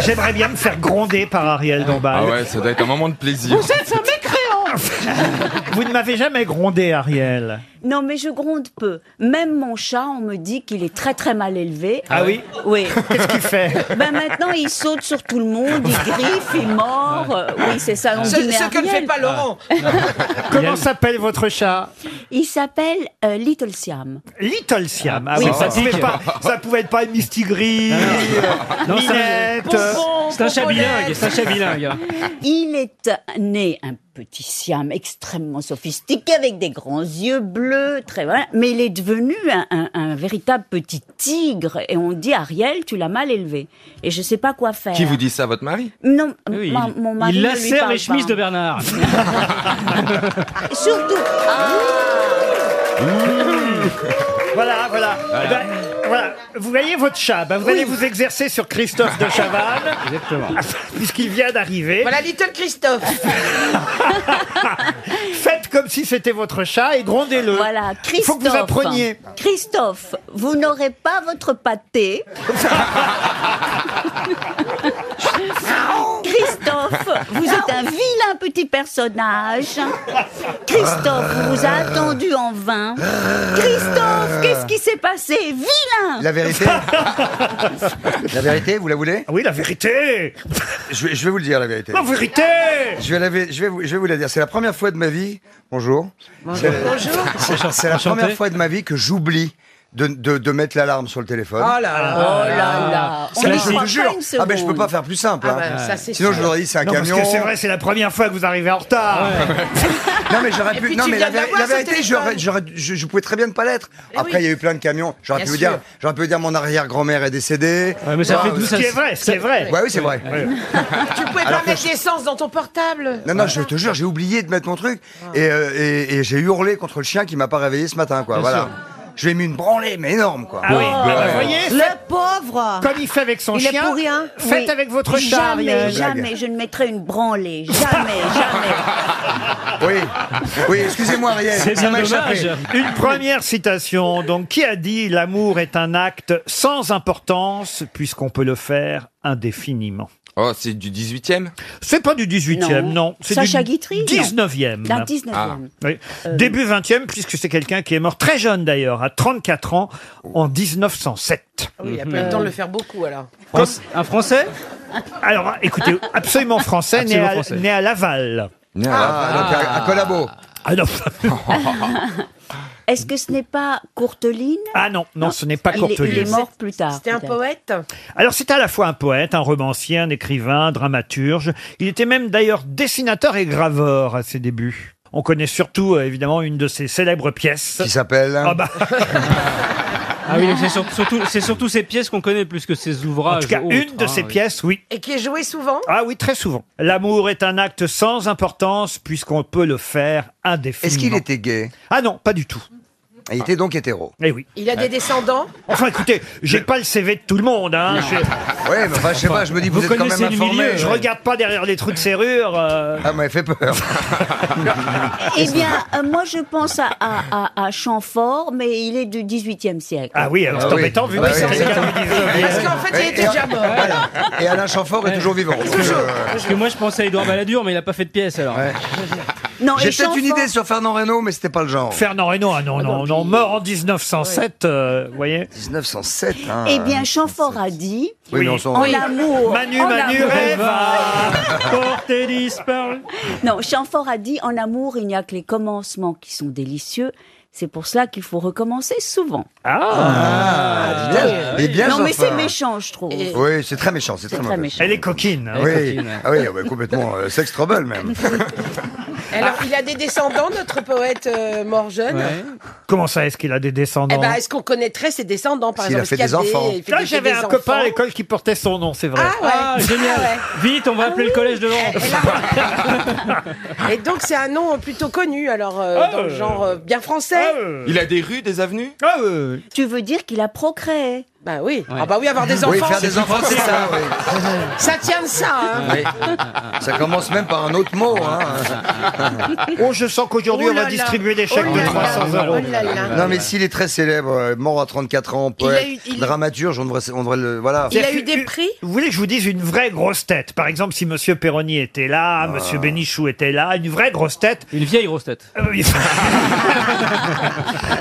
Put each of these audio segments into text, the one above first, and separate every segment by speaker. Speaker 1: J'aimerais bien me faire gronder par Ariel Dombal.
Speaker 2: Ah ouais, ça doit être un moment de plaisir.
Speaker 3: êtes un mécréant
Speaker 1: Vous ne m'avez jamais grondé, Ariel.
Speaker 4: Non, mais je gronde peu. Même mon chat, on me dit qu'il est très très mal élevé.
Speaker 1: Ah oui
Speaker 4: Oui.
Speaker 1: Qu'est-ce qu'il fait
Speaker 4: Ben maintenant, il saute sur tout le monde, il griffe, il mord. Euh, Oui, c'est ça. On
Speaker 3: Ce,
Speaker 4: dit, mais
Speaker 3: ce que ne
Speaker 4: Ariel,
Speaker 3: fait pas Laurent
Speaker 1: Comment s'appelle votre chat
Speaker 4: Il s'appelle euh, Little Siam.
Speaker 1: Little Siam. Ah
Speaker 4: Oui.
Speaker 1: oui, ça, pouvait
Speaker 5: Sympathique.
Speaker 1: pas, ça pouvait être pas une mistigris,
Speaker 5: Non, c'est
Speaker 1: minette.
Speaker 5: un- C'est un chat bilingue, c'est un chat bilingue.
Speaker 4: Il est né un petit Siam extrêmement sophistiqué avec des grands yeux bleus, très voilà. Mais il est devenu un, un- un véritable petit tigre et on dit Ariel, tu l'as mal élevé. Et je sais pas quoi faire.
Speaker 2: Qui vous dit ça, votre mari
Speaker 4: Non,
Speaker 5: Oui,
Speaker 4: ma-
Speaker 5: il-
Speaker 4: mon mari
Speaker 5: il
Speaker 4: ne lui
Speaker 5: lacère
Speaker 4: parle
Speaker 5: les chemises
Speaker 4: pas.
Speaker 5: de Bernard.
Speaker 4: Surtout. Ah
Speaker 1: Voilà, voilà. Eh ben, voilà. Vous voyez votre chat, ben, vous allez vous exercer sur Christophe de Chavannes,
Speaker 5: Exactement.
Speaker 1: puisqu'il vient d'arriver.
Speaker 3: Voilà Little Christophe
Speaker 1: Faites comme si c'était votre chat et grondez-le.
Speaker 4: Voilà, Christophe.
Speaker 1: Faut que vous appreniez.
Speaker 4: Christophe, vous n'aurez pas votre pâté.
Speaker 1: Ah,
Speaker 4: Christophe, vous êtes un vilain petit personnage. Christophe, on vous a attendu en vain. Christophe, qu'est-ce qui s'est passé
Speaker 3: Ah.
Speaker 4: Vilain
Speaker 6: La vérité La vérité, vous la voulez
Speaker 1: Ah Oui, la vérité
Speaker 6: je vais, je vais vous le dire, la vérité.
Speaker 1: La vérité
Speaker 6: Je vais, la, vé- je vais, vous- je vais vous la dire. C'est la première fois de ma vie. Bonjour. Bonjour. C'est c'est la
Speaker 5: Enchanté.
Speaker 6: première fois de ma vie que j'oublie de, de, de mettre l'alarme sur le téléphone.
Speaker 3: Oh là là
Speaker 4: Oh là là On
Speaker 6: Mais
Speaker 4: ne
Speaker 6: je vous
Speaker 4: croit
Speaker 6: le
Speaker 4: pas
Speaker 6: jure.
Speaker 4: une
Speaker 6: Ah, mais je peux
Speaker 4: seconde.
Speaker 6: pas faire plus simple.
Speaker 3: Ah
Speaker 6: hein.
Speaker 3: bah, ça, c'est
Speaker 6: Sinon,
Speaker 3: sûr.
Speaker 6: je leur ai dit, c'est un
Speaker 1: Non, parce
Speaker 6: camion.
Speaker 1: que c'est vrai, c'est la première fois que vous arrivez en retard.
Speaker 6: Non, mais j'aurais
Speaker 3: Et
Speaker 6: pu.
Speaker 3: puis
Speaker 6: Non,
Speaker 3: tu
Speaker 6: mais
Speaker 3: viens
Speaker 6: la,
Speaker 3: de l'avoir,
Speaker 6: la
Speaker 3: ce
Speaker 6: vérité,
Speaker 3: téléphone. Eh
Speaker 6: j'aurais- j'aurais- je, je pouvais très bien ne pas l'être. Après,
Speaker 3: oui.
Speaker 6: il y a eu plein de camions. J'aurais
Speaker 3: Bien
Speaker 6: pu vous
Speaker 3: sûr.
Speaker 6: dire, j'aurais pu vous dire mon arrière-grand-mère est décédée.
Speaker 5: Ouais, mais ça
Speaker 6: Ah,
Speaker 5: fait tout
Speaker 1: Ce
Speaker 5: ça.
Speaker 1: qui est vrai, ce qui est vrai.
Speaker 6: Ouais, oui, c'est vrai.
Speaker 3: Tu pouvais pas
Speaker 6: Alors que
Speaker 3: mettre
Speaker 6: je-
Speaker 3: d'essence dans ton portable
Speaker 6: Non, non, je te jure, j'ai oublié de mettre mon truc et, euh, et, et j'ai hurlé contre le chien qui m'a pas réveillé ce matin, quoi. voilà. Je lui ai mis une branlée, mais énorme, quoi.
Speaker 1: Ah oui, ah bah, voyez,
Speaker 3: Le pauvre
Speaker 1: comme il fait avec son
Speaker 3: Il est
Speaker 1: chien,
Speaker 3: pour rien.
Speaker 1: faites
Speaker 4: Oui.
Speaker 1: avec votre chat,
Speaker 4: Jamais,
Speaker 1: Ariel.
Speaker 4: jamais, je ne mettrai une branlée. Jamais, jamais.
Speaker 6: Oui, oui, excusez-moi, Ariel.
Speaker 5: C'est
Speaker 6: ça
Speaker 5: bien
Speaker 6: m'a échappé.
Speaker 5: dommage.
Speaker 1: Une première citation, donc, qui a dit l'amour est un acte sans importance puisqu'on peut le faire indéfiniment.
Speaker 2: Oh, c'est du 18 e
Speaker 1: C'est pas du 18e, non.
Speaker 4: Non.
Speaker 1: C'est
Speaker 4: Sacha
Speaker 1: du
Speaker 4: Guitry, non.
Speaker 1: 19e.
Speaker 4: La 19e.
Speaker 1: Oui. Début 20e, puisque c'est quelqu'un qui est mort très jeune d'ailleurs, à 34 ans, en 1907.
Speaker 3: Oui, il n'y a
Speaker 1: Mhm.
Speaker 3: pas eu le temps de le faire beaucoup alors.
Speaker 5: France- Un français
Speaker 1: Alors, écoutez, absolument français, né,
Speaker 5: Absolument
Speaker 1: à,
Speaker 5: français.
Speaker 1: né à Laval.
Speaker 6: Ah, donc à, à collabo.
Speaker 1: Ah non,
Speaker 4: Est-ce que ce n'est pas Courteline
Speaker 1: ah non, non, ce n'est pas
Speaker 4: Il est-
Speaker 1: Courteline.
Speaker 4: Il est mort plus tard.
Speaker 3: C'était un
Speaker 4: peut-être.
Speaker 3: poète
Speaker 1: Alors c'est à la fois un poète, un romancier, un écrivain, un dramaturge. Il était même d'ailleurs dessinateur et graveur à ses débuts. On connaît surtout euh, évidemment une de ses célèbres pièces.
Speaker 6: Qui s'appelle
Speaker 1: Ah bah,
Speaker 5: Ah oui, donc c'est sur- surtout, c'est surtout ces pièces qu'on connaît plus que ces ouvrages.
Speaker 1: en tout cas,
Speaker 5: autres,
Speaker 1: une de
Speaker 5: hein,
Speaker 1: ses
Speaker 5: oui.
Speaker 1: pièces, oui.
Speaker 3: et qui est joué souvent.
Speaker 1: Ah oui, très souvent. L'amour est un acte sans importance puisqu'on peut le faire indéfiniment.
Speaker 6: Est-ce qu'il était gay
Speaker 1: Ah non, pas du tout.
Speaker 6: Il était donc hétéro.
Speaker 1: Eh oui.
Speaker 3: Il a des descendants.
Speaker 1: Enfin écoutez, j'ai pas le CV de tout le monde. Hein. Je,
Speaker 6: Ouais, mais enfin, je sais pas, je me dis, vous,
Speaker 5: Vous
Speaker 6: êtes quand même
Speaker 5: connaissez le milieu,
Speaker 6: informé.
Speaker 1: je regarde pas derrière les trous de serrure. euh.
Speaker 6: Ah, m'avait fait peur.
Speaker 4: Eh bien, euh, moi, je pense à, à, à- à Chamfort, mais il est du 18e siècle.
Speaker 1: Ah oui, alors c'est
Speaker 6: Ah oui.
Speaker 1: embêtant vu
Speaker 6: Ah
Speaker 1: que c'est
Speaker 6: oui,
Speaker 1: quelqu'un du 19e.
Speaker 3: Parce
Speaker 6: Ah
Speaker 3: qu'en fait, il était
Speaker 6: Et-
Speaker 3: déjà mort.
Speaker 6: Voilà. Et Alain Chamfort est toujours vivant.
Speaker 1: Euh,
Speaker 3: Toujours.
Speaker 5: Parce que moi, je pensais à Édouard Balladur, mais il a pas fait de pièce alors.
Speaker 4: Non,
Speaker 6: J'ai
Speaker 4: et
Speaker 6: peut-être une
Speaker 4: Chamfort-
Speaker 6: idée sur Fernand Reynaud, mais c'était pas le genre.
Speaker 1: Fernand Reynaud, ah non, non, non, mort en 1907, euh, vous voyez
Speaker 6: 1907, hein.
Speaker 4: Eh bien, Chamfort a dit
Speaker 6: Oui, mais on s'en-
Speaker 4: en amour.
Speaker 1: Manu,
Speaker 4: en
Speaker 1: Manu,
Speaker 4: amour-
Speaker 1: Reva
Speaker 5: Portez disparu.
Speaker 4: Non, Chamfort a dit en amour, il n'y a que les commencements qui sont délicieux. C'est pour cela qu'il faut recommencer souvent.
Speaker 6: Ah, bien, et bien
Speaker 4: non, mais c'est
Speaker 6: Chamfort.
Speaker 4: méchant, je trouve.
Speaker 3: Et-
Speaker 6: Oui, c'est très méchant, c'est
Speaker 4: C'est
Speaker 6: très
Speaker 4: très
Speaker 6: mauvais.
Speaker 4: méchant.
Speaker 1: Elle est coquine. hein.
Speaker 6: Oui,
Speaker 5: coquine, ouais.
Speaker 6: ah oui, ah ouais, complètement euh, sex trouble même.
Speaker 3: Alors, il a des descendants, notre poète euh, mort jeune.
Speaker 5: Ouais.
Speaker 1: Comment ça, est-ce qu'il a des descendants
Speaker 3: Eh ben, est-ce qu'on connaîtrait ses descendants, par
Speaker 6: S'il a
Speaker 3: exemple
Speaker 6: fait
Speaker 3: est-ce qu'il
Speaker 6: des
Speaker 3: y
Speaker 6: enfants.
Speaker 3: il fait
Speaker 1: Là,
Speaker 3: des-
Speaker 1: j'avais
Speaker 3: des
Speaker 1: un copain à
Speaker 3: enfants
Speaker 1: l'école qui portait son nom, c'est vrai.
Speaker 3: Ah ouais.
Speaker 5: Ah, génial. Vite, on va appeler le collège de Laurent.
Speaker 3: Et, là- Et donc, c'est un nom plutôt connu, alors, euh,
Speaker 1: Ah,
Speaker 3: dans le
Speaker 1: euh.
Speaker 3: genre euh, bien français.
Speaker 1: Ah, euh,
Speaker 2: Il a des rues, des avenues
Speaker 1: ah, euh,
Speaker 4: Tu veux dire qu'il a procréé
Speaker 3: Bah oui. Ah bah oui, avoir des enfants.
Speaker 6: Oui, faire des enfants, c'est ça, oui.
Speaker 3: Ça tient de ça. Hein.
Speaker 6: Oui. Ça commence même par un autre mot. Hein.
Speaker 1: Oh, je sens qu'aujourd'hui,
Speaker 3: Oh
Speaker 1: on va
Speaker 3: là là.
Speaker 1: distribuer des chèques
Speaker 3: Oh
Speaker 1: de
Speaker 3: là là.
Speaker 1: 300 euros.
Speaker 3: Oh là là.
Speaker 6: Non, mais s'il est très célèbre, euh, mort à 34 ans,
Speaker 3: Il a
Speaker 6: poète,
Speaker 3: eu- il-
Speaker 6: dramaturge, on devrait, on devrait le. Voilà.
Speaker 3: Il a
Speaker 1: Ah. C'est-à-dire
Speaker 3: eu
Speaker 1: que- euh,
Speaker 3: des prix
Speaker 1: Vous voulez que je vous dise une vraie grosse tête Par exemple, si Monsieur Perroni était là, Monsieur Bénichou était là, une vraie grosse tête.
Speaker 7: Ah. Une vieille grosse tête.
Speaker 1: euh, il-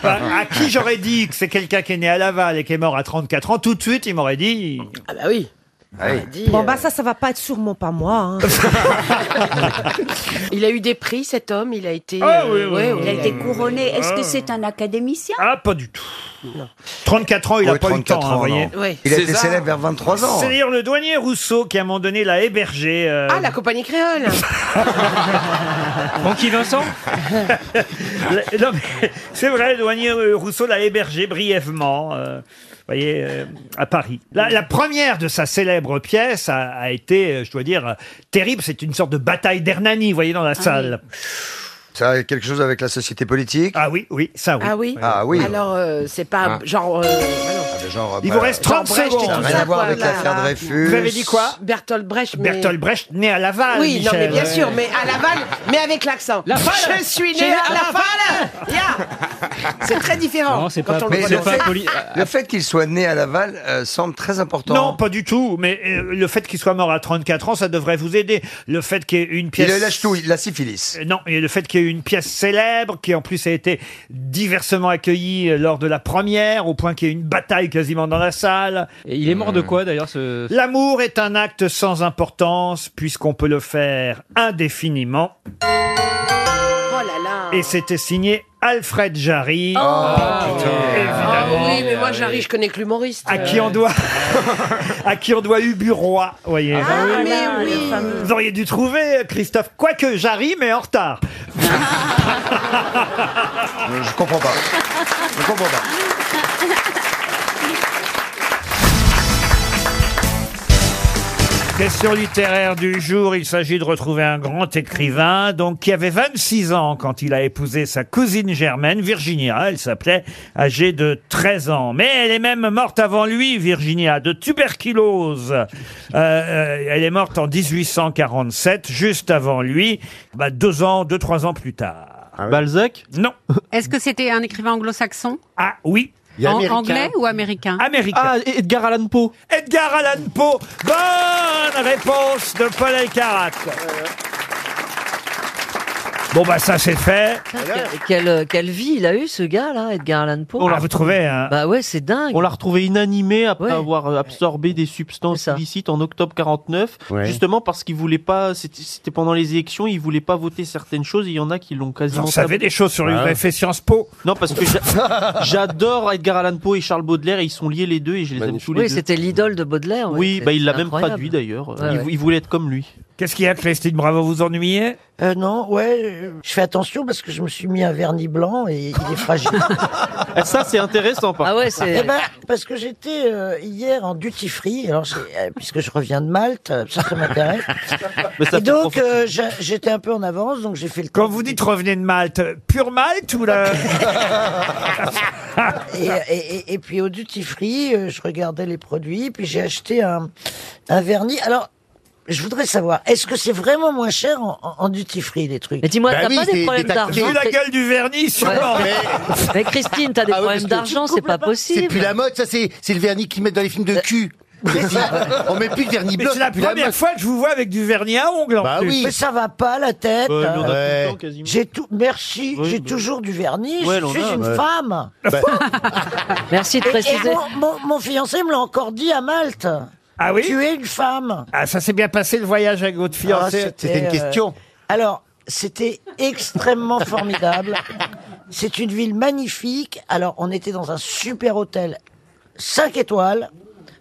Speaker 1: à qui j'aurais dit que c'est quelqu'un qui est né à Laval et qui est mort à 34 ans, tout de suite, il m'aurait dit.
Speaker 3: Ah bah oui.
Speaker 6: Ah
Speaker 3: On
Speaker 6: oui.
Speaker 3: a dit,
Speaker 8: Bon,
Speaker 3: euh,
Speaker 8: bah ça, ça va pas être sûrement pas moi. hein.
Speaker 3: Il a eu des prix, cet homme. Il a été.
Speaker 1: Ah oui, oui,
Speaker 3: ouais,
Speaker 1: oui,
Speaker 4: euh, Il a
Speaker 3: ouais.
Speaker 4: été couronné. Est-ce que c'est un académicien
Speaker 1: Ah, pas du tout. 34 ans, il
Speaker 6: Ouais,
Speaker 1: a pas eu le
Speaker 6: 34
Speaker 1: temps, hein,
Speaker 6: ans,
Speaker 1: voyez.
Speaker 6: non.
Speaker 3: Ouais.
Speaker 6: Il a été
Speaker 9: César.
Speaker 6: célèbre vers 23
Speaker 3: euh,
Speaker 6: ans.
Speaker 1: C'est d'ailleurs le douanier Rousseau qui, à un moment donné, l'a hébergé. euh,
Speaker 3: Ah, la compagnie créole.
Speaker 7: Francky Vincent
Speaker 1: la- non, mais c'est vrai, le douanier euh, Rousseau l'a hébergé brièvement. euh, vous voyez, euh, à Paris. La, la première de sa célèbre pièce a, a été, euh, je dois dire, euh, terrible. C'est une sorte de bataille d'Hernani, vous voyez,
Speaker 3: Ah
Speaker 1: dans la salle.
Speaker 6: Ça a quelque chose avec la société politique
Speaker 1: Ah oui, oui, ça oui.
Speaker 3: Ah oui.
Speaker 6: Ah oui. Hein
Speaker 3: Alors, euh, c'est
Speaker 9: Ah.
Speaker 3: pas genre. euh,
Speaker 6: Ah, le genre,
Speaker 1: Il
Speaker 6: bah,
Speaker 1: vous reste
Speaker 3: Jean
Speaker 1: 30
Speaker 3: Brecht et tout
Speaker 1: secondes.
Speaker 6: ça n'a
Speaker 3: ça,
Speaker 6: Rien à voir
Speaker 3: quoi,
Speaker 6: avec
Speaker 3: là.
Speaker 6: l'affaire Dreyfus.
Speaker 1: Vous avez dit quoi
Speaker 3: Bertolt Brecht. mais-
Speaker 1: Bertolt Brecht, né à Laval.
Speaker 3: Oui, non, mais
Speaker 1: Michel.
Speaker 3: bien sûr, mais à Laval, mais avec l'accent.
Speaker 7: Laval
Speaker 3: Je suis né à Laval. Ya. C'est très différent.
Speaker 7: Non, c'est
Speaker 3: quand
Speaker 7: pas-
Speaker 3: on le
Speaker 6: mais
Speaker 3: voit
Speaker 6: c'est
Speaker 3: dans-
Speaker 6: pas-
Speaker 7: poli-
Speaker 6: Le fait qu'il soit né à Laval euh, semble très important.
Speaker 1: Non, pas du tout. Mais euh, le fait qu'il soit mort à 34 ans, ça devrait vous aider. Le fait qu'il y ait une
Speaker 6: Il
Speaker 1: pièce.
Speaker 6: lâche tout, il- la syphilis.
Speaker 1: Euh, Non, et le fait qu'il y ait eu une pièce célèbre, qui en plus a été diversement accueillie euh, lors de la première, au point qu'il y ait eu une bataille quasiment dans la salle.
Speaker 7: Et il est mort de quoi d'ailleurs ce.
Speaker 1: L'amour est un acte sans importance, puisqu'on peut le faire indéfiniment.
Speaker 3: Oh là là.
Speaker 1: Et c'était signé Alfred Jarry,
Speaker 3: Ah oui, mais moi, j'arrive, je connais que l'humoriste.
Speaker 1: à qui on doit, à qui on doit Uburoi, voyez.
Speaker 3: Ah, mais
Speaker 4: Voilà, le
Speaker 3: oui.
Speaker 4: fameux.
Speaker 1: Vous auriez dû trouver, euh, Christophe, quoique Jarry, mais en retard.
Speaker 6: Euh, Je comprends pas. Je comprends pas.
Speaker 1: Question littéraire du jour, il s'agit de retrouver un grand écrivain donc qui avait 26 ans quand il a épousé sa cousine germaine Virginia, elle s'appelait, âgée de 13 ans. Mais elle est même morte avant lui, Virginia, de tuberculose. Euh, euh, elle est morte en 1847, juste avant lui, bah, deux ans, deux, trois ans plus tard.
Speaker 7: Balzac
Speaker 1: Non.
Speaker 10: Est-ce que c'était un écrivain anglo-saxon
Speaker 1: Ah oui,
Speaker 10: En- Anglais ou américain
Speaker 1: américain.
Speaker 7: Ah, Edgar Allan Poe
Speaker 1: Edgar Allan Poe. Bonne réponse de Paul Elkarat. Bon bah ça c'est fait.
Speaker 5: Quelle, quelle vie il a eu ce gars-là, Edgar Allan Poe
Speaker 11: Ah,
Speaker 1: On l'a retrouvé. hein.
Speaker 5: Bah ouais, c'est dingue.
Speaker 11: On l'a retrouvé inanimé après
Speaker 5: Ouais.
Speaker 11: avoir absorbé des
Speaker 5: C'est
Speaker 11: substances
Speaker 5: ça.
Speaker 11: illicites en octobre 49, justement parce qu'il voulait pas. C'était c'était pendant les élections, il voulait pas voter certaines choses. et Il y en a qui l'ont
Speaker 1: Vous en
Speaker 11: quasiment.
Speaker 1: savez
Speaker 11: saboté.
Speaker 1: des choses sur les ouais. Sciences Po.
Speaker 11: Non, parce que j'a- j'adore Edgar Allan Poe et Charles Baudelaire. et Ils sont liés les deux et je les aime tous les
Speaker 5: Oui,
Speaker 11: deux.
Speaker 5: c'était l'idole de Baudelaire. ouais.
Speaker 11: Oui,
Speaker 5: C'est-
Speaker 11: bah il l'a
Speaker 5: c'est
Speaker 11: même
Speaker 5: incroyable.
Speaker 11: traduit d'ailleurs.
Speaker 5: Ouais,
Speaker 11: il,
Speaker 5: ouais.
Speaker 11: il voulait être comme lui.
Speaker 1: Qu'est-ce qu'il y a, Christine Bravo Vous ennuyez
Speaker 12: Euh, non, ouais, euh, je fais attention parce que je me suis mis un vernis blanc et il est fragile.
Speaker 11: Et Ah, ça, c'est intéressant. Par
Speaker 5: Ah ouais,
Speaker 12: eh
Speaker 5: c'est.
Speaker 12: ben, parce que j'étais euh, hier en duty free, alors j'ai- euh, puisque je reviens de Malte, euh, ça, ça m'intéresse.
Speaker 11: Mais ça
Speaker 12: Et
Speaker 11: fait
Speaker 12: donc,
Speaker 11: profiter.
Speaker 12: euh, j'a- j'étais un peu en avance, donc j'ai fait le
Speaker 1: Quand
Speaker 12: tour
Speaker 1: vous
Speaker 12: du-
Speaker 1: dites revenez de Malte, pure Malte ou la...
Speaker 12: Et, et- et- et puis au duty free, euh, je regardais les produits, puis j'ai acheté un, un vernis. Alors, je voudrais savoir, est-ce que c'est vraiment moins cher en, en- en duty free les trucs
Speaker 5: Mais dis-moi, t'as pas Bah des problèmes
Speaker 1: Vu
Speaker 5: d'argent
Speaker 1: la
Speaker 5: c'est-
Speaker 1: gueule du vernis, sûrement.
Speaker 5: Mais Ah Christine, t'as des problèmes d'argent, c'est pas possible. C'est plus la mode,
Speaker 1: Mais c'est la première fois que je vous vois avec du vernis à ongles en
Speaker 5: Bah
Speaker 1: plus.
Speaker 12: Mais ça va pas la tête.
Speaker 11: Ouais, mais on a
Speaker 12: hein.
Speaker 11: tout le temps quasiment.
Speaker 12: J'ai tout, merci,
Speaker 11: Oui,
Speaker 12: j'ai
Speaker 11: bah.
Speaker 12: toujours du vernis,
Speaker 11: Ouais,
Speaker 12: je
Speaker 11: l'on
Speaker 12: suis
Speaker 11: a,
Speaker 12: une
Speaker 11: ouais.
Speaker 12: femme.
Speaker 5: Merci de
Speaker 12: Et- Et,
Speaker 5: préciser.
Speaker 12: mon, mon- mon fiancé me l'a encore dit à Malte.
Speaker 1: Ah oui
Speaker 12: Tu es une femme.
Speaker 1: Ah ça s'est bien passé le voyage avec votre fiancé.
Speaker 12: Ah, euh, Alors, c'était extrêmement formidable. C'est une ville magnifique. Alors, on était dans un super hôtel 5 étoiles.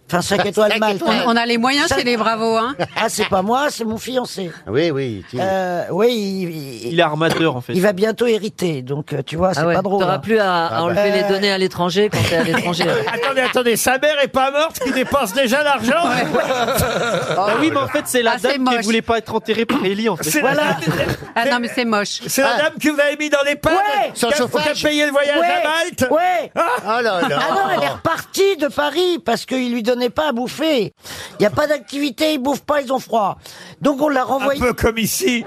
Speaker 12: Enfin, 5 étoiles
Speaker 13: Cinq
Speaker 12: mal.
Speaker 13: étoiles. On- on a les moyens chez les bravos, hein.
Speaker 12: Ah, c'est pas moi, c'est mon fiancé.
Speaker 5: Ah
Speaker 14: Oui, oui.
Speaker 12: Euh, oui, il, il-
Speaker 14: Il est armateur en fait.
Speaker 12: il va bientôt hériter, donc euh, tu vois, c'est
Speaker 14: Ah ouais,
Speaker 12: pas drôle.
Speaker 14: t'auras
Speaker 12: hein.
Speaker 14: plus à- à
Speaker 12: Ah bah.
Speaker 14: enlever les données
Speaker 6: à l'étranger quand t'es à l'étranger.
Speaker 1: Euh, attendez, attendez, sa mère est pas morte, qui dépense déjà l'argent
Speaker 14: Ah oui, mais en fait, c'est la
Speaker 13: Ah, c'est
Speaker 14: dame qui
Speaker 13: moche.
Speaker 14: voulait pas être enterrée par Ellie en fait.
Speaker 1: C'est la
Speaker 14: Voilà.
Speaker 13: Ah non, mais c'est moche.
Speaker 1: C'est la
Speaker 13: Ah.
Speaker 1: dame que vous avez mis dans les pommes
Speaker 12: Ouais
Speaker 1: Qui a- Qui a payé le voyage
Speaker 12: Ouais
Speaker 1: à Malte
Speaker 12: Ouais
Speaker 1: Ah
Speaker 12: Ah non, elle est repartie de Paris parce qu'il lui donnait pas à bouffer. Il n'y a pas d'activité, ils bouffent pas, ils ont froid. Donc on l'a
Speaker 1: Un
Speaker 12: renvoyée.
Speaker 1: peu comme ici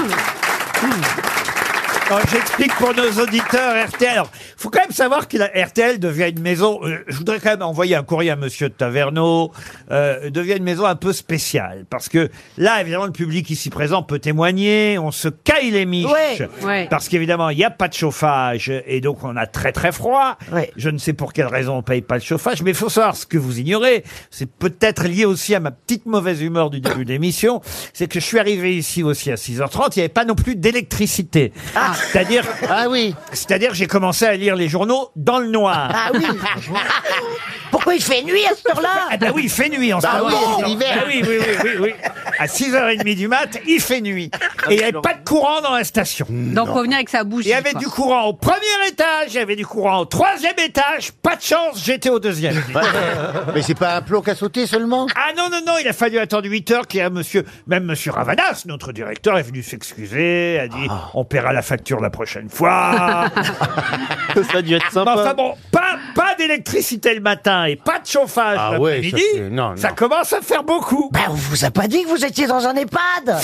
Speaker 1: Oh, J'explique pour nos auditeurs RTL. Alors, faut quand même savoir que la RTL devient une maison. euh, je voudrais quand même envoyer un courrier à Monsieur de Taverneau. euh, devient une maison un peu spéciale parce que là, évidemment, le public ici présent peut témoigner. On se caille les miches
Speaker 12: Ouais.
Speaker 13: Ouais.
Speaker 1: parce qu'évidemment, il n'y a pas de chauffage et donc on a très très froid.
Speaker 12: Ouais.
Speaker 1: Je ne sais pour quelle raison on paye pas le chauffage, mais il faut savoir ce que vous ignorez. C'est peut-être lié aussi à ma petite mauvaise humeur du début de l'émission. C'est que je suis arrivé ici aussi à 6h30, il n'y avait pas non plus d'électricité. C'est-à-dire,
Speaker 12: Ah oui.
Speaker 1: c'est-à-dire, j'ai commencé à lire les journaux dans le noir.
Speaker 12: Ah oui. Pourquoi il fait nuit à cette
Speaker 1: Ah
Speaker 12: heure-là
Speaker 1: bah oui, il fait nuit en ce moment.
Speaker 12: oui, c'est l'hiver.
Speaker 1: Ah oui, oui, oui, oui, oui. À 6h30 du mat, il fait nuit.
Speaker 15: Ah
Speaker 1: Et il n'y avait pas de courant dans la station.
Speaker 15: Hmm,
Speaker 13: Donc, faut venir avec sa bouche.
Speaker 1: Il y avait du courant au premier étage, il y avait du courant au troisième étage. Pas de chance, j'étais au deuxième.
Speaker 15: Mais c'est pas un plomb qu'à sauter seulement
Speaker 1: Ah non, non, non, il a fallu attendre 8 heures qu'il y ait un monsieur, même monsieur Ravanas, notre directeur, est venu s'excuser, a dit
Speaker 15: Ah.
Speaker 1: on paiera la facture la prochaine fois.
Speaker 14: Ça a dû être
Speaker 1: Mais
Speaker 14: sympa.
Speaker 1: enfin bon, pas, pas d'électricité le matin et pas de chauffage
Speaker 15: Ah ouais, ça,
Speaker 1: l'après-midi,
Speaker 15: c'est- non,
Speaker 1: ça
Speaker 15: non.
Speaker 1: commence à faire beaucoup.
Speaker 12: Ben, on vous a pas dit que vous étiez dans un EHPAD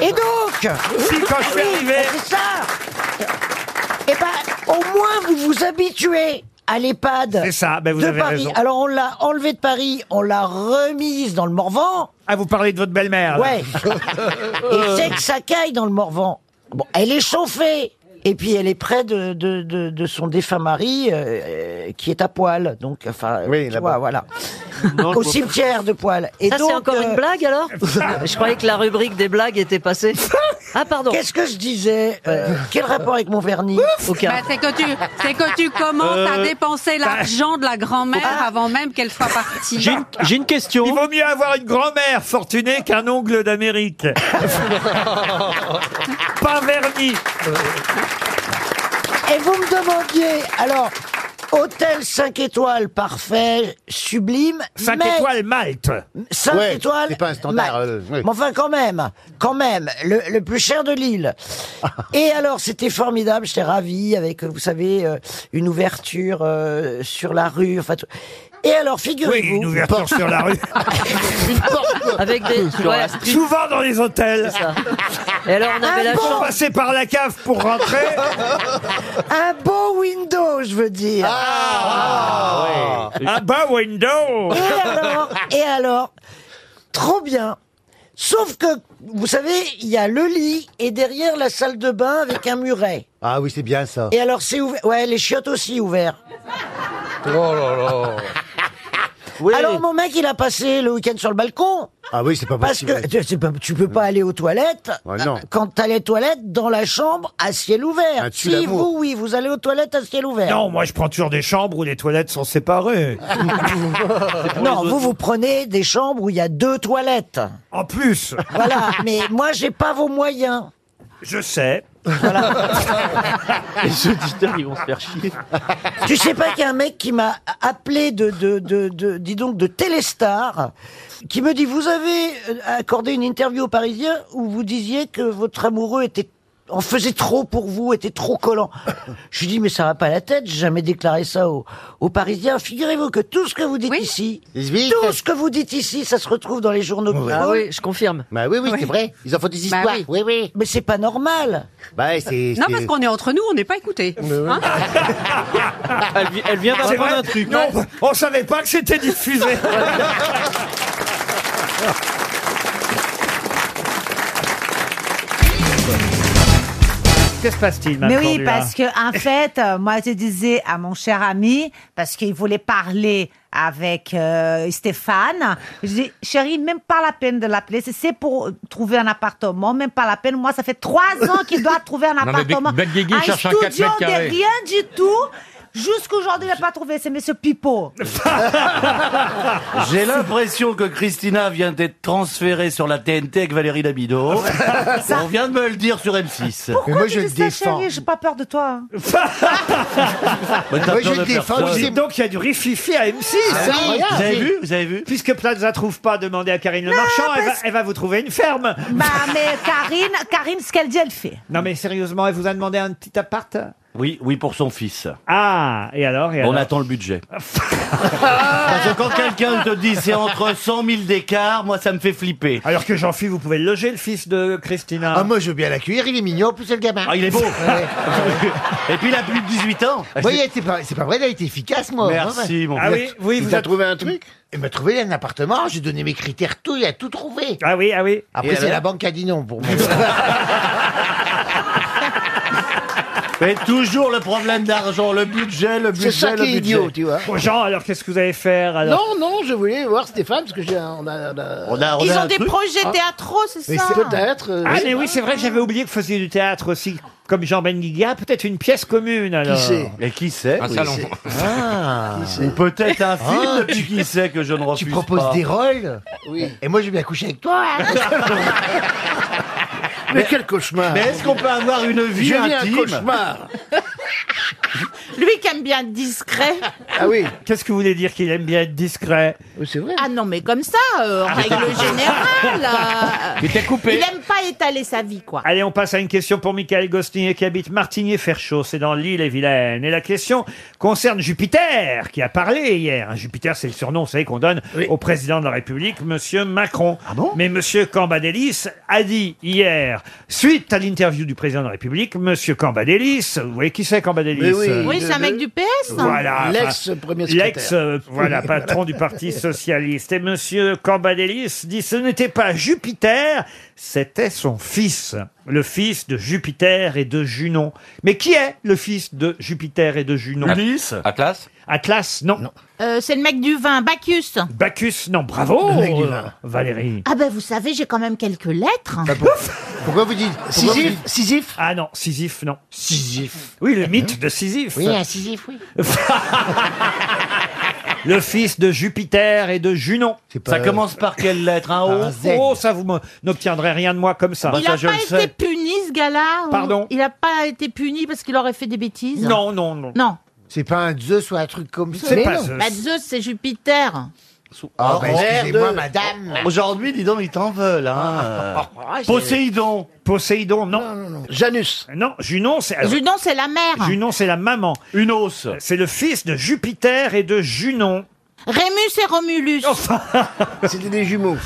Speaker 12: Et donc
Speaker 1: Si, quand je suis
Speaker 12: Oui,
Speaker 1: arrivé-
Speaker 12: ben, C'est ça Eh ben, au moins, vous vous habituez à l'EHPAD
Speaker 1: C'est ça, ben, vous
Speaker 12: de
Speaker 1: avez
Speaker 12: Paris.
Speaker 1: raison.
Speaker 12: Alors, on l'a enlevée de Paris, on l'a remise dans le Morvan.
Speaker 1: Ah, vous parlez de votre belle-mère là.
Speaker 12: Ouais. Et c'est que ça caille dans le Morvan. Bon, elle est chauffée. Et puis elle est près de, de, de, de son défunt mari euh, qui est à poil. Donc, enfin,
Speaker 15: Oui,
Speaker 12: tu
Speaker 15: là-bas.
Speaker 12: vois, voilà.
Speaker 14: Non, je
Speaker 12: Au
Speaker 14: vois-
Speaker 12: cimetière de poil. Et
Speaker 6: Ça,
Speaker 12: donc,
Speaker 6: c'est encore
Speaker 12: euh,
Speaker 6: une blague alors Je croyais que la rubrique des blagues était passée. Ah, pardon.
Speaker 12: Qu'est-ce que je disais Euh, Quel rapport avec mon vernis
Speaker 6: Aucun.
Speaker 13: Bah, c'est que tu, c'est que tu commences
Speaker 1: Euh,
Speaker 13: à dépenser
Speaker 1: bah.
Speaker 13: l'argent de la
Speaker 1: Ah.
Speaker 13: grand-mère avant même qu'elle soit partie.
Speaker 14: J'ai une, j'ai une question.
Speaker 1: Il vaut mieux avoir une grand-mère fortunée qu'un ongle d'Amérique. Pas verni.
Speaker 12: Et vous me demandiez, alors, hôtel 5 étoiles parfait, sublime,
Speaker 1: 5
Speaker 12: mais-
Speaker 1: étoiles Malte.
Speaker 12: 5
Speaker 15: Ouais,
Speaker 12: étoiles.
Speaker 15: c'est pas un standard,
Speaker 12: max.
Speaker 15: euh, oui.
Speaker 12: Mais enfin, quand même, quand même, le, le plus cher de l'île. Et alors, c'était formidable, j'étais ravi avec, vous savez, euh, une ouverture euh, sur la rue. Enfin, tout. Et alors,
Speaker 1: Oui,
Speaker 12: figurez-vous.
Speaker 1: une ouverture sur la rue. Ah
Speaker 6: Avec des. ouais.
Speaker 1: Souvent dans les hôtels.
Speaker 6: Et alors, on avait la
Speaker 1: Bon,
Speaker 6: chance.
Speaker 1: passer par la cave pour rentrer.
Speaker 12: Un beau window, je veux dire.
Speaker 1: ah bah window.
Speaker 12: Et alors, et alors, trop bien. Sauf que, vous savez, il y a le lit et derrière la salle de bain avec un muret.
Speaker 15: Ah oui, c'est bien ça.
Speaker 12: Et alors, c'est ouvert. Ouais, les chiottes aussi ouverts.
Speaker 5: Oh
Speaker 15: Oui.
Speaker 12: Alors, mon mec, il a passé le week-end sur le balcon.
Speaker 15: Ah oui, c'est pas
Speaker 12: Parce
Speaker 15: possible.
Speaker 12: que tu- c'est pas- tu peux pas aller aux toilettes. Euh,
Speaker 15: Ah, non.
Speaker 12: Quand t'as les toilettes dans la chambre à ciel ouvert.
Speaker 15: Ah, tu
Speaker 12: si
Speaker 15: l'amour.
Speaker 12: vous, oui, vous allez aux toilettes à ciel ouvert.
Speaker 1: Non, moi je prends toujours des chambres où les toilettes sont séparées.
Speaker 12: Non, vous, vous prenez des chambres où il y a deux toilettes.
Speaker 6: Ah.
Speaker 1: En plus,
Speaker 12: Voilà. mais moi, j'ai pas vos moyens.
Speaker 1: je sais.
Speaker 14: Les auditeurs, ils vont se faire chier.
Speaker 12: Tu sais pas qu'il y a un mec qui m'a appelé de, de, de, de, dis donc, de Téléstar, qui me dit, vous avez euh, accordé une interview aux Parisiens où vous disiez que votre amoureux était en faisait trop pour vous, était trop collant. Je lui dis, mais ça va pas à la tête, j'ai jamais déclaré ça aux, aux Parisiens. Figurez-vous que tout ce que vous dites
Speaker 13: Oui.
Speaker 12: ici,
Speaker 15: Ils se vivent.
Speaker 12: tout ce que vous dites ici, ça se retrouve dans les journaux de
Speaker 6: Ah
Speaker 12: football.
Speaker 6: oui, je confirme.
Speaker 15: Bah oui, oui, c'est vrai. Ils en font des
Speaker 13: Bah
Speaker 15: histoires.
Speaker 13: oui.
Speaker 15: oui. oui,
Speaker 12: Mais c'est pas normal.
Speaker 15: Bah c'est.
Speaker 13: Non,
Speaker 15: c'est-
Speaker 13: parce qu'on est entre nous, on n'est pas écoutés. Hein
Speaker 14: Elle, vi- elle vient
Speaker 1: C'est
Speaker 14: d'apprendre
Speaker 1: vrai
Speaker 14: un truc.
Speaker 1: Non, on savait pas que c'était diffusé. Que se passe-t-il
Speaker 16: Mais
Speaker 1: Mme
Speaker 16: oui,
Speaker 1: Cordula
Speaker 16: parce que en fait, euh, moi je disais à mon cher ami, parce qu'il voulait parler avec euh, Stéphane, je dis, chérie, même pas la peine de l'appeler, c'est- c'est pour trouver un appartement, même pas la peine. Moi, ça fait trois ans qu'il doit trouver un
Speaker 17: Non, mais
Speaker 16: appartement.
Speaker 17: Beg- Beguegui cherche un
Speaker 16: studio
Speaker 17: 4 mètres
Speaker 16: de
Speaker 17: carrés.
Speaker 16: rien du tout. Jusqu'aujourd'hui, il n'a pas trouvé, c'est Monsieur Pipo.
Speaker 5: J'ai l'impression que Christina vient d'être transférée sur la TNT avec Valérie Damido. On vient de me le dire sur M6.
Speaker 16: Pourquoi tu dis ça, chérie J'ai pas peur de toi. hein.
Speaker 5: Mais t'as peur de personne.
Speaker 1: Dites donc, il y a du rififi à M6.
Speaker 5: Ah
Speaker 1: hein.
Speaker 5: oui, Vous avez vu Vous avez vu
Speaker 1: Puisque Plaza trouve pas, demandez à Karine Le Marchand, elle va, elle va vous trouver une ferme.
Speaker 16: Bah, mais Karine, Karine, ce qu'elle dit, elle fait.
Speaker 1: Non mais sérieusement, elle vous a demandé un petit appart
Speaker 5: Oui, oui, pour son fils.
Speaker 1: Ah, et alors, et
Speaker 5: On
Speaker 1: alors
Speaker 5: attend le budget. Parce que quand quelqu'un te dit c'est entre 100 000 d'écart, moi ça me fait flipper.
Speaker 1: Alors que jean philippe vous pouvez le loger, le fils de Christina.
Speaker 15: Ah, moi, je veux bien l'accueillir, il est mignon, en plus c'est le gamin.
Speaker 5: Ah, il est beau.
Speaker 15: Ouais.
Speaker 5: Et puis il a plus de 18 ans.
Speaker 15: Oui, il était pas- c'est pas vrai, il a été efficace, moi.
Speaker 5: Merci,
Speaker 15: hein.
Speaker 5: mon
Speaker 15: Il a-
Speaker 5: frère. Ah oui, oui,
Speaker 15: il
Speaker 5: vous
Speaker 15: t'a
Speaker 5: êtes-
Speaker 15: trouvé un truc Il m'a trouvé un appartement, j'ai donné mes critères, tout, il a tout trouvé.
Speaker 1: Ah oui, ah oui.
Speaker 15: Après,
Speaker 5: Et
Speaker 15: c'est
Speaker 5: alors
Speaker 15: la banque qui a dit non pour moi.
Speaker 5: Mais toujours le problème d'argent, le budget, le budget,
Speaker 15: C'est ça qui
Speaker 5: le
Speaker 15: est
Speaker 5: budget.
Speaker 15: idiot, tu vois.
Speaker 1: Bon, Jean, alors qu'est-ce que vous allez faire alors
Speaker 15: Non, non, je voulais voir Stéphane, parce que j'ai un- on a- on a-
Speaker 5: On a- on
Speaker 1: Ils
Speaker 15: a
Speaker 1: ont
Speaker 15: un
Speaker 1: des
Speaker 15: truc.
Speaker 1: projets
Speaker 16: théâtraux, c'est
Speaker 15: Mais ça c'est- Peut-être, euh,
Speaker 1: ah
Speaker 15: oui.
Speaker 1: mais oui, c'est vrai, j'avais oublié que vous faisiez du théâtre aussi, comme Jean Benguigua, peut-être une pièce commune alors.
Speaker 5: sait Et qui sait
Speaker 1: Un
Speaker 5: oui.
Speaker 1: salon.
Speaker 5: Ah. Ou peut-être un film
Speaker 15: Ah,
Speaker 5: de
Speaker 15: tu-
Speaker 5: qui sait que je ne refuse
Speaker 15: Tu proposes
Speaker 5: pas.
Speaker 15: des rôles Et moi, je vais bien coucher avec toi. hein. mais, quel cauchemar
Speaker 5: Mais est-ce qu'on peut avoir une vie
Speaker 15: J'ai mis
Speaker 5: intime
Speaker 15: un cauchemar.
Speaker 3: Lui qui aime bien être discret.
Speaker 15: Ah oui.
Speaker 1: Qu'est-ce que vous voulez dire qu'il aime bien être discret
Speaker 15: C'est vrai.
Speaker 3: Ah non, mais comme ça, euh, en règle générale. euh,
Speaker 1: Il t'a coupé.
Speaker 3: Il aime pas étaler sa vie, quoi.
Speaker 1: Allez, on passe à une question pour Michael Gostinien qui habite Martigny-Ferchaud, c'est dans l'île et Vilaine. Et la question concerne Jupiter, qui a parlé hier. hein. Jupiter, c'est le surnom, vous savez, qu'on donne au président de la République, Monsieur Macron.
Speaker 15: Ah
Speaker 1: Mais Monsieur Cambadélis a dit hier, suite à l'interview du président de la République, Monsieur Cambadélis, vous voyez qui c'est Cambadélis euh,
Speaker 3: oui c'est un mec du PS. hein.
Speaker 1: Voilà.
Speaker 15: L'ex-premier
Speaker 1: enfin,
Speaker 15: secrétaire.
Speaker 1: L'ex, euh, voilà,
Speaker 15: Oui.
Speaker 1: patron du Parti Socialiste. Et monsieur Cambadélis dit ce n'était pas Jupiter, c'était son fils. Le fils de Jupiter et de Junon. Mais qui est le fils de Jupiter et de Junon
Speaker 5: Ulysse
Speaker 1: Atlas Atlas, non.
Speaker 3: Euh, c'est le mec du vin, Bacchus.
Speaker 1: Bacchus, non. Bravo,
Speaker 3: Le mec du
Speaker 1: euh,
Speaker 3: vin.
Speaker 1: Valérie. Bah,
Speaker 3: Ah ben vous savez, j'ai quand même quelques lettres.
Speaker 15: Pourquoi vous dites
Speaker 1: Sisyphe Sisyphe Ah non, Sisyphe, non. Sisyphe. Oui, le mythe de Sisyphe.
Speaker 15: Oui,
Speaker 3: ah,
Speaker 15: un Sisyphe, oui.
Speaker 1: Le fils de Jupiter et de Junon.
Speaker 5: Ça commence par quelle lettre Un O
Speaker 1: Oh, oh, ça vous me- n'obtiendrez rien de moi comme Bah, ça.
Speaker 3: il n'a pas été puni ce gars-là. ou-
Speaker 1: Pardon
Speaker 3: Il n'a pas été puni parce qu'il aurait fait des bêtises.
Speaker 1: Non, non, non.
Speaker 3: Non.
Speaker 15: C'est pas un Zeus ou un truc comme ça.
Speaker 3: Mais
Speaker 15: Mais
Speaker 3: non.
Speaker 15: non.
Speaker 3: Bah, Zeus, c'est Jupiter.
Speaker 15: Ah, bah, excusez-moi,
Speaker 5: Merde.
Speaker 15: madame.
Speaker 5: Aujourd'hui, dis donc, ils t'en veulent. Hein.
Speaker 3: Ah,
Speaker 5: Poséidon.
Speaker 1: Poséidon, non. Janus. Non, Junon, c'est. alors,
Speaker 3: Junon, c'est la mère.
Speaker 1: Junon, c'est la maman. Unos. C'est le fils de Jupiter et de Junon.
Speaker 3: Rémus et Romulus.
Speaker 1: C'était des jumeaux.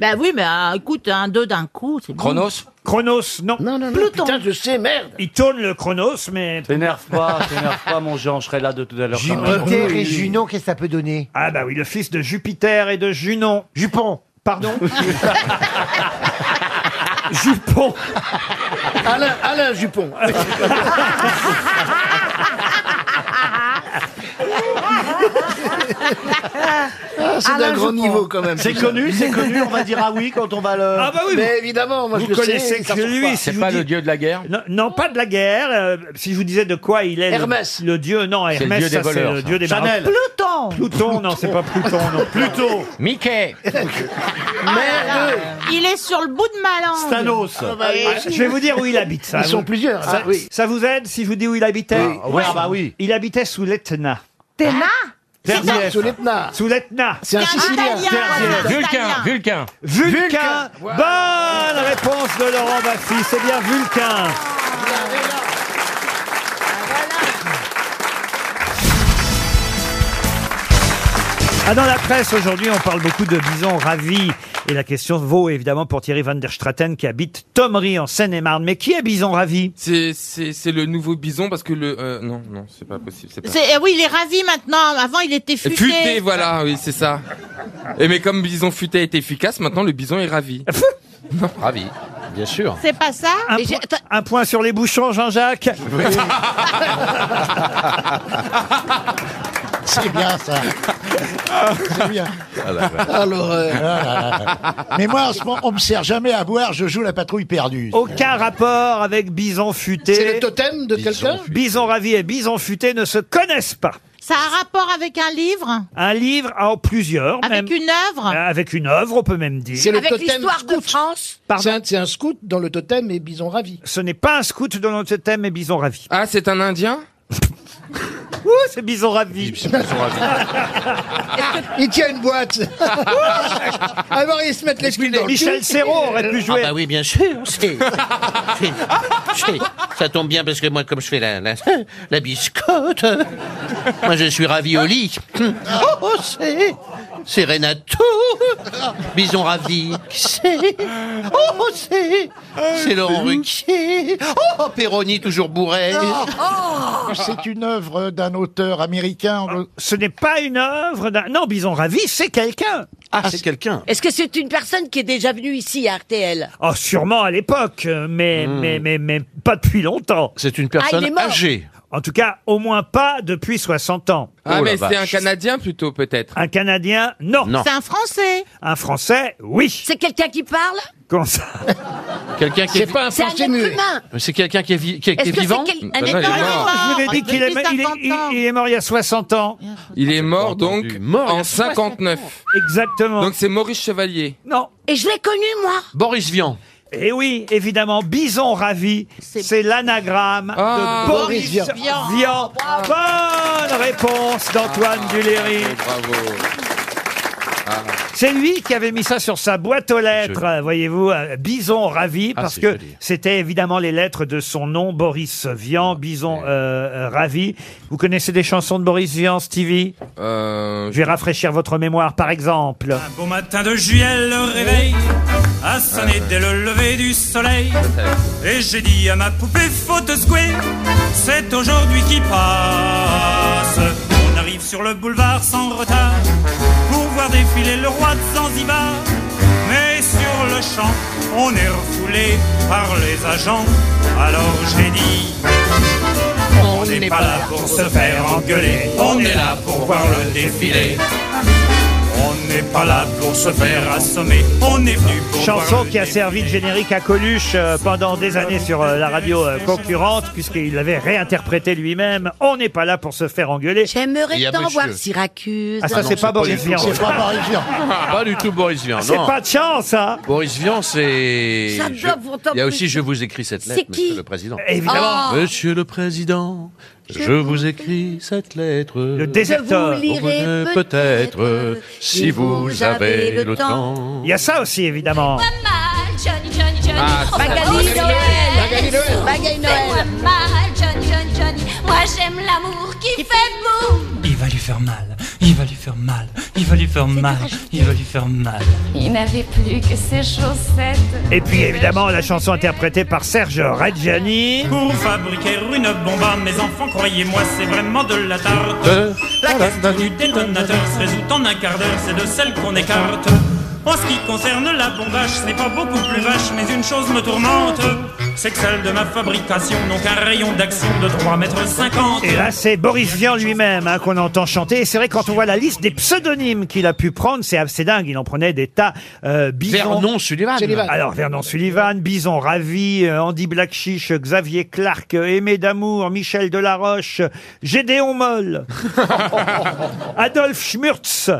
Speaker 3: Bah oui, mais euh, écoute, un deux d'un coup, c'est bon.
Speaker 1: Chronos, non.
Speaker 15: Non, non, non. Putain, je sais, merde.
Speaker 1: Il tourne le Chronos, mais.
Speaker 5: T'énerve pas, t'énerve pas, mon Jean, je serai là de tout à l'heure.
Speaker 15: Jupiter et Junon, qu'est-ce que ça peut donner
Speaker 1: Ah, bah oui, le fils de Jupiter et de Junon. Jupon. Pardon Jupon.
Speaker 15: Euh, Alain, Alain Jupon. Ah,
Speaker 5: c'est
Speaker 15: d'un grand niveau, quand même.
Speaker 5: C'est connu, c'est connu, on va dire ah oui quand on va le.
Speaker 1: Ah bah oui.
Speaker 15: Mais évidemment, moi, je
Speaker 1: vous
Speaker 15: le sais,
Speaker 1: connaissez
Speaker 15: ça
Speaker 1: que
Speaker 15: change
Speaker 1: lui.
Speaker 15: pas.
Speaker 1: si
Speaker 15: C'est
Speaker 1: je
Speaker 15: pas
Speaker 1: vous
Speaker 15: le
Speaker 1: dis-
Speaker 15: dieu de la guerre
Speaker 1: non, non, pas de la guerre. euh, si je vous disais de quoi il est. le-
Speaker 15: Hermès.
Speaker 1: Le, dieu, non,
Speaker 15: C'est le
Speaker 1: Hermès,
Speaker 15: dieu des
Speaker 1: ça,
Speaker 15: voleurs,
Speaker 1: c'est le
Speaker 15: ça.
Speaker 1: dieu des
Speaker 15: Chanel.
Speaker 1: marins.
Speaker 16: Pluton.
Speaker 1: Pluton, non, c'est pas Pluton, non. Pluton. Mickey.
Speaker 3: Ah là là, Il est sur le bout de ma langue. bah
Speaker 1: Ah,
Speaker 15: bah
Speaker 1: je vais vous dire où il habite, ça.
Speaker 15: Ils
Speaker 1: vous-
Speaker 15: sont plusieurs,
Speaker 1: Ça,
Speaker 15: ah oui.
Speaker 1: ça vous aide si je vous dis où il habitait
Speaker 15: Ah, ouais, ah bah oui.
Speaker 1: Il habitait sous l'Etna.
Speaker 16: Téna
Speaker 1: Terzieff.
Speaker 15: Sous l'Etna.
Speaker 1: Sous l'Etna.
Speaker 15: C'est un C'est un Sicilien. Italien,
Speaker 1: Terzieff.
Speaker 15: voilà, c'est Vulcain,
Speaker 1: Vulcain. Vulcain. Bonne réponse de Laurent Baffy. C'est bien Vulcain. Ah, dans la presse aujourd'hui, on parle beaucoup de bison ravi. Et la question vaut évidemment pour Thierry van der Straten qui habite Thomery en Seine-et-Marne. Mais qui est bison ravi
Speaker 2: C'est c'est c'est le nouveau bison parce que le euh, non non c'est pas possible c'est pas.
Speaker 3: C'est- eh oui, il est ravi maintenant. Avant, il était futé.
Speaker 2: Futé voilà oui c'est ça. Et mais comme bison futé est efficace maintenant le bison est ravi. ravi.
Speaker 1: Bien sûr.
Speaker 3: C'est pas ça
Speaker 1: Un, point- un point sur les bouchons, Jean-Jacques
Speaker 15: C'est bien ça. C'est bien. Ah,
Speaker 1: euh,
Speaker 15: l'horreur. Ah, là, là. Mais moi, en ce moment, on me sert jamais à boire, je joue la patrouille perdue.
Speaker 1: Aucun rapport avec Bison Futé.
Speaker 15: C'est le totem de Bison quelqu'un
Speaker 1: Bison Ravi et Bison Futé ne se connaissent pas.
Speaker 3: Ça a un rapport avec un livre
Speaker 1: Un livre en plusieurs.
Speaker 3: Avec une œuvre
Speaker 1: Euh, Avec une œuvre, on peut même dire.
Speaker 15: C'est le totem scout. C'est un, c'est un scout dans le totem et bison ravi.
Speaker 1: Ce n'est pas un scout de notre thème et Bison Ravi.
Speaker 2: Ah, c'est un Indien
Speaker 1: Ouh, c'est Bison Ravi.
Speaker 15: Il tient une boîte. Alors ils se mettent les dans le
Speaker 1: Michel
Speaker 15: cul.
Speaker 1: Serrault aurait pu jouer.
Speaker 17: Ah bah oui, bien sûr, c'est... c'est- c'est- Ça tombe bien parce que moi, comme je fais la, la, la biscotte, euh, moi je suis ravioli. Oh, oh, c'est... C'est Renato. Bison ravi. C'est... Oh, c'est... C'est Laurent Ruquier. Oh, Perroni toujours bourré.
Speaker 15: Oh, C'est une œuvre d'un auteur américain.
Speaker 1: Ce n'est pas une œuvre d'un... Non, Bison Ravi, c'est quelqu'un.
Speaker 17: Ah, c'est quelqu'un.
Speaker 18: Est-ce que c'est une personne qui est déjà venue ici à RTL
Speaker 1: Oh, sûrement à l'époque, mais, mais, mais, mais pas depuis longtemps.
Speaker 5: C'est une
Speaker 18: personne Ah, il est mort. âgée.
Speaker 1: En tout cas, au moins pas depuis 60 ans.
Speaker 2: Ah, mais c'est un Canadien plutôt, peut-être.
Speaker 1: Un Canadien, non.
Speaker 3: C'est un Français
Speaker 1: Un Français, oui.
Speaker 18: C'est quelqu'un qui parle
Speaker 1: Comment ça
Speaker 5: Quelqu'un qui
Speaker 1: C'est
Speaker 5: est
Speaker 1: pas un
Speaker 18: C'est un être humain
Speaker 5: Mais C'est quelqu'un qui est, vi- qui est- qui
Speaker 18: Est-ce
Speaker 5: est
Speaker 18: que c'est
Speaker 5: vivant Bah,
Speaker 18: quel-
Speaker 1: un
Speaker 18: être humain Ah,
Speaker 1: Je vous ai
Speaker 18: Depuis
Speaker 1: dit qu'il est, il est-
Speaker 18: 50
Speaker 1: il-
Speaker 18: ans.
Speaker 1: il est mort il y a 60 ans.
Speaker 2: Il est mort donc en 59.
Speaker 1: Exactement.
Speaker 2: Donc c'est Maurice Chevalier.
Speaker 1: Non.
Speaker 18: Et je l'ai connu, moi
Speaker 5: Boris Vian.
Speaker 1: Et Eh oui, évidemment, Bison Ravi, c'est l'anagramme
Speaker 5: Ah,
Speaker 1: de Boris,
Speaker 5: Boris
Speaker 1: Vian. Bonne réponse d'Antoine
Speaker 5: Ah,
Speaker 1: Duléry.
Speaker 2: Bravo.
Speaker 1: C'est lui qui avait mis ça sur sa boîte aux lettres, euh, voyez-vous, euh, Bison Ravi,
Speaker 5: Ah,
Speaker 1: parce
Speaker 5: c'est
Speaker 1: que
Speaker 5: joli.
Speaker 1: c'était évidemment les lettres de son nom, Boris Vian,
Speaker 5: Ah,
Speaker 1: Bison euh, euh, Ravi. Vous connaissez des chansons de Boris Vian, Stevie
Speaker 5: Euh,
Speaker 1: Je vais rafraîchir votre mémoire, par exemple.
Speaker 19: Beau matin de juillet, le réveil a sonné dès le lever du soleil. Et j'ai dit à ma poupée, faut te secouer, c'est aujourd'hui qui passe. On arrive sur le boulevard sans retard pour voir défiler le roi de Zanzibar. Mais sur le champ, on est refoulé par les agents. Alors j'ai dit. On n'est pas là pour se faire engueuler, on est là pour voir le défilé. On n'est pas là pour se faire assommer, on est venu pour
Speaker 1: Chanson
Speaker 19: voir le
Speaker 1: qui a servi de générique à Coluche euh, pendant des années sur euh, la radio euh, concurrente, puisqu'il l'avait réinterprété lui-même. On n'est pas là pour se faire engueuler.
Speaker 18: J'aimerais tant voir Syracuse.
Speaker 1: Ah, ça, c'est pas Boris Vian.
Speaker 5: Pas du tout Boris Vian,
Speaker 1: C'est
Speaker 5: non.
Speaker 1: pas de chance, hein
Speaker 5: Boris Vian, c'est.
Speaker 18: J'adore
Speaker 5: Je-
Speaker 18: vous entendre
Speaker 5: Il y a
Speaker 18: plus
Speaker 5: aussi
Speaker 18: de-
Speaker 5: Je vous écris cette
Speaker 18: C'est
Speaker 5: lettre,
Speaker 18: qui
Speaker 5: monsieur le président.
Speaker 18: Évidemment. Ah.
Speaker 5: Monsieur le président, je, vous écris cette lettre. Le
Speaker 1: déserteur.
Speaker 18: Je vous lirai
Speaker 5: peut-être si vous avez le temps.
Speaker 1: Il y a ça aussi, évidemment.
Speaker 20: Johnny, Johnny, Johnny.
Speaker 5: Ah, ça,
Speaker 20: Magali
Speaker 5: c'est
Speaker 20: Noël.
Speaker 5: Magali Noël.
Speaker 20: Magali Noël. Fais-moi mal, Johnny, Johnny, Johnny. Moi, j'aime l'amour qui fait boum.
Speaker 19: Il va lui faire mal, il va lui faire mal, il va lui faire mal, il va lui faire mal.
Speaker 20: Il n'avait plus
Speaker 1: Oh,
Speaker 20: que ses chaussettes.
Speaker 1: Et puis, évidemment, la chanson interprétée par Serge Reggiani.
Speaker 19: Pour fabriquer une bombe à mes enfants, croyez-moi, c'est vraiment de la tarte. La question du détonateur se résout en un quart d'heure, c'est de celle qu'on écarte. En ce qui concerne la bombage, ce n'est pas beaucoup plus vache, mais une chose me tourmente, c'est que celle de ma fabrication n'ont qu'un rayon d'action de 3 mètres 50.
Speaker 1: Et là, c'est Boris Vian lui-même hein, qu'on entend chanter. Et c'est vrai, quand on voit la liste des pseudonymes qu'il a pu prendre, c'est assez dingue. Il en prenait des tas. Euh, Bison,
Speaker 5: Vernon Sullivan. Sullivan.
Speaker 1: Alors, Vernon Sullivan, Bison Ravi, euh, Andy Blackchiche, Xavier Clark, euh, Aimé d'Amour, Michel Delaroche, euh, Gédéon Moll, Adolphe Schmurtz.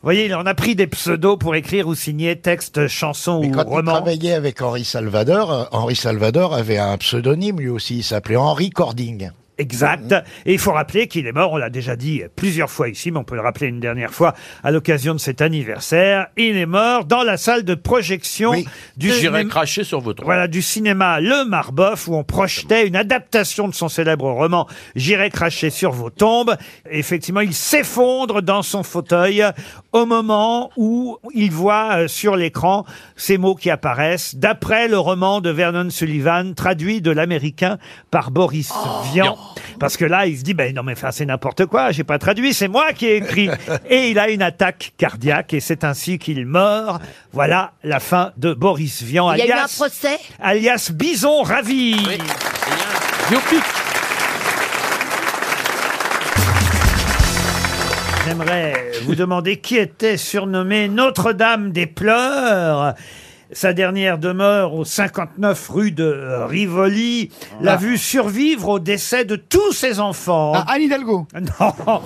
Speaker 1: Vous voyez, il en a pris des pseudos pour écrire ou signer texte, chanson ou
Speaker 15: Quand il
Speaker 1: roman.
Speaker 15: travaillait avec Henri Salvador, euh, Henri Salvador avait un pseudonyme lui aussi, il s'appelait Henri Cording.
Speaker 1: Exact. Et il faut rappeler qu'il est mort, on l'a déjà dit plusieurs fois ici, mais on peut le rappeler une dernière fois à l'occasion de cet anniversaire. Il est mort dans la salle de projection du,
Speaker 5: J'irai
Speaker 1: cinéma,
Speaker 5: cracher sur votre.
Speaker 1: voilà, du cinéma Le Marbeuf, où on projetait une adaptation de son célèbre roman J'irai cracher sur vos tombes. Et effectivement, il s'effondre dans son fauteuil au moment où il voit euh, sur l'écran ces mots qui apparaissent, d'après le roman de Vernon Sullivan, traduit de l'américain par Boris Vian. Parce que là, il se dit, ben non, mais enfin, c'est n'importe quoi, j'ai pas traduit, c'est moi qui ai écrit. Et il a une attaque cardiaque, et c'est ainsi qu'il meurt. Voilà la fin de Boris Vian,
Speaker 18: Il y a eu un
Speaker 1: alias,
Speaker 18: procès
Speaker 1: alias Bison Ravi. J'aimerais vous demander qui était surnommé Notre-Dame des Pleurs. Sa dernière demeure au 59 rue de euh, Rivoli
Speaker 15: Ah.
Speaker 1: l'a vu survivre au décès de tous ses enfants. Anne Hidalgo Non,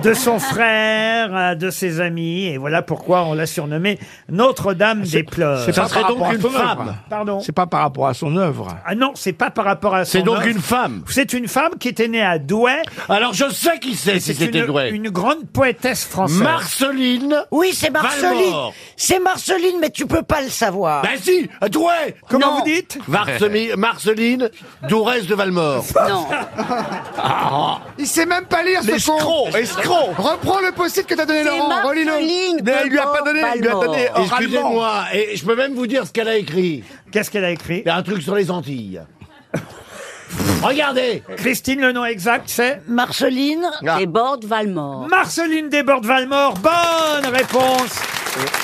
Speaker 1: de son frère, euh, de ses amis, et voilà pourquoi on l'a surnommé Notre-Dame des Pleurs.
Speaker 15: Ah, C'est pas par rapport à son œuvre.
Speaker 1: Pardon
Speaker 15: C'est pas par rapport à son œuvre.
Speaker 1: Ah non, c'est pas par rapport à son
Speaker 15: C'est donc
Speaker 1: œuvre.
Speaker 15: une femme.
Speaker 1: C'est une femme qui était née à Douai.
Speaker 5: Alors je sais qui c'est
Speaker 1: Et
Speaker 5: si
Speaker 1: c'est
Speaker 5: c'était
Speaker 1: une-
Speaker 5: Douai.
Speaker 1: Une grande poétesse française.
Speaker 5: Marceline.
Speaker 12: Oui, c'est Marceline.
Speaker 5: Valmore.
Speaker 12: C'est Marceline, mais tu peux pas le savoir.
Speaker 5: Ben si, Douai
Speaker 1: Comment vous dites
Speaker 5: Marcemi- Marceline Dourès de Valmore.
Speaker 6: Non.
Speaker 5: Ah.
Speaker 21: Il sait même pas lire ce con.
Speaker 5: L'escroc, escroc.
Speaker 21: Reprends le post-it que t'as donné
Speaker 6: C'est
Speaker 21: Laurent, relis-le.
Speaker 6: Marceline
Speaker 21: Mais il lui a pas donné, il lui a donné
Speaker 6: Balmore.
Speaker 21: oralement.
Speaker 5: Excusez-moi, et je peux même vous dire ce qu'elle a écrit.
Speaker 1: Qu'est-ce qu'elle a écrit
Speaker 5: Il y a un truc sur les Antilles. Regardez
Speaker 1: Christine, le nom exact, c'est
Speaker 12: Marceline
Speaker 15: Ah.
Speaker 4: Desbordes-Valmore.
Speaker 1: Marceline Desbordes-Valmore. Bonne réponse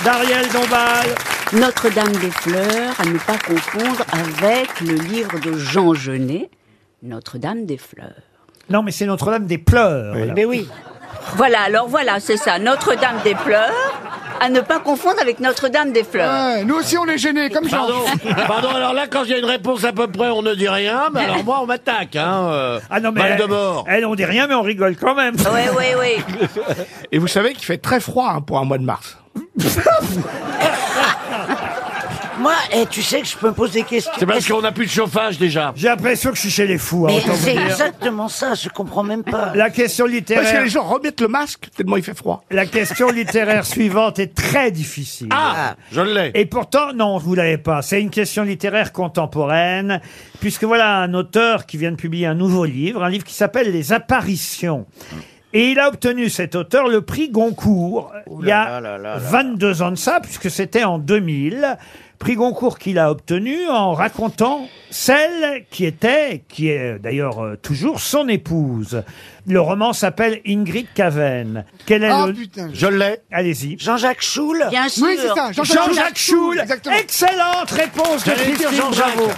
Speaker 1: d'Ariel Dombal.
Speaker 4: Notre-Dame des Fleurs, à ne pas confondre avec le livre de Jean Genet, Notre-Dame des Fleurs.
Speaker 1: Non, mais c'est Notre-Dame des Pleurs. là.
Speaker 12: Mais oui.
Speaker 4: Voilà, alors voilà, c'est ça, Notre-Dame des Fleurs, à ne pas confondre avec Notre-Dame des Fleurs.
Speaker 21: Ouais, nous aussi on est gênés, comme Jean.
Speaker 5: Pardon, pardon, alors là, quand il y a une réponse à peu près, on ne dit rien, mais alors moi, on m'attaque, hein. euh,
Speaker 1: Ah non, mais
Speaker 5: balle de
Speaker 1: elle-
Speaker 5: mort.
Speaker 1: Elle, on dit rien, mais on rigole quand même.
Speaker 4: Oui, oui, oui.
Speaker 15: Et vous savez qu'il fait très froid hein, pour un mois de mars.
Speaker 12: Moi, et tu sais que je peux me poser des questions.
Speaker 5: C'est parce
Speaker 12: Est-ce-
Speaker 5: qu'on n'a plus de chauffage déjà.
Speaker 1: J'ai l'impression que je suis chez les fous. hein,
Speaker 12: Mais
Speaker 1: autant vous
Speaker 12: c'est
Speaker 1: dire.
Speaker 12: exactement ça, je comprends même pas.
Speaker 1: La question
Speaker 15: Parce que
Speaker 1: littéraire.
Speaker 15: les gens remettent le masque tellement il fait froid.
Speaker 1: La question littéraire suivante est très difficile.
Speaker 5: Ah, je l'ai.
Speaker 1: Et pourtant, non, vous l'avez pas. C'est une question littéraire contemporaine, puisque voilà un auteur qui vient de publier un nouveau livre, un livre qui s'appelle Les Apparitions. Et il a obtenu, cet auteur, le prix Goncourt, il y a 22 ans de ça, puisque c'était en 2000. Prix Goncourt qu'il a obtenu en racontant celle qui était, qui est d'ailleurs euh, toujours son épouse. Le roman s'appelle Ingrid Caven. Quel est
Speaker 21: Ah,
Speaker 1: le-
Speaker 21: putain.
Speaker 5: Je l'ai.
Speaker 1: Allez-y.
Speaker 12: Jean-Jacques Schoul
Speaker 4: Bien sûr.
Speaker 21: Oui, c'est ça, Jean-Jacques
Speaker 1: Jean-Jacques Choul.
Speaker 21: Exactement.
Speaker 1: Excellente réponse de
Speaker 5: J'allais dire
Speaker 1: Christine
Speaker 5: Jean Jacques.
Speaker 1: Bravo.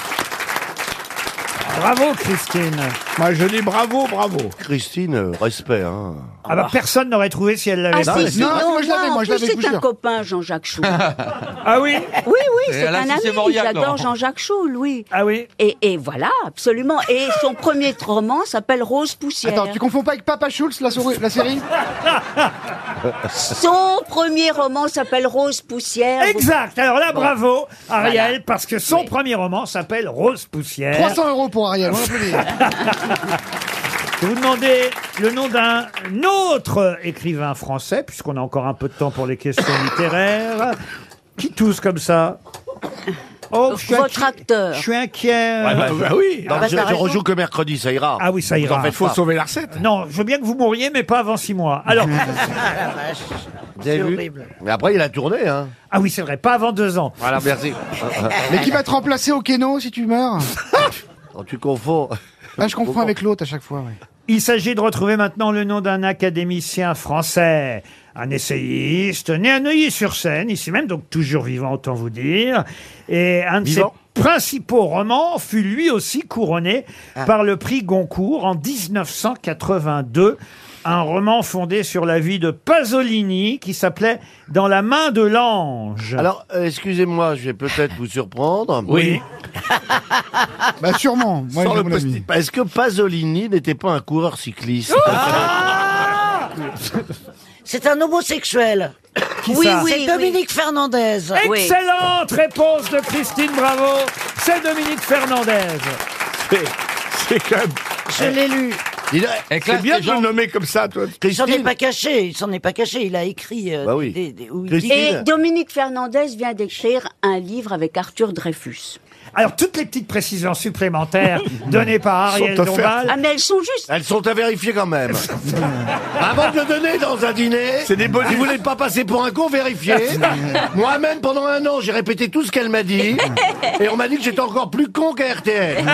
Speaker 1: Bravo Christine.
Speaker 15: Moi, je dis bravo, bravo.
Speaker 5: Christine, euh, respect, hein.
Speaker 1: Ah bah, personne n'aurait trouvé si elle l'avait
Speaker 4: Ah
Speaker 1: pas.
Speaker 4: si, si,
Speaker 21: non,
Speaker 4: non,
Speaker 21: moi, je
Speaker 4: moi,
Speaker 21: l'avais,
Speaker 4: en
Speaker 21: moi, je
Speaker 4: plus,
Speaker 21: l'avais, je vous
Speaker 4: c'est un
Speaker 21: jure.
Speaker 4: copain, Jean-Jacques Choul.
Speaker 1: Ah oui.
Speaker 4: Oui, oui, c'est
Speaker 2: là,
Speaker 4: un
Speaker 2: c'est
Speaker 4: ami.
Speaker 2: Sévoriac,
Speaker 4: J'adore
Speaker 2: Laurent.
Speaker 4: Jean-Jacques Choul, oui.
Speaker 1: Ah oui.
Speaker 4: Et, et voilà, absolument. Et son premier roman s'appelle Rose Poussière.
Speaker 21: Attends, tu confonds pas avec Papa Schultz, la, souris- la série
Speaker 4: Son premier roman s'appelle Rose Poussière.
Speaker 1: Exact. Alors là, bravo Ariel,
Speaker 4: Voilà.
Speaker 1: parce que son
Speaker 4: Oui.
Speaker 1: premier roman s'appelle Rose Poussière.
Speaker 21: 300 euros pour
Speaker 1: Euh,
Speaker 21: Ariel, on l'applaudit.
Speaker 1: Je vais vous demander le nom d'un autre écrivain français, puisqu'on a encore un peu de temps pour les questions littéraires. Qui tousse comme ça Oh, je suis
Speaker 4: Votre
Speaker 1: inqui-
Speaker 4: acteur.
Speaker 1: Je suis inquiet.
Speaker 5: Ouais, bah,
Speaker 15: oui.
Speaker 4: Ah
Speaker 5: Non,
Speaker 12: bah,
Speaker 5: je,
Speaker 12: t'as
Speaker 5: je
Speaker 12: raison.
Speaker 5: rejoue que mercredi, ça ira.
Speaker 1: Ah oui, ça
Speaker 5: Vous en
Speaker 1: ira.
Speaker 5: faites
Speaker 15: Faut
Speaker 5: pas.
Speaker 15: sauver la recette.
Speaker 1: Non, je veux bien que vous mouriez, mais pas avant six mois. Alors,
Speaker 5: Vous avez vu Mais après, il a tourné, hein.
Speaker 1: ah oui, c'est vrai, pas avant deux ans.
Speaker 5: Voilà, merci. Ah.
Speaker 21: Mais qui va te remplacer au Keno si tu meurs
Speaker 5: Oh, tu confonds.
Speaker 21: Là, je confonds avec l'autre à chaque fois. ouais.
Speaker 1: Il s'agit de retrouver maintenant le nom d'un académicien français, un essayiste, né à Neuilly-sur-Seine, ici même, donc toujours vivant, autant vous dire. Et un de
Speaker 5: Vivant.
Speaker 1: ses principaux romans fut lui aussi couronné
Speaker 5: Ah.
Speaker 1: par le prix Goncourt en 1982. Un roman fondé sur la vie de Pasolini qui s'appelait Dans la main de l'ange.
Speaker 5: Alors, euh, excusez-moi, je vais peut-être vous surprendre.
Speaker 1: oui.
Speaker 21: Bah sûrement, moi,
Speaker 5: Sans
Speaker 21: il est
Speaker 5: le
Speaker 21: mon ami.
Speaker 5: post-it. Est-ce que Pasolini n'était pas un coureur cycliste
Speaker 21: Ah
Speaker 12: C'est un homosexuel.
Speaker 4: oui,
Speaker 1: ça
Speaker 4: oui,
Speaker 12: C'est
Speaker 4: oui.
Speaker 12: Dominique Fernandez.
Speaker 4: Oui.
Speaker 1: Excellente réponse de Christine Bravo. C'est Dominique Fernandez.
Speaker 15: C'est quand même.
Speaker 12: Je l'ai lu.
Speaker 5: Il a-
Speaker 15: C'est bien de le nommer comme ça, toi.
Speaker 12: Il s'en est
Speaker 5: Christine,
Speaker 12: pas caché, il s'en est pas caché, il a écrit. euh,
Speaker 5: Bah oui.
Speaker 12: des- des- où il
Speaker 5: Christine.
Speaker 12: dit-
Speaker 4: Et Dominique Fernandez vient d'écrire un livre avec Arthur Dreyfus.
Speaker 1: Alors, toutes les petites précisions supplémentaires données par Ariel
Speaker 15: Sont offertes.
Speaker 1: Dombal.
Speaker 4: Ah, mais elles sont justes.
Speaker 5: elles sont à vérifier quand même. Avant de le donner dans un dîner,
Speaker 15: C'est des bonnes-
Speaker 5: si vous voulez pas passer pour un con, vérifiez. Moi-même, pendant un an, j'ai répété tout ce qu'elle m'a dit. Et on m'a dit que j'étais encore plus con qu'à RTL.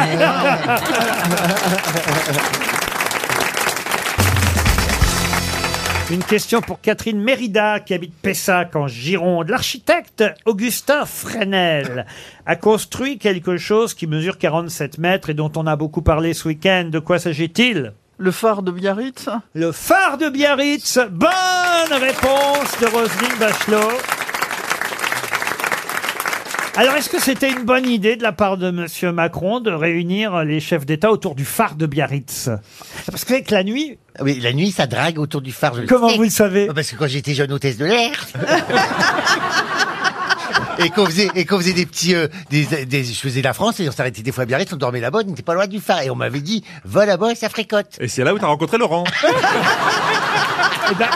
Speaker 1: Une question pour Catherine Mérida, qui habite Pessac, en Gironde. L'architecte Augustin Fresnel a construit quelque chose qui mesure 47 mètres et dont on a beaucoup parlé ce week-end. De quoi s'agit-il Le phare de Biarritz Le phare de Biarritz Bonne réponse de Roselyne Bachelot. Alors, est-ce que c'était une bonne idée de la part de Monsieur Macron de réunir les chefs d'État autour du phare de Biarritz Parce que, avec la nuit...
Speaker 5: Oui, la nuit, ça drague autour du phare. je le
Speaker 1: Comment
Speaker 5: sais.
Speaker 1: vous le savez
Speaker 5: oh, Parce que quand j'étais jeune hôtesse de l'air... Et qu'on faisait, et qu'on faisait des petits, euh, des, des- je faisais la France et on s'arrêtait des fois à Biarritz, on dormait là-bas, on n'était pas loin du phare et on m'avait dit, va là-bas et ça fricote.
Speaker 22: Et c'est là où t'as rencontré Laurent.
Speaker 1: Eh ben,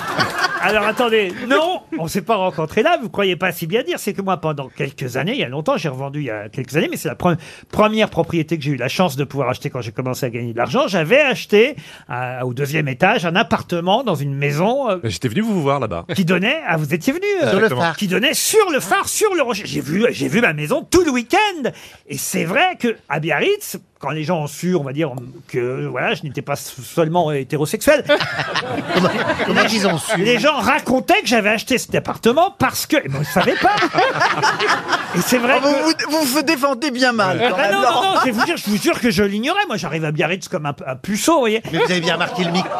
Speaker 1: Alors attendez, non, on s'est pas rencontrés là, vous croyez pas si bien dire, c'est que moi pendant quelques années, il y a longtemps, j'ai revendu il y a quelques années, mais c'est la pre- première propriété que j'ai eu la chance de pouvoir acheter quand j'ai commencé à gagner de l'argent, j'avais acheté à- au deuxième étage un appartement dans une maison euh,
Speaker 22: J'étais venu vous voir là-bas.
Speaker 1: qui donnait, ah vous étiez venu,
Speaker 22: Sur le phare.
Speaker 1: qui donnait sur le phare, sur le rocher. J'ai vu, j'ai vu ma maison tout le week-end. Et c'est vrai que à Biarritz, quand les gens ont su, on va dire que voilà, je n'étais pas seulement hétérosexuel.
Speaker 5: comment ils ont su
Speaker 1: Les gens racontaient que j'avais acheté cet appartement parce que, mais on ne savait pas. Et c'est vrai. que...
Speaker 7: vous, vous vous défendez bien mal. quand
Speaker 1: Ah
Speaker 7: même,
Speaker 1: non, non,
Speaker 7: Laurent.
Speaker 1: non, je, vais vous dire, je vous jure que je l'ignorais. Moi, j'arrive à Biarritz comme un, un puceau, vous voyez.
Speaker 5: Mais vous avez bien remarqué le micro.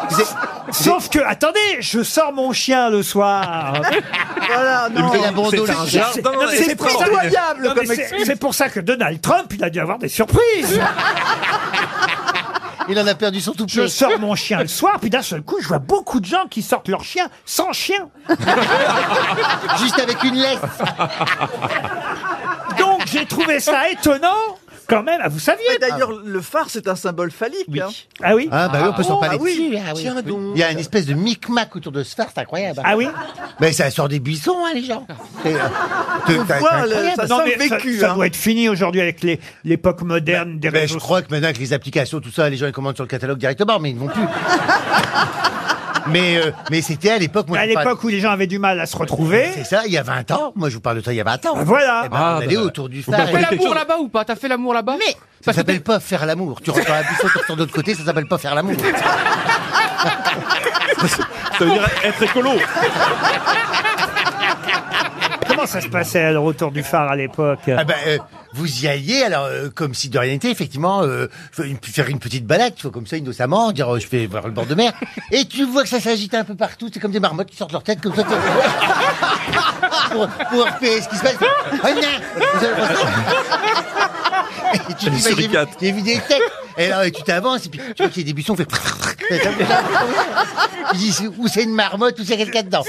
Speaker 1: Sauf que, attendez, je sors mon chien le soir.
Speaker 7: Voilà, non.
Speaker 5: Mais vous avez abandonné le
Speaker 1: C'est-
Speaker 5: jardin.
Speaker 1: c'est- non, mais
Speaker 7: C'est
Speaker 1: c'est pour ça-
Speaker 7: pitoyable
Speaker 1: Non, mais
Speaker 7: comme
Speaker 1: c'est-
Speaker 7: excuse.
Speaker 1: C'est pour ça que Donald Trump, il a dû avoir des surprises.
Speaker 5: Il en a perdu son tout
Speaker 1: Je sors mon chien le soir, puis d'un seul coup, je vois beaucoup de gens qui sortent leur chien sans chien.
Speaker 5: Juste avec une laisse.
Speaker 1: Donc, j'ai trouvé ça étonnant. Quand même, ah, vous saviez
Speaker 7: Mais D'ailleurs, le phare, c'est un symbole phallique. hein.
Speaker 1: Ah oui
Speaker 5: Ah bah oui, on
Speaker 7: Ah,
Speaker 5: peut s'en parler
Speaker 7: ah oui.
Speaker 5: dessus. ah oui.
Speaker 7: Tiens
Speaker 5: Oui.
Speaker 7: donc.
Speaker 5: Il y a une espèce de micmac autour de ce phare, c'est incroyable.
Speaker 1: Ah oui
Speaker 5: Mais ça sort des buissons, hein, les gens. C'est, euh, c'est- On c'est voit, incroyable.
Speaker 7: le- ça
Speaker 1: Non,
Speaker 7: sent
Speaker 1: mais
Speaker 7: le vécu.
Speaker 1: ça
Speaker 7: hein.
Speaker 1: doit être fini aujourd'hui avec les- l'époque moderne des
Speaker 5: Ben,
Speaker 1: réseaux
Speaker 5: je crois que maintenant avec les applications, tout ça, les gens ils commandent sur le catalogue directement, mais ils ne vont plus. mais euh, mais c'était à l'époque. moi,
Speaker 1: À
Speaker 5: je vous parle-
Speaker 1: l'époque où les gens avaient du mal à se retrouver.
Speaker 5: C'est ça, il y a 20 ans. Moi, je vous parle de ça il y a 20 ans.
Speaker 1: Ah, voilà.
Speaker 5: Eh ben,
Speaker 22: Ah,
Speaker 5: on allait
Speaker 22: bah,
Speaker 5: autour du
Speaker 22: Vous
Speaker 5: phare.
Speaker 22: faites quelque chose.
Speaker 11: là-bas ou pas T'as fait l'amour là-bas Mais
Speaker 5: Ça s'appelle pas faire l'amour. Tu rentres dans la buisson, tu ressors de l'autre côté, ça s'appelle pas faire l'amour.
Speaker 22: Ça veut dire être écolo.
Speaker 1: Comment ça se passait alors autour du phare à l'époque
Speaker 5: Ah ben, euh, vous y alliez, alors, euh, comme si de rien n'était, effectivement, euh, f- une- faire une petite balade, tu vois, comme ça, innocemment, dire, euh, je vais voir le bord de mer, et tu vois que ça s'agite un peu partout, c'est comme des marmottes qui sortent leur tête, comme ça, t'es- pour, pour repérer ce qui se passe. Oh, non, vous avez- Et tu
Speaker 22: Une
Speaker 5: dis, bah, j'ai vu-
Speaker 22: suricate.
Speaker 5: j'ai vu des têtes. Et là, et tu t'avances, et puis tu vois qu'il y a des buissons, on fait... Tu dis, c'est- ou c'est une marmotte, ou c'est quelqu'un dedans.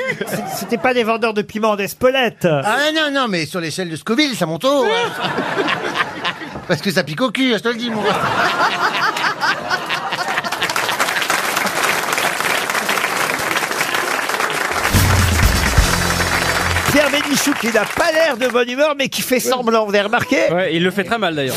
Speaker 1: C'était pas des vendeurs de piment d'Espelette.
Speaker 5: Ah non, non, mais sur l'échelle de Scoville, ça monte haut. hein. Parce que ça pique au cul, hein, je te le dis, moi.
Speaker 1: Pierre Bénichou qui n'a pas l'air de bonne humeur mais qui fait semblant, vous avez remarqué
Speaker 4: Ouais, il le fait très mal d'ailleurs.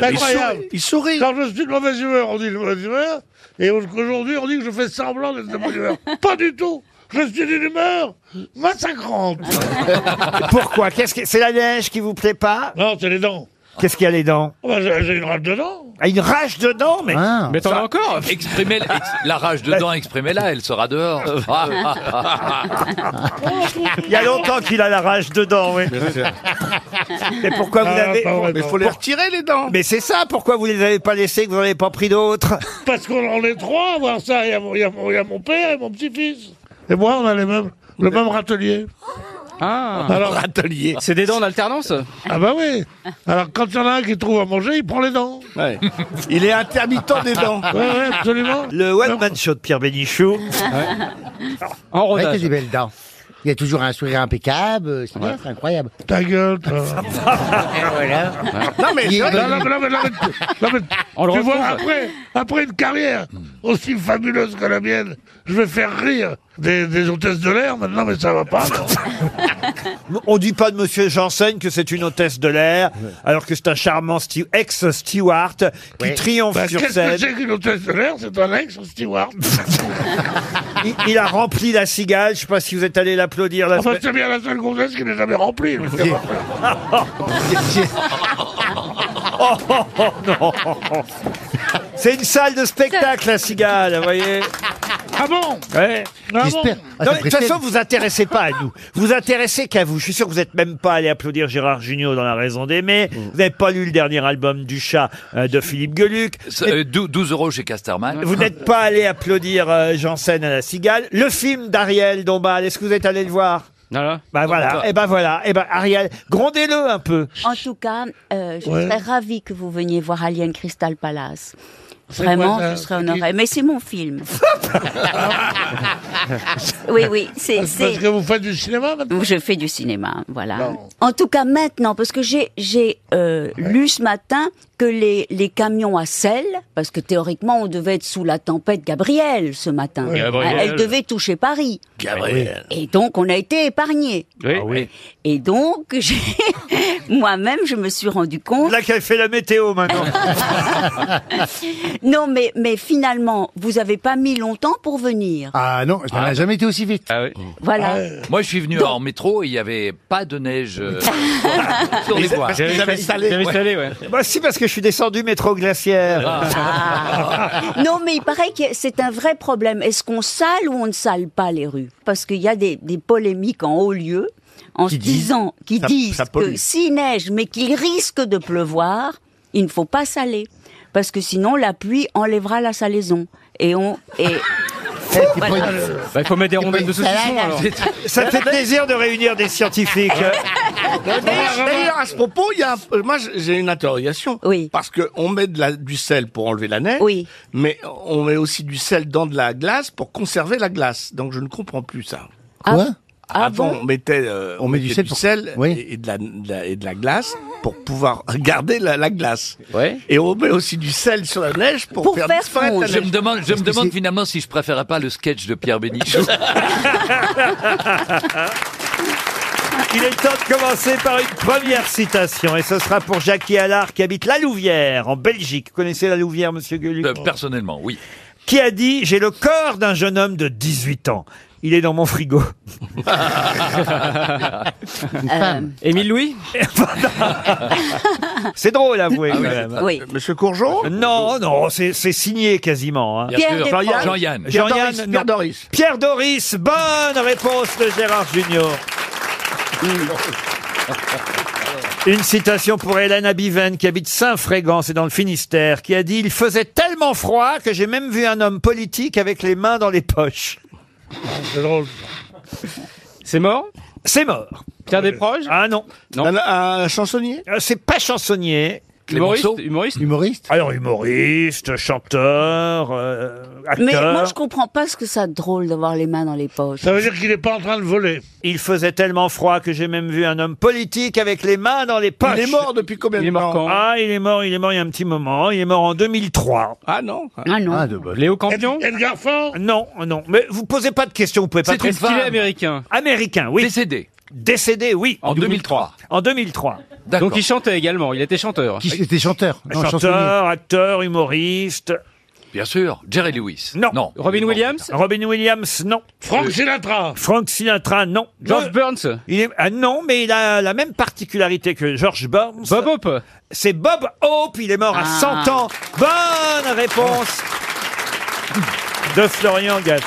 Speaker 23: Incroyable.
Speaker 5: Il sourit.
Speaker 23: Quand je suis de mauvaise humeur, on dit de mauvaise humeur. Et aujourd'hui, on dit que je fais semblant d'être de bonne humeur. Pas du tout. Je suis d'une humeur massacrante.
Speaker 1: Pourquoi Ah, Qu'est-ce que c'est la neige qui vous plaît pas
Speaker 23: Non, c'est les dents.
Speaker 1: Qu'est-ce qu'il y a les dents
Speaker 23: Oh, bah, j'ai j'ai une rage de dents.
Speaker 1: Ah, Une rage de dents, mais.
Speaker 5: Ah.
Speaker 24: Mais t'en
Speaker 1: Ça-
Speaker 24: as encore
Speaker 11: Exprimez la rage dedans, exprimez-la, elle sera dehors.
Speaker 1: Il y a longtemps qu'il a la rage de dents, oui. Mais pourquoi vous
Speaker 23: Ah,
Speaker 1: avez
Speaker 23: pas vrai, Mais pas faut vrai. les retirer, les dents.
Speaker 1: Mais c'est ça. Pourquoi vous les avez pas laissés que vous n'en avez pas pris d'autres
Speaker 23: Parce qu'on en est trois à voir ça. Il y a mon- il y, a mon- il y a mon père et mon petit-fils. Et moi, on a les mêmes, le même râtelier.
Speaker 4: Ah,
Speaker 23: Alors-
Speaker 4: râtelier. C'est des dents en alternance
Speaker 23: Ah bah oui. Alors quand il y en a un qui trouve à manger, il prend les dents.
Speaker 1: Il est intermittent
Speaker 23: des dents. Ouais, ouais, absolument.
Speaker 1: Le one man show de Pierre Bénichou.
Speaker 4: En
Speaker 5: Ouais,
Speaker 4: rodage.
Speaker 5: t'as des belles dents. Il y a toujours un sourire impeccable, euh, c'est bien, c'est incroyable.
Speaker 23: Ta gueule, toi.
Speaker 5: Voilà.
Speaker 23: Non mais,
Speaker 5: Il est-
Speaker 23: non, non, mais- non, mais- non, mais- non, mais-
Speaker 4: le
Speaker 23: tu
Speaker 4: retrouve.
Speaker 23: vois, après, après une carrière aussi fabuleuse que la mienne, je vais faire rire des, des hôtesses de l'air maintenant, mais ça va pas. non.
Speaker 1: On dit pas de Monsieur Janssen que c'est une hôtesse de l'air, alors que c'est un charmant sti- ex-steward qui
Speaker 5: Ouais.
Speaker 1: triomphe
Speaker 23: Bah,
Speaker 1: sur
Speaker 23: Qu'est-ce que
Speaker 1: scène.
Speaker 23: c'est qu'une hôtesse de l'air C'est un ex steward.
Speaker 1: Il, il a rempli la cigale. Je sais pas si vous êtes allé l'applaudir. La
Speaker 23: Enfin,
Speaker 1: semaine-
Speaker 23: Ah, bah, c'est bien la seule gonzesse qui n'est jamais remplie. mais c'est pas vrai.
Speaker 1: Oh, oh, oh, non. C'est une salle de spectacle, la cigale, vous voyez.
Speaker 23: Ah bon
Speaker 1: Ouais.
Speaker 23: Ah bon Ah,
Speaker 1: Non,
Speaker 23: ça
Speaker 1: mais de toute
Speaker 23: préfère.
Speaker 1: façon, vous intéressez pas à nous. Vous intéressez qu'à vous. Je suis sûr que vous n'êtes même pas allé applaudir Gérard Jugnot dans La Raison d'aimer.
Speaker 25: Mm.
Speaker 1: Vous n'avez pas lu le dernier album du chat euh, de Philippe Gueluc.
Speaker 25: Ça, euh, dou- 12 euros chez Casterman.
Speaker 1: Vous n'êtes pas allé applaudir euh, Janssen à la Cigale. Le film d'Ariel Dombal, est-ce que vous êtes allé le voir Bah voilà,
Speaker 25: Encore.
Speaker 7: Eh
Speaker 1: et ben voilà, et ben Ariel, grondez-le un peu.
Speaker 4: En tout cas, euh, je
Speaker 1: Ouais.
Speaker 4: serais ravie que vous veniez voir Alien Crystal Palace.
Speaker 1: C'est
Speaker 4: Vraiment,
Speaker 1: quoi, ça
Speaker 4: je serais honorée. Mais c'est mon film. oui, oui, c'est.
Speaker 23: Parce que vous faites du cinéma maintenant
Speaker 4: Je fais du cinéma, voilà. En tout cas, maintenant, parce que j'ai j'ai euh, lu ce matin que les, les camions à sel, parce que théoriquement, on devait être sous la tempête Gabrielle ce matin.
Speaker 25: Oui. Gabrielle.
Speaker 4: Elle devait toucher Paris.
Speaker 25: Gabriel.
Speaker 4: Et donc, on a été épargnés.
Speaker 25: Oui.
Speaker 1: Ah
Speaker 25: oui.
Speaker 4: Et donc, j'ai- moi-même, je me suis rendu compte.
Speaker 1: Là qu'elle fait la météo maintenant.
Speaker 4: non, mais, mais finalement, vous avez pas mis longtemps pour venir.
Speaker 25: Ah non, je n'ai jamais été aussi vite.
Speaker 5: Mmh.
Speaker 4: Voilà.
Speaker 5: Ah.
Speaker 25: Moi, je suis venu en métro, il n'y avait pas de neige euh, sur les
Speaker 1: Ils-
Speaker 25: voies.
Speaker 1: parce qu'ils Ils avaient salé, ils avaient ouais. salé,
Speaker 25: ouais.
Speaker 1: Bah si, parce que je suis descendu métro glaciaire.
Speaker 11: Ah.
Speaker 4: Non, mais il paraît que c'est un vrai problème. Est-ce qu'on sale ou on ne sale pas les rues Parce qu'il y a des, des polémiques en haut lieu, en se disant, qui
Speaker 26: ça-
Speaker 4: disent
Speaker 26: ça pollue.
Speaker 4: que s'il neige, mais qu'il risque de pleuvoir, il ne faut pas saler. Parce que sinon, la pluie enlèvera la salaison. Et on.
Speaker 26: Eh,
Speaker 4: Et... Voilà.
Speaker 11: Bah, il faut mettre des rondelles de saucisson
Speaker 4: salade.
Speaker 11: alors.
Speaker 1: Ça fait plaisir de réunir des scientifiques.
Speaker 7: D'ailleurs, d'ailleurs, à ce propos, il y a un- moi j'ai- j'ai une interrogation.
Speaker 4: Oui.
Speaker 7: Parce qu'on met de la- du sel pour enlever la neige.
Speaker 4: Oui.
Speaker 7: Mais on met aussi du sel dans de la glace pour conserver la glace. Donc je ne comprends plus ça.
Speaker 4: Quoi Ah
Speaker 7: Avant, on mettait, euh, on
Speaker 27: met du
Speaker 7: mettait
Speaker 27: sel
Speaker 7: du
Speaker 27: pour-
Speaker 7: sel
Speaker 27: Oui.
Speaker 7: et, et de la, de la- et de la glace pour pouvoir garder la, la glace. Et on met aussi du sel sur la neige pour, faire, disparaître la
Speaker 25: Je
Speaker 7: neige.
Speaker 25: me demande, je me demande finalement si je préférais pas le sketch de Pierre Bénichou.
Speaker 1: Il est temps de commencer par une première citation, et ce sera pour Jackie Allard qui habite La Louvière, en Belgique. Vous connaissez La Louvière, monsieur Gueluc
Speaker 11: Euh,
Speaker 25: Personnellement, oui.
Speaker 1: Qui a dit « J'ai le corps d'un jeune homme de 18 ans. Il est dans mon frigo. »
Speaker 7: Euh,
Speaker 11: femme.
Speaker 1: Émile Louis C'est drôle, avouez.
Speaker 7: Ah oui.
Speaker 1: quand même.
Speaker 7: Oui. Monsieur Courgeon
Speaker 1: Non, non, c'est c'est signé quasiment. hein.
Speaker 7: Bien Pierre sûr. Desproges. Jean-Yann. Pierre
Speaker 1: Jean-Yann,
Speaker 7: Doris,
Speaker 1: non.
Speaker 7: Pierre Doris.
Speaker 1: Pierre Doris, bonne réponse de Gérard Junior. Une citation pour Hélène Abiven, qui habite Saint-Frégan, c'est dans le Finistère, qui a dit « Il faisait tellement froid que j'ai même vu un homme politique avec les mains dans les poches. » C'est drôle. C'est mort C'est mort. Pierre Desproges Ah non. Un, chansonnier C'est pas chansonnier.
Speaker 11: Humoriste Clémenceau
Speaker 1: humoriste Humoriste Alors humoriste, chanteur, euh, acteur.
Speaker 4: Mais moi, je comprends pas ce que ça de drôle d'avoir les mains dans les poches.
Speaker 1: Ça veut dire qu'il n'est pas en train de voler. Il faisait tellement froid que j'ai même vu un homme politique avec les mains dans les poches.
Speaker 7: Il est mort depuis combien de temps
Speaker 1: Ah, il est mort, il est mort il y a un petit moment. Il est mort en 2003.
Speaker 7: Ah non.
Speaker 1: Ah non.
Speaker 7: Léo
Speaker 1: Campion Edgar Faure Non, non. Mais vous posez pas de questions, vous pouvez pas
Speaker 11: C'est une
Speaker 1: trouver.
Speaker 11: femme. Est-ce qu'il est américain
Speaker 1: Américain, oui. Décédé. Décédé, oui. En
Speaker 11: 2003.
Speaker 1: En 2003.
Speaker 11: Donc il chantait également, il était chanteur.
Speaker 1: Qui- il
Speaker 11: était chanteur
Speaker 1: Chanteur, acteur, humoriste.
Speaker 25: Bien sûr, Jerry Lewis.
Speaker 1: Non.
Speaker 11: Robin Williams
Speaker 1: Robin Williams, non.
Speaker 11: Frank
Speaker 1: Sinatra. Frank Sinatra, non.
Speaker 11: George
Speaker 1: Le-
Speaker 11: Burns
Speaker 1: Il est, ah non, mais il a la même particularité que George Burns. Bob Hope. C'est Bob Hope. Il est mort à
Speaker 19: Ah.
Speaker 1: 100 ans. Bonne réponse de Florian Gazan.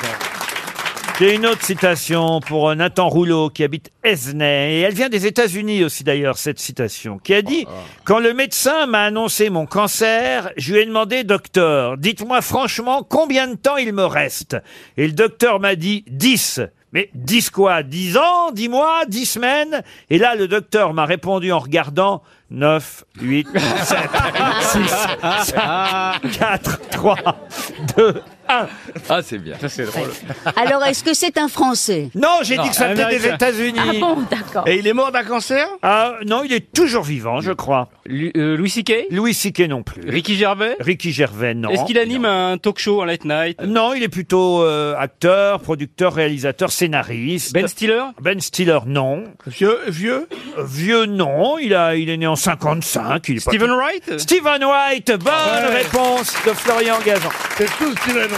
Speaker 1: J'ai une autre citation pour euh, Nathan Rouleau qui habite Esnay. Et elle vient des États-Unis aussi d'ailleurs, cette citation, qui a dit Quand le médecin m'a annoncé mon cancer, je lui ai demandé Docteur, dites-moi franchement combien de temps il me reste Et le docteur m'a dit 10. Mais 10 quoi 10 ans 10 mois 10 semaines Et là, le docteur m'a répondu en regardant 9, 8, 7, 6, 5, 4, 3, 2, 1.
Speaker 25: Ah, c'est bien. Ça, c'est drôle.
Speaker 4: Alors, est-ce que c'est un Français
Speaker 1: Non, j'ai dit que ça venait des États-Unis.
Speaker 4: Ah bon, d'accord.
Speaker 1: il est mort d'un cancer Ah non, il est toujours vivant, je crois. Louis C.K. Louis C.K. non plus. Ricky Gervais Ricky Gervais, Euh, non.
Speaker 11: Est-ce qu'il anime un talk show, un late night
Speaker 1: Non, il est plutôt euh, acteur, producteur, réalisateur, scénariste. Ben Stiller Ben Stiller, non. Vieux Vieux euh, Vieux, non. Il, a, il est né en 55. Il est pas
Speaker 11: Stephen
Speaker 1: tout-
Speaker 11: Wright
Speaker 1: Stephen White, bonne
Speaker 11: Ah ouais.
Speaker 1: réponse de Florian Gazan. C'est tout Stephen White.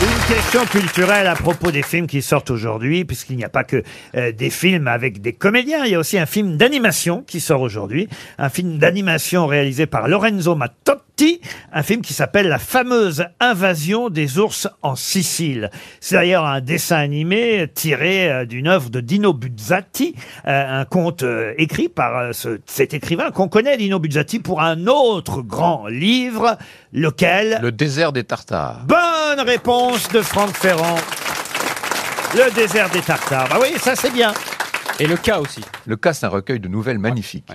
Speaker 1: Une Une question culturelle à propos des films qui sortent aujourd'hui, puisqu'il n'y a pas que euh, des films avec des comédiens, il y a aussi un film d'animation qui sort aujourd'hui, un film d'animation réalisé par Lorenzo Mattotti, un film qui s'appelle La fameuse invasion des ours en Sicile. C'est d'ailleurs un dessin animé tiré euh, d'une œuvre de Dino Buzzati, euh, un conte euh, écrit par euh, ce- cet écrivain qu'on connaît, Dino Buzzati, pour un autre grand livre, lequel Le désert des Tartares. Bonne réponse de Franck Ferrand. Le désert des Tartares. Ah oui, ça c'est bien.
Speaker 26: Et le cas aussi. Le cas, c'est un recueil de nouvelles magnifiques.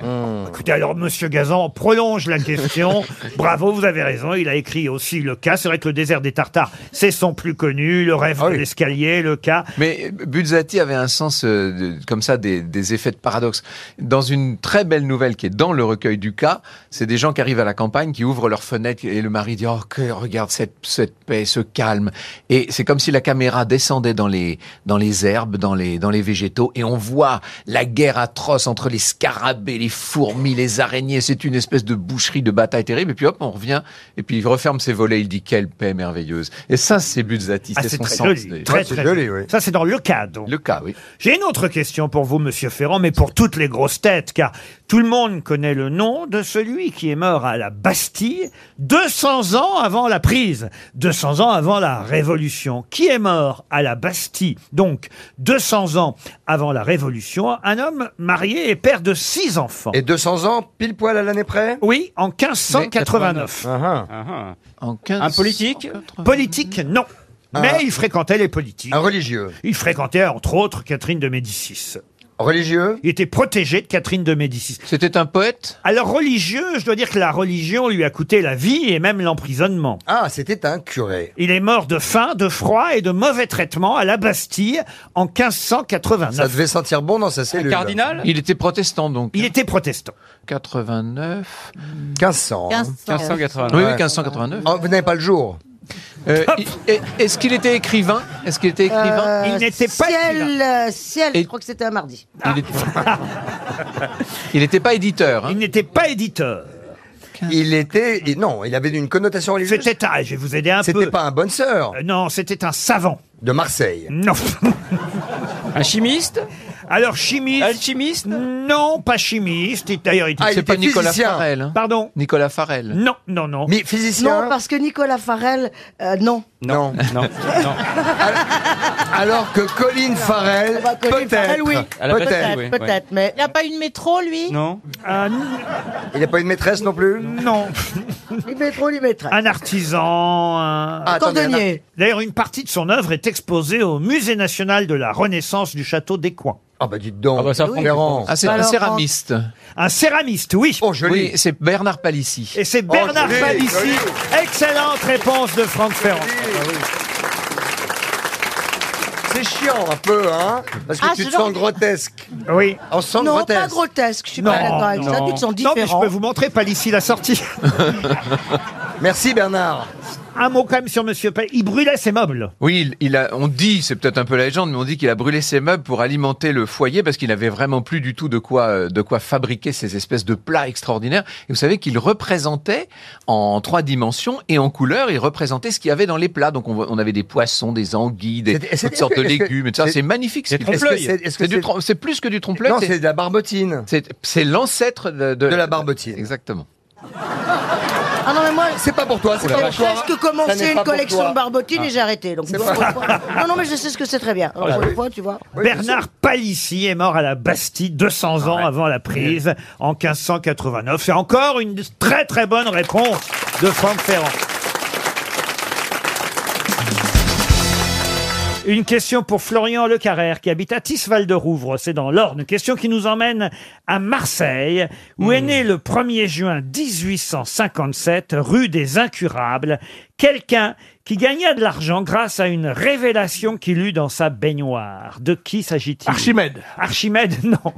Speaker 1: Écoutez, alors, Monsieur Gazan, on prolonge la question. Bravo, vous avez raison. Il a écrit aussi le cas. C'est vrai que le désert des Tartares, c'est son plus connu. Le rêve de l'escalier, le cas.
Speaker 26: Mais Buzzati avait un sens euh, de- comme ça des, des effets de paradoxe. Dans une très belle nouvelle qui est dans le recueil du cas, c'est des gens qui arrivent à la campagne, qui ouvrent leurs fenêtres et le mari dit oh que regarde cette, cette paix, ce calme. Et c'est comme si la caméra descendait dans les dans les herbes, dans les dans les végétaux et on voit la guerre atroce entre les scarabées, les fourmis, les araignées. C'est une espèce de boucherie, de bataille terrible. Et puis hop, on revient et puis il referme ses volets. Il dit quelle paix merveilleuse. Et ça, c'est Buzzati,
Speaker 1: Ah,
Speaker 26: c'est
Speaker 1: c'est
Speaker 26: son
Speaker 1: très
Speaker 26: sens.
Speaker 1: joli.
Speaker 26: des-
Speaker 1: Très, très joli. Ça, c'est dans le cas, donc.
Speaker 26: Le cas, oui.
Speaker 1: J'ai une autre question pour vous, Monsieur Ferrand, mais pour toutes les grosses têtes, car tout le monde connaît le nom de celui qui est mort à la Bastille 200 ans avant la prise, 200 ans avant la Révolution. Qui est mort à la Bastille, donc 200 ans avant la Révolution Un homme marié et père de six enfants. Et
Speaker 28: 200 ans, pile poil à l'année près
Speaker 1: Oui, en 1589.
Speaker 7: Ah
Speaker 26: Un politique
Speaker 1: Politique, non. Mais
Speaker 28: Un-
Speaker 1: il fréquentait les politiques. Un religieux. Il fréquentait, entre autres, Catherine de Médicis. Religieux Il était protégé de Catherine de Médicis.
Speaker 26: C'était un poète
Speaker 1: Alors, religieux, je dois dire que la religion lui a coûté la vie et même l'emprisonnement. Ah, c'était un curé. Il est mort de faim, de froid et de mauvais traitements à la Bastille en 1589.
Speaker 28: Ça devait sentir bon dans sa cellule.
Speaker 26: Il était protestant donc. hein.
Speaker 1: Il était protestant.
Speaker 26: 89.
Speaker 28: 1500.
Speaker 26: 1589. Oui, oui, 1589.
Speaker 28: Oh, vous n'avez pas le jour.
Speaker 26: Euh, il- est- Est-ce qu'il était écrivain Est-ce qu'il était écrivain
Speaker 13: Euh, ciel, euh, ciel,
Speaker 26: Et-
Speaker 13: je crois que c'était un mardi.
Speaker 26: Il était- Il n'était pas éditeur.
Speaker 1: Il n'était pas éditeur.
Speaker 28: hein. Il était. il- Non, il avait une connotation religieuse.
Speaker 1: C'était un. Je vais vous aider un Euh,
Speaker 28: peu. C'était pas un bonne sœur.
Speaker 1: non, c'était un savant.
Speaker 28: De Marseille.
Speaker 1: Non. Un chimiste Alors, chimiste. Alchimiste Non, pas chimiste. Et D'ailleurs, il
Speaker 26: Ah, il C'est était pas Nicolas physicien. Farel, hein.
Speaker 1: Pardon
Speaker 26: Nicolas Farel.
Speaker 1: Non, non, non.
Speaker 28: Mais
Speaker 13: Non, parce que Nicolas Farel, euh, non.
Speaker 26: Non. Non. non.
Speaker 28: Alors que Colin
Speaker 26: Ah
Speaker 28: Farrell,
Speaker 26: bah,
Speaker 28: peut-être.
Speaker 3: Ah
Speaker 13: Farrell,
Speaker 5: Ah,
Speaker 13: oui.
Speaker 28: Elle a pas
Speaker 13: Peut-être,
Speaker 28: dit, oui,
Speaker 13: peut-être,
Speaker 28: ouais.
Speaker 13: mais...
Speaker 3: Il n'a pas une métro, lui Ah,
Speaker 28: Non. Il n'a pas une maîtresse non plus
Speaker 1: Non.
Speaker 13: Il met trop, il mettra.
Speaker 1: Un artisan, un
Speaker 13: Ah, attendez, Cordonnier. un ar-
Speaker 1: D'ailleurs, une partie de son œuvre est exposée au Musée national de la Renaissance du château d'Écouen.
Speaker 28: Ah bah dites donc,
Speaker 26: Ah, c'est un céramiste.
Speaker 1: Un céramiste, oui.
Speaker 28: Oh,
Speaker 26: Oui, c'est Bernard Palissy.
Speaker 1: Et c'est Bernard Palissy. Excellente réponse de Franck Ferrand.
Speaker 28: Ah, bah, C'est chiant un peu, hein Parce que
Speaker 13: Ah,
Speaker 28: tu
Speaker 13: ce
Speaker 28: te
Speaker 13: genre
Speaker 28: sens
Speaker 13: de-
Speaker 28: grotesque.
Speaker 1: Oui.
Speaker 28: On se sent
Speaker 13: non,
Speaker 28: grotesque.
Speaker 13: pas grotesque, je suis pas d'accord avec ça, tu te sens
Speaker 1: Non, mais je
Speaker 13: différent.
Speaker 1: peux vous montrer Palissy la sortie.
Speaker 28: Merci Bernard.
Speaker 1: Un mot quand même sur Monsieur Palissy. Il brûlait ses meubles.
Speaker 26: Oui, il, il a, on dit, c'est peut-être un peu la légende, mais on dit qu'il a brûlé ses meubles pour alimenter le foyer parce qu'il n'avait vraiment plus du tout de quoi, euh, de quoi fabriquer ces espèces de plats extraordinaires. Et vous savez qu'il représentait en trois dimensions et en couleur, il représentait ce qu'il y avait dans les plats. Donc on, voit- on avait des poissons, des anguilles, des,
Speaker 28: C'était-
Speaker 26: toutes
Speaker 28: c'était-
Speaker 26: sortes de
Speaker 28: est-ce que-
Speaker 26: légumes. et tout ça.
Speaker 28: c'est-
Speaker 26: C'est magnifique. ce
Speaker 28: Des
Speaker 26: qu'il fait.
Speaker 28: trompe-l'œil. Est-ce que c'est- est-ce que
Speaker 26: C'est du
Speaker 28: c'est-
Speaker 26: trom- C'est plus que du trompe-l'œil.
Speaker 28: Non, c'est de la barbotine.
Speaker 26: c'est- C'est l'ancêtre de,
Speaker 28: De la barbotine.
Speaker 26: Exactement.
Speaker 13: Ah non, mais moi,
Speaker 28: C'est pas pour toi, c'est
Speaker 13: j'ai
Speaker 28: pas pour toi.
Speaker 13: presque
Speaker 28: Ça n'est
Speaker 13: commencé
Speaker 28: pas
Speaker 13: une
Speaker 28: pour
Speaker 13: collection
Speaker 28: toi.
Speaker 13: de barbotines
Speaker 28: Ah.
Speaker 13: et j'ai arrêté. Donc,
Speaker 28: vrai.
Speaker 13: non, non, mais je sais ce que c'est très bien. Alors,
Speaker 1: Ah,
Speaker 13: pour
Speaker 1: oui.
Speaker 13: une fois, tu vois.
Speaker 1: Bernard Palissy est mort à la Bastille 200 ans avant la prise en 1589. C'est encore une très très bonne réponse de Franck Ferrand. Une question pour Florian Lecarrère qui habite à Tisval de Rouvre, c'est dans l'Orne. Question qui nous emmène à Marseille, où est né le 1er juin 1857, rue des Incurables, quelqu'un qui gagna de l'argent grâce à une révélation qu'il eut dans sa baignoire. De qui s'agit-il Archimède. Archimède, non.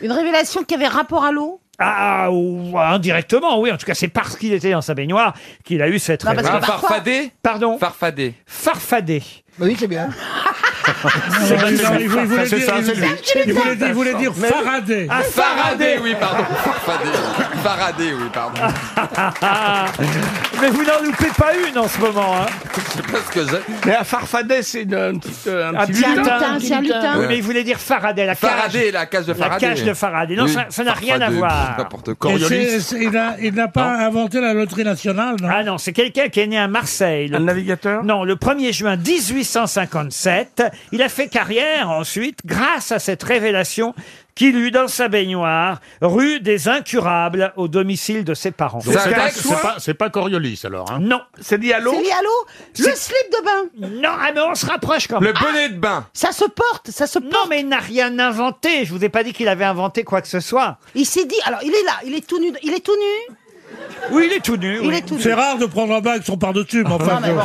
Speaker 3: Une révélation qui avait rapport à l'eau
Speaker 1: Ah, ou indirectement, oui. En tout cas, c'est parce qu'il était dans sa baignoire qu'il a eu cette
Speaker 2: Non, parce que
Speaker 1: révélation.
Speaker 2: parfois- Farfadet
Speaker 1: Pardon
Speaker 2: Farfadet.
Speaker 1: Farfadet.
Speaker 2: Bah oui, c'est bien.
Speaker 1: C'est
Speaker 2: pas
Speaker 1: bizarre,
Speaker 2: ça,
Speaker 1: il voulait- il voulait
Speaker 2: c'est
Speaker 1: dire-
Speaker 2: ça,
Speaker 1: il
Speaker 2: c'est
Speaker 1: voulait-
Speaker 2: lui. Ah,
Speaker 1: il voulait dire- il voulait dire
Speaker 2: Mais-
Speaker 1: Faraday.
Speaker 2: Ah, Faraday, oui, pardon. Faraday. Faraday, oui, pardon.
Speaker 1: Mais vous n'en loupez pas une en ce moment. Hein.
Speaker 2: Parce que j'ai-
Speaker 5: Mais à Farfadet, c'est une, un petit, euh, un petit lutin.
Speaker 1: Oui, mais il voulait dire Faraday, la cage.
Speaker 2: Faraday, la cage de Faraday.
Speaker 1: La cage de Faraday. Non,
Speaker 2: Oui,
Speaker 1: ça ça n'a rien à
Speaker 2: Faraday,
Speaker 1: voir.
Speaker 2: n'importe quoi. Et c'est- c'est-
Speaker 1: il n'a pas inventé la loterie nationale, non Ah non, c'est quelqu'un qui est né à Marseille. Un navigateur Non, le 1er juin 1857. Il a fait carrière ensuite grâce à cette révélation qu'il eut dans sa baignoire, rue des Incurables, au domicile de ses parents.
Speaker 26: Donc, c'est pas- c'est pas, c'est pas Coriolis alors. Hein.
Speaker 3: Ah
Speaker 1: Non.
Speaker 26: C'est dit à
Speaker 3: C'est lié à l'eau Le slip de bain
Speaker 1: Non, ah mais on se rapproche quand même.
Speaker 26: Le bonnet de bain.
Speaker 1: Ça se porte, ça se porte. Non, mais il n'a rien inventé. Je vous ai pas dit qu'il avait inventé quoi que ce soit.
Speaker 3: Il s'est dit, alors il est là, il est tout nu, il est tout nu
Speaker 1: Oui, il est tout nu.
Speaker 3: Il est tout nu.
Speaker 23: C'est rare de prendre un bain avec son par-dessus, mais enfin.
Speaker 3: mais
Speaker 23: je-
Speaker 3: bon.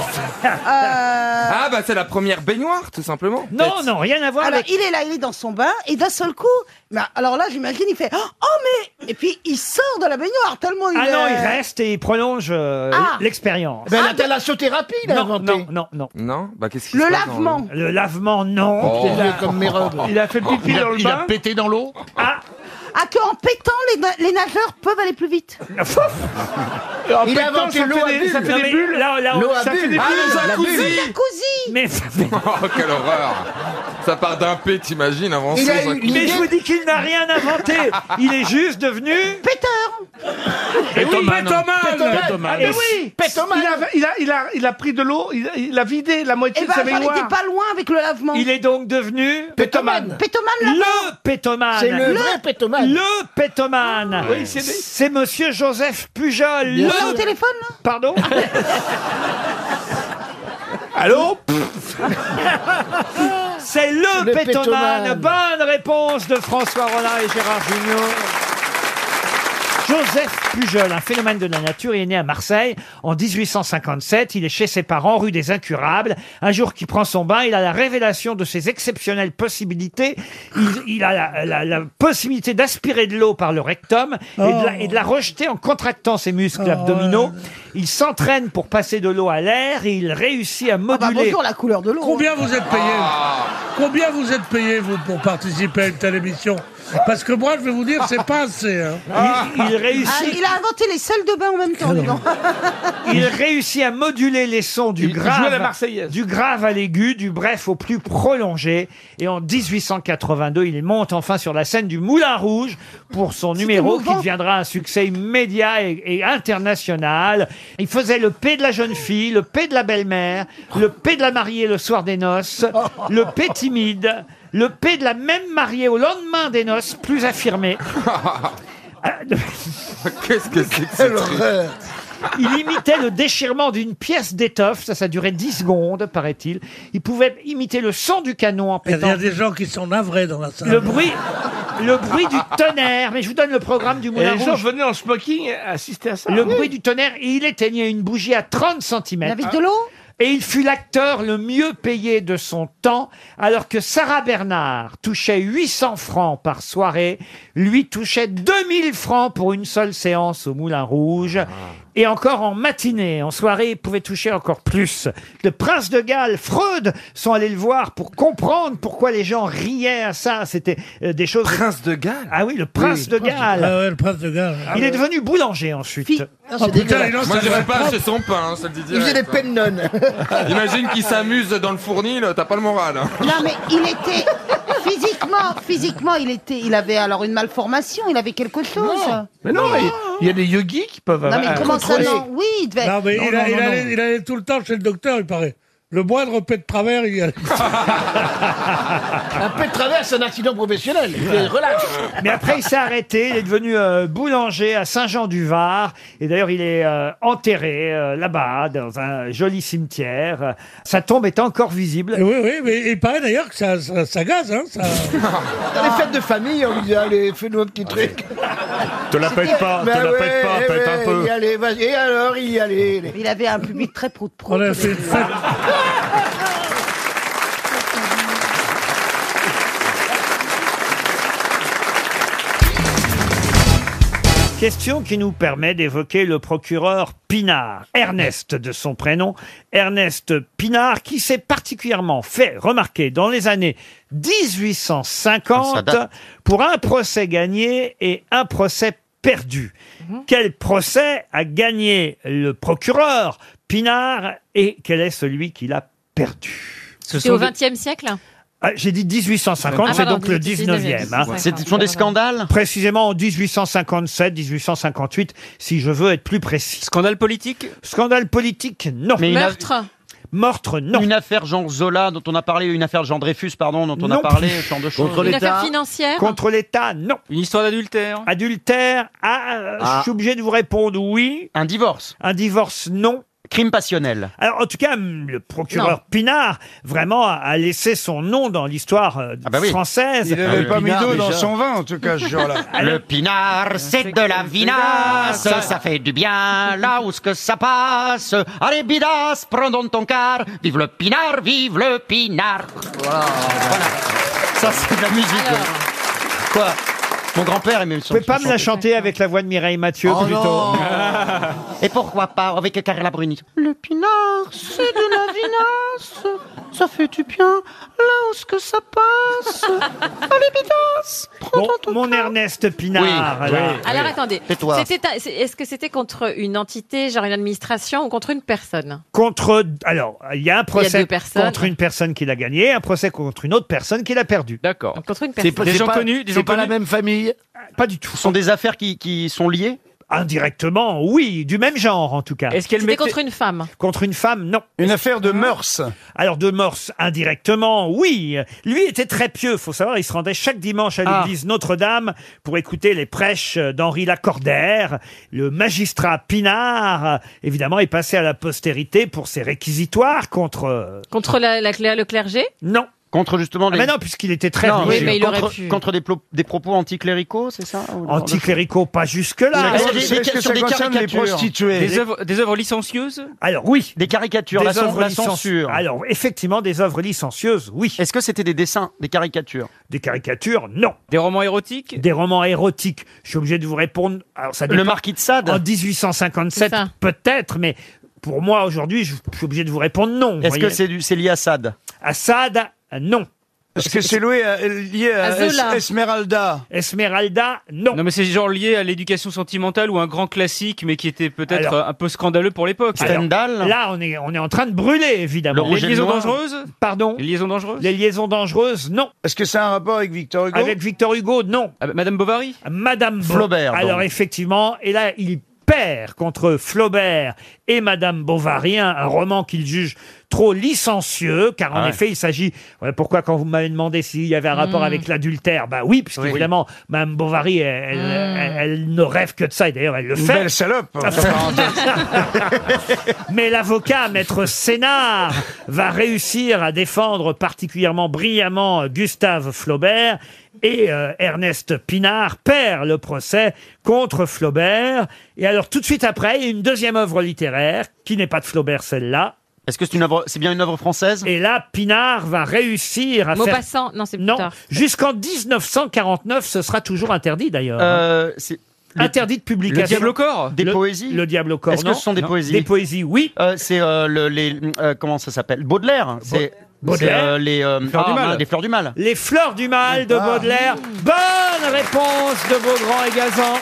Speaker 3: Euh,
Speaker 29: Ah bah c'est la première baignoire tout simplement.
Speaker 1: Non, non, rien à voir
Speaker 3: alors,
Speaker 29: avec...
Speaker 3: il est là, il est dans son bain, et d'un seul coup, mais alors là, j'imagine, il fait Oh, mais Et puis, il sort de la baignoire tellement Oh, il
Speaker 1: Ah
Speaker 3: est-
Speaker 1: non, il reste et il prolonge euh,
Speaker 3: Ah.
Speaker 1: l'expérience.
Speaker 3: Ben,
Speaker 1: Ah,
Speaker 30: thérapie,
Speaker 1: non, non, non, non.
Speaker 29: Non, bah qu'est-ce qui
Speaker 1: Le
Speaker 29: se passe dans
Speaker 1: lavement. Le lavement, non.
Speaker 29: Oh. Il a-
Speaker 30: comme mes robes.
Speaker 29: Il a fait pipi
Speaker 30: Il a- dans le il a bain
Speaker 1: pété dans l'eau. Ah,
Speaker 3: Ah, qu'en pétant, les, na- les nageurs peuvent aller plus vite.
Speaker 1: En
Speaker 3: Il a
Speaker 1: pétant,
Speaker 3: inventé
Speaker 1: ça
Speaker 3: l'eau
Speaker 1: fait
Speaker 3: à
Speaker 1: des- ça
Speaker 3: bulles.
Speaker 1: fait des bulles. Là, là,
Speaker 3: L'eau à
Speaker 1: ça fait
Speaker 3: bulles.
Speaker 1: des
Speaker 3: Ah,
Speaker 1: bulles.
Speaker 3: le jacuzzi. Le
Speaker 1: Mais
Speaker 2: Oh, quelle horreur Ça part d'un P, t'imagines, avant
Speaker 1: Il
Speaker 2: ça,
Speaker 1: a
Speaker 2: ça-
Speaker 1: eu l'idée- Mais je vous dis qu'il n'a rien inventé. Il est juste devenu
Speaker 5: Eh
Speaker 23: Et oui,
Speaker 1: Pétomane.
Speaker 23: pétomane.
Speaker 1: Pétomane.
Speaker 23: Pétomane.
Speaker 1: Ah, mais oui. Pétomane.
Speaker 5: Il a, il, a, il, a, il a pris de l'eau, il, a- il a vidé la moitié
Speaker 3: Eh
Speaker 5: de
Speaker 3: ben,
Speaker 5: sa
Speaker 3: j'en
Speaker 5: baignoire.
Speaker 3: étais pas loin avec le lavement.
Speaker 1: Il est donc devenu
Speaker 5: pétomane.
Speaker 3: Pétomane là
Speaker 1: le pétomane.
Speaker 3: C'est le vrai
Speaker 1: pétomane. Le pétomane.
Speaker 5: Oui, c'est-
Speaker 1: c'est monsieur Joseph Pujol.
Speaker 3: Il
Speaker 1: le-
Speaker 3: est au téléphone, là
Speaker 1: Pardon
Speaker 5: Allô
Speaker 1: C'est le,
Speaker 5: Le
Speaker 1: pétomane.
Speaker 5: pétomane.
Speaker 1: Bonne réponse de François Rollin et Gérard Junior. Joseph Pujol, un phénomène de la nature, il est né à Marseille en 1857. Il est chez ses parents, rue des Incurables. Un jour qu'il prend son bain, il a la révélation de ses exceptionnelles possibilités. Il, il a la, la- la possibilité d'aspirer de l'eau par le rectum et, de la, et
Speaker 3: Oh.
Speaker 1: de la rejeter en contractant ses muscles
Speaker 3: Ah
Speaker 1: abdominaux. Il s'entraîne pour passer de l'eau à l'air et il réussit à moduler.
Speaker 3: Ah bah, bonjour, la couleur de l'eau. hein.
Speaker 23: Combien vous êtes payé
Speaker 2: Ah.
Speaker 23: Combien vous êtes payé, vous, pour participer à une telle émission Parce que moi, je vais vous dire, c'est pas assez. hein.
Speaker 1: Il- il réussit.
Speaker 3: Ah, il a inventé les salles de bain en même temps, dis donc.
Speaker 1: Il réussit à moduler les sons du
Speaker 5: Il- il joue à la
Speaker 1: grave,
Speaker 5: Marseillaise.
Speaker 1: du grave à l'aigu, du bref au plus prolongé. Et en 1882, il monte enfin sur la scène du Moulin Rouge pour son numéro qui deviendra un succès immédiat et, et international. Il faisait le P de la jeune fille, le P de la belle-mère, le P de la mariée le soir des noces, le P timide, le P de la même mariée au lendemain des noces, plus affirmé.
Speaker 2: Qu'est-ce que c'est que ce truc
Speaker 1: Il imitait le déchirement d'une pièce d'étoffe, ça, ça durait 10 secondes, paraît-il. Il pouvait imiter le son du canon en
Speaker 23: Il y
Speaker 1: pétant.
Speaker 23: a des gens qui sont navrés dans la salle.
Speaker 1: Le bruit, le bruit du tonnerre. Mais je vous donne le programme du
Speaker 5: Et
Speaker 1: Moulin
Speaker 5: les gens
Speaker 1: Rouge.
Speaker 5: venaient en smoking assister à ça.
Speaker 1: Le
Speaker 5: Oui.
Speaker 1: bruit du tonnerre, et il éteignait une bougie à 30 cm.
Speaker 3: Avec de l'eau
Speaker 1: Et il fut l'acteur le mieux payé de son temps, alors que Sarah Bernard touchait 800 francs par soirée, lui touchait 2000 francs pour une seule séance au Moulin Rouge, et encore en matinée, en soirée, il pouvait toucher encore plus. Le prince de Galles, Freud, sont allés le voir pour comprendre pourquoi les gens riaient à ça. C'était euh, des choses... Prince
Speaker 29: de Galles
Speaker 1: Ah oui, le prince de Galles.
Speaker 23: Ah ouais, le prince de Galles.
Speaker 1: il est devenu boulanger ensuite.
Speaker 23: Oh, putain, il lance
Speaker 2: Moi,
Speaker 23: un
Speaker 2: j'irais
Speaker 23: vrai
Speaker 2: pas
Speaker 23: propre.
Speaker 2: acheter son pain, hein, ça le dit direct, hein.
Speaker 3: nonnes.
Speaker 2: Imagine qu'il s'amuse dans le fournil, t'as pas le moral. hein.
Speaker 3: Non mais il était physiquement, physiquement il était, il avait alors une malformation, il avait quelque chose. Non,
Speaker 5: Mais non, mais il y a des yogis qui peuvent avoir.
Speaker 3: mais comment ça
Speaker 5: contrôler.
Speaker 3: non Oui, il devait.
Speaker 23: Non, mais
Speaker 5: Non,
Speaker 23: il,
Speaker 5: non,
Speaker 23: a- il
Speaker 5: non,
Speaker 23: allait,
Speaker 5: non.
Speaker 23: il allait tout le temps chez le docteur, il paraît. Le moindre pet de travers, il y allait.
Speaker 1: Un peu de travers, c'est un accident professionnel. Relax. Mais après, il s'est arrêté. Il est devenu euh, boulanger à Saint-Jean-du-Var. Et d'ailleurs, il est euh, enterré euh, là-bas, dans un joli cimetière. Euh, Sa tombe est encore visible.
Speaker 23: Oui, oui, mais il paraît d'ailleurs que ça, ça, ça gaze, hein, ça...
Speaker 30: Les fêtes de famille, on lui dit allez, fais-nous un petit truc.
Speaker 26: Te la pète pas, te
Speaker 30: Ben
Speaker 26: la
Speaker 30: ouais,
Speaker 26: pète pas,
Speaker 30: eh
Speaker 26: pète un
Speaker 30: ouais,
Speaker 26: peu.
Speaker 30: y allez, vas-y. Et alors, il y allait. les-
Speaker 3: Il avait un public très prout prout.
Speaker 23: On a fait une fête.
Speaker 1: Question qui nous permet d'évoquer le procureur Pinard, Ernest de son prénom, Ernest Pinard, qui s'est particulièrement fait remarquer dans les années 1850
Speaker 5: Ah, Ça date.
Speaker 1: pour un procès gagné et un procès perdu.
Speaker 3: Mhm.
Speaker 1: Quel procès a gagné le procureur Pinard et quel est celui qui l'a perdu Ce
Speaker 3: C'est au XXe siècle
Speaker 1: Ah, J'ai dit 1850,
Speaker 3: Ah,
Speaker 1: c'est
Speaker 3: pardon,
Speaker 1: donc le
Speaker 3: 19e,
Speaker 1: 19e. hein.
Speaker 3: ouais. C'est- ce sont des
Speaker 1: scandales Précisément en 1857, 1858, si je veux être plus précis. Scandale politique Scandale politique, non.
Speaker 5: Mais une Meurtre aff-
Speaker 1: Meurtre, non.
Speaker 5: Une affaire Jean Zola dont on a parlé, une affaire Jean Dreyfus, pardon, dont on
Speaker 1: Non
Speaker 5: a parlé,
Speaker 1: plus.
Speaker 5: ce genre de choses.
Speaker 1: Contre
Speaker 3: Une affaire financière
Speaker 1: Contre l'État, non.
Speaker 5: Une histoire d'adultère
Speaker 1: Adultère, ah, euh,
Speaker 5: Ah.
Speaker 1: je suis obligé de vous répondre oui.
Speaker 5: Un divorce
Speaker 1: Un divorce, non.
Speaker 5: Crime passionnel
Speaker 1: Alors, en tout cas, hum, le procureur Pinard, vraiment, a- a laissé son nom dans l'histoire euh,
Speaker 5: bah oui.
Speaker 1: française.
Speaker 5: Il avait Ah, le pas mis Pinard, d'eau dans déjà. son
Speaker 1: vin, en tout cas, ce jour-là.
Speaker 5: Le
Speaker 1: Euh,
Speaker 5: pinard, c'est de la vinasse, ça fait du bien là où ce que ça passe. Allez, bidas, prends donc ton car, vive le pinard, vive le pinard. Ça, c'est de la musique. Quoi Mon grand-père aimait le
Speaker 1: Vous pouvez pas me la chanter avec la voix de Mireille Mathieu,
Speaker 5: Oh
Speaker 1: plutôt
Speaker 5: Et pourquoi pas avec Carla Bruni Le pinard, c'est de la vinasse, ça fait du bien là où ce que ça passe. Allez, bidas,
Speaker 1: Bon, mon Ernest Pinard.
Speaker 5: Oui,
Speaker 1: là.
Speaker 5: oui.
Speaker 3: Alors attendez,
Speaker 1: Tais-toi.
Speaker 3: c'était un- c'est- est-ce que c'était contre une entité, genre une administration, ou contre une personne
Speaker 1: Contre, alors, il y a
Speaker 3: Il y
Speaker 1: un
Speaker 3: a
Speaker 1: procès
Speaker 3: deux personnes.
Speaker 1: contre une personne qui l'a gagné, un procès contre une autre personne qui l'a perdu. Ah,
Speaker 31: D'accord.
Speaker 3: Contre une
Speaker 5: C'est
Speaker 3: personne.
Speaker 5: pas- c'est pas- c'est pas la même famille
Speaker 1: Pas du tout.
Speaker 5: Ce sont des affaires qui, qui sont liées
Speaker 1: Indirectement, oui, du même genre en tout cas. Est-ce
Speaker 3: C'était contre une femme.
Speaker 1: Contre une femme, non. Une affaire de mœurs. Alors de mœurs indirectement, oui. Lui était très pieux, faut savoir, il se rendait chaque dimanche à
Speaker 5: Ah.
Speaker 1: l'église Notre-Dame pour écouter les prêches d'Henri Lacordaire. Le magistrat Pinard, évidemment, est passé à la postérité pour ses réquisitoires contre...
Speaker 3: Contre la, la clé- le clergé
Speaker 1: Non.
Speaker 5: Contre justement
Speaker 1: Ah,
Speaker 5: les...
Speaker 1: mais non, puisqu'il était très
Speaker 5: Non,
Speaker 1: religieux.
Speaker 5: oui, mais il
Speaker 1: Contre-
Speaker 5: aurait pu.
Speaker 1: contre
Speaker 5: des, plo- des propos anticléricaux, c'est ça ou-
Speaker 1: Anticléricaux, pas jusque-là.
Speaker 5: Est-ce que- Est-ce que sur ça des concerne les caricatures prostituées Des œuvres-
Speaker 1: licencieuses Alors oui.
Speaker 5: Des caricatures, la, cen-
Speaker 1: œuvres
Speaker 5: la
Speaker 1: licen-
Speaker 5: censure.
Speaker 1: Alors effectivement, des œuvres licencieuses, oui.
Speaker 5: Est-ce que c'était des dessins, des caricatures
Speaker 1: Des caricatures, non. Des romans érotiques Des romans érotiques. Je suis obligé de vous répondre. Alors, ça
Speaker 5: Le
Speaker 1: dépend.
Speaker 5: Marquis de Sade
Speaker 1: En 1857,
Speaker 5: C'est ça.
Speaker 1: peut-être, mais pour moi, aujourd'hui, je je suis obligé de vous répondre non.
Speaker 5: Est-ce que c'est du- c'est lié à Sade
Speaker 1: Assad, non.
Speaker 5: Est-ce que c'est loué à-
Speaker 1: lié
Speaker 5: à À Zola. Es-
Speaker 1: Esmeralda Esmeralda, non.
Speaker 11: Non, mais c'est genre lié à l'éducation sentimentale ou un grand classique, mais qui était peut-être
Speaker 1: Alors-
Speaker 11: euh, un peu scandaleux pour l'époque.
Speaker 1: Alors, Là, on est, on est en train de brûler, évidemment.
Speaker 11: Les liaisons dangereuses
Speaker 1: Pardon
Speaker 11: Les liaisons dangereuses
Speaker 1: Les liaisons dangereuses, non.
Speaker 11: Est-ce que ça a un rapport avec Victor Hugo
Speaker 1: Avec Victor Hugo, non. Ah,
Speaker 11: Madame Bovary
Speaker 1: Madame Bo-
Speaker 11: Flaubert, donc.
Speaker 1: Alors effectivement, et là il perd contre Flaubert et Madame Bovary, un, un roman qu'il juge trop licencieux, car en
Speaker 5: Ah ouais.
Speaker 1: effet il s'agit. Voilà pourquoi quand vous m'avez demandé s'il y avait un rapport
Speaker 5: Mm.
Speaker 1: avec l'adultère, bah oui, puisque évidemment Madame Bovary, elle, elle- elle- elle ne rêve que de ça et d'ailleurs elle le
Speaker 7: Une
Speaker 1: fait.
Speaker 7: belle salope.
Speaker 1: Mais l'avocat, maître Sénard, va réussir à défendre particulièrement brillamment euh, Gustave Flaubert et euh, Ernest Pinard perd le procès contre Flaubert. Et alors tout de suite après, il y a une deuxième œuvre littéraire qui n'est pas de Flaubert celle-là.
Speaker 5: Est-ce que c'est une œuvre- c'est bien une œuvre française
Speaker 1: Et là, Pinard va réussir à faire...
Speaker 3: Maupassant, non, c'est plus
Speaker 1: Non,
Speaker 3: tard.
Speaker 1: jusqu'en 1949, ce sera toujours interdit d'ailleurs. hein.
Speaker 5: Euh, c'est-
Speaker 1: Interdit de publication.
Speaker 5: Le diable au corps Des poésies
Speaker 1: Le diable au corps.
Speaker 5: Est-ce que
Speaker 1: non.
Speaker 5: ce sont des
Speaker 1: Non.
Speaker 5: poésies
Speaker 1: Des poésies, oui.
Speaker 5: Euh, c'est euh, le- les euh, comment ça s'appelle Baudelaire. C'est
Speaker 1: Baudelaire.
Speaker 5: c'est, euh, les euh,
Speaker 1: Fleurs du
Speaker 5: ah,
Speaker 1: Mal.
Speaker 5: mince, les fleurs du mal.
Speaker 1: Les fleurs du mal de
Speaker 5: Ah.
Speaker 1: Baudelaire. Bonne réponse de Beaugrand et Gazan.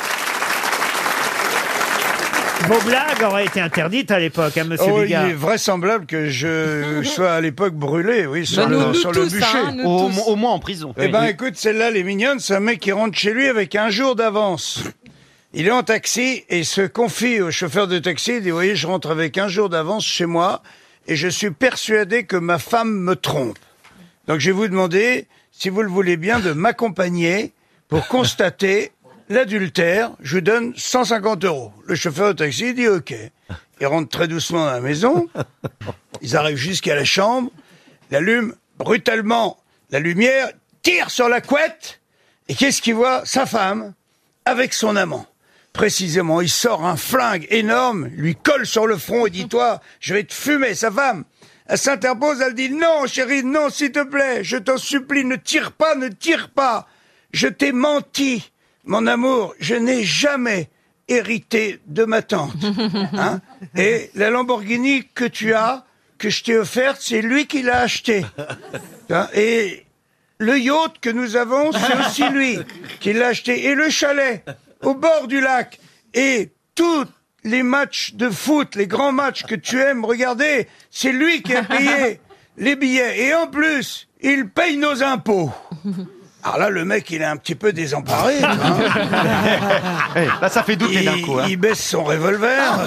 Speaker 1: Vos blagues auraient été interdites à l'époque, hein, monsieur
Speaker 7: Oh, il
Speaker 1: Bigard.
Speaker 7: est vraisemblable que je sois à l'époque brûlé, oui, sur
Speaker 1: Mais
Speaker 7: le,
Speaker 1: nous- nous
Speaker 7: sur le
Speaker 1: tous,
Speaker 7: bûcher.
Speaker 1: hein, nous Au- tous. au
Speaker 5: moins en prison.
Speaker 7: Eh ben,
Speaker 5: Oui.
Speaker 7: écoute, celle-là, elle est mignonne. C'est un mec qui rentre chez lui avec un jour d'avance. Il est en taxi et se confie au chauffeur de taxi. Il dit, voyez, je rentre avec un jour d'avance chez moi et je suis persuadé que ma femme me trompe. Donc, je vais vous demander, si vous le voulez bien, de m'accompagner pour constater l'adultère. Je vous donne 150 euros. Le chauffeur de taxi dit OK. Il rentre très doucement dans la maison. Ils arrivent jusqu'à la chambre. Il allume brutalement la lumière, tire sur la couette. Et qu'est-ce qu'il voit Sa femme avec son amant. Précisément, il sort un flingue énorme, lui colle sur le front et dit Toi, je vais te fumer, sa femme. Elle s'interpose, elle dit Non, chérie, non, s'il te plaît, je t'en supplie, ne tire pas, ne tire pas. Je t'ai menti, mon amour, je n'ai jamais hérité de ma tante. hein. et la Lamborghini que tu as, que je t'ai offerte, c'est lui qui l'a achetée. Hein, Et le yacht que nous avons, c'est aussi lui qui l'a acheté. Et le chalet au bord du lac. Et tous les matchs de foot, les grands matchs que tu aimes regarder, c'est lui qui a payé les billets. Et en plus, il paye nos impôts. Alors là, le mec, il est un petit peu désemparé. tu vois.
Speaker 5: Là, ça fait douter
Speaker 7: Il-
Speaker 5: d'un coup. hein.
Speaker 7: Il baisse son revolver.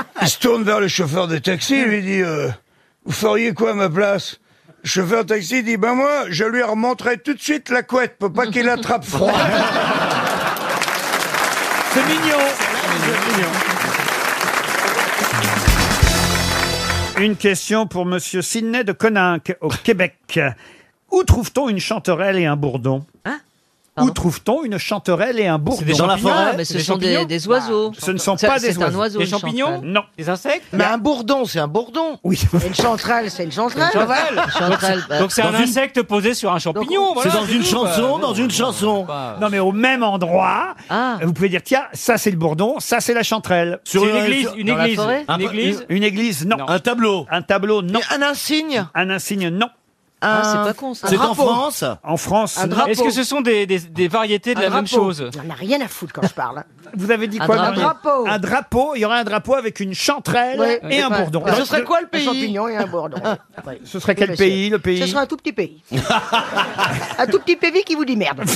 Speaker 7: Il se tourne vers le chauffeur de taxi et lui dit euh, Vous feriez quoi à ma place Le chauffeur de taxi dit Ben moi, je lui remonterai tout de suite la couette pour pas qu'il attrape froid.
Speaker 1: C'est mignon. Une question pour Monsieur Sidney de Coninck, au Québec. Où trouve-t-on une chanterelle et un bourdon Où trouve-t-on une chanterelle et un bourdon
Speaker 3: Hein des champignons. Ah, mais ce
Speaker 1: C'est
Speaker 3: sont des-
Speaker 1: champignons Ah.
Speaker 3: des oiseaux.
Speaker 1: Ce ne sont
Speaker 3: Ça,
Speaker 1: pas
Speaker 3: c'est
Speaker 1: des
Speaker 3: un
Speaker 1: oiseaux.
Speaker 3: oiseau, Des une champignons chanterelle.
Speaker 1: Non. Des insectes
Speaker 3: Mais
Speaker 1: un bourdon, c'est un bourdon. Oui.
Speaker 3: Une chanterelle, c'est une chanterelle.
Speaker 11: Donc- Donc c'est un insecte posé sur un champignon. voilà, tout, quoi.
Speaker 1: dans une chanson. Non, mais au même endroit, vous pouvez dire tiens, ça c'est le bourdon, ça c'est la chanterelle.
Speaker 11: Sur C'est une une- église, sur- une dans la église, forêt une
Speaker 1: Un-
Speaker 11: église
Speaker 1: une église, non. Un tableau, un tableau, non. un insigne, un insigne, non.
Speaker 11: Ah, c'est pas con, ça. C'est en France
Speaker 1: En France. non.
Speaker 11: Est-ce que ce sont des, des- des variétés de la même chose
Speaker 1: On n'a rien à foutre quand je parle. Vous avez dit quoi
Speaker 11: Un
Speaker 1: Marie Un drapeau. Il y aurait un drapeau avec une chanterelle
Speaker 11: Ouais,
Speaker 1: et
Speaker 11: c'est
Speaker 1: un
Speaker 11: pas-
Speaker 1: bourdon.
Speaker 11: Mais ce serait
Speaker 1: quoi
Speaker 3: le pays
Speaker 1: Un
Speaker 3: champignon et un bourdon.
Speaker 1: Ce serait quel pays Le pays
Speaker 3: Ce sera un tout petit pays. un tout petit pays qui vous dit merde.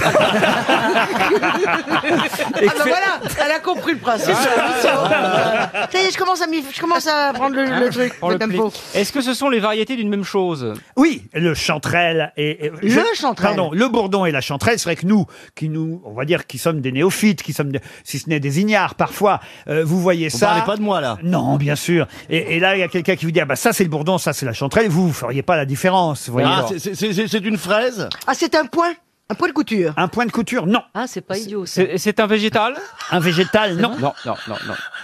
Speaker 12: Ah bah voilà, elle a compris le principe.
Speaker 3: Ah, Ça Hein y est, je commence à, m'y- je commence à prendre le, le truc.
Speaker 11: Prends Hein le
Speaker 3: le tempo.
Speaker 11: pli. Est-ce que ce sont les variétés d'une même chose
Speaker 1: Oui, le chanterelle et, et-
Speaker 11: Le chanterelle.
Speaker 1: Pardon, le bourdon et la chanterelle. C'est vrai que nous, qui nous, on va dire, qui sommes des néophytes, qui sommes, de- si ce n'est des ignares, parfois, euh, vous voyez
Speaker 5: Vous
Speaker 1: ça.
Speaker 5: parlez pas de moi, là.
Speaker 1: Non, bien sûr. Et, et là, il y a quelqu'un qui vous dit, ah bah ça c'est le bourdon, ça c'est la chanterelle. Vous, vous feriez pas la différence, vous voyez.
Speaker 5: Ah,
Speaker 1: alors.
Speaker 5: c'est- c'est- c'est c'est une fraise
Speaker 3: Ah, c'est un point Un point de couture
Speaker 1: Un point de couture, non.
Speaker 3: Ah, c'est pas idiot.
Speaker 11: C'est c'est un végétal
Speaker 1: Un végétal, non.
Speaker 11: Non, non,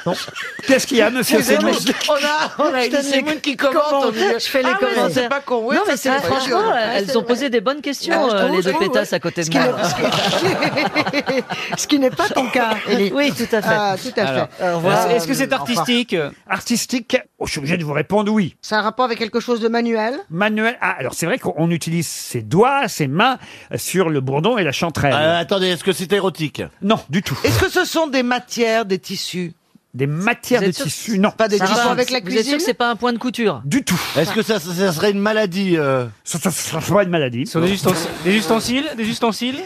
Speaker 11: non,
Speaker 1: Qu'est-ce qu'il y a, monsieur
Speaker 11: Excusez-moi,
Speaker 1: Zemmour
Speaker 12: On a, on a
Speaker 3: Je donne
Speaker 12: une
Speaker 3: les
Speaker 12: Simone qui commente.
Speaker 3: commentaires.
Speaker 12: on dit,
Speaker 3: Je fais les
Speaker 12: ah, mais ça,
Speaker 3: commentaires.
Speaker 12: c'est pas con. Oui,
Speaker 3: Non, mais
Speaker 12: ça,
Speaker 3: c'est-
Speaker 12: vrai.
Speaker 3: franchement, euh,
Speaker 12: Ouais,
Speaker 3: elles
Speaker 12: c'est
Speaker 3: ont
Speaker 12: vrai.
Speaker 3: posé des bonnes questions,
Speaker 12: Ah, je
Speaker 3: euh,
Speaker 12: trouve,
Speaker 3: les
Speaker 12: je
Speaker 3: deux
Speaker 12: trouve,
Speaker 3: pétasses
Speaker 12: ouais.
Speaker 3: à côté de
Speaker 12: Ce qui
Speaker 3: moi.
Speaker 12: n'est-
Speaker 3: Ce qui n'est pas ton cas, Élie.
Speaker 12: Oui, tout à fait.
Speaker 3: Ah, tout à
Speaker 1: Alors,
Speaker 3: fait. Euh, voilà.
Speaker 1: est-ce que c'est
Speaker 3: Euh,
Speaker 1: artistique Artistique oh, Je suis obligé de vous répondre oui.
Speaker 3: C'est un rapport avec quelque chose de manuel
Speaker 1: Manuel. Ah, alors c'est vrai qu'on utilise ses doigts, ses mains euh, sur le bourdon et la chanterelle.
Speaker 5: Euh, Attendez, est-ce que c'est érotique
Speaker 1: Non, du tout.
Speaker 12: Est-ce que ce sont des matières, des tissus
Speaker 1: Des matières
Speaker 12: Vous
Speaker 1: de
Speaker 12: êtes sûr que
Speaker 1: tissu, non.
Speaker 12: Pas des Ça tissus. va avec la
Speaker 3: Vous êtes sûr que c'est pas un point de couture
Speaker 1: Du tout.
Speaker 5: Est-ce que ça, ça- ça serait une maladie euh
Speaker 1: Ça ne pas une maladie.
Speaker 11: Ce sont des ustensiles, des ustensiles, des ustensiles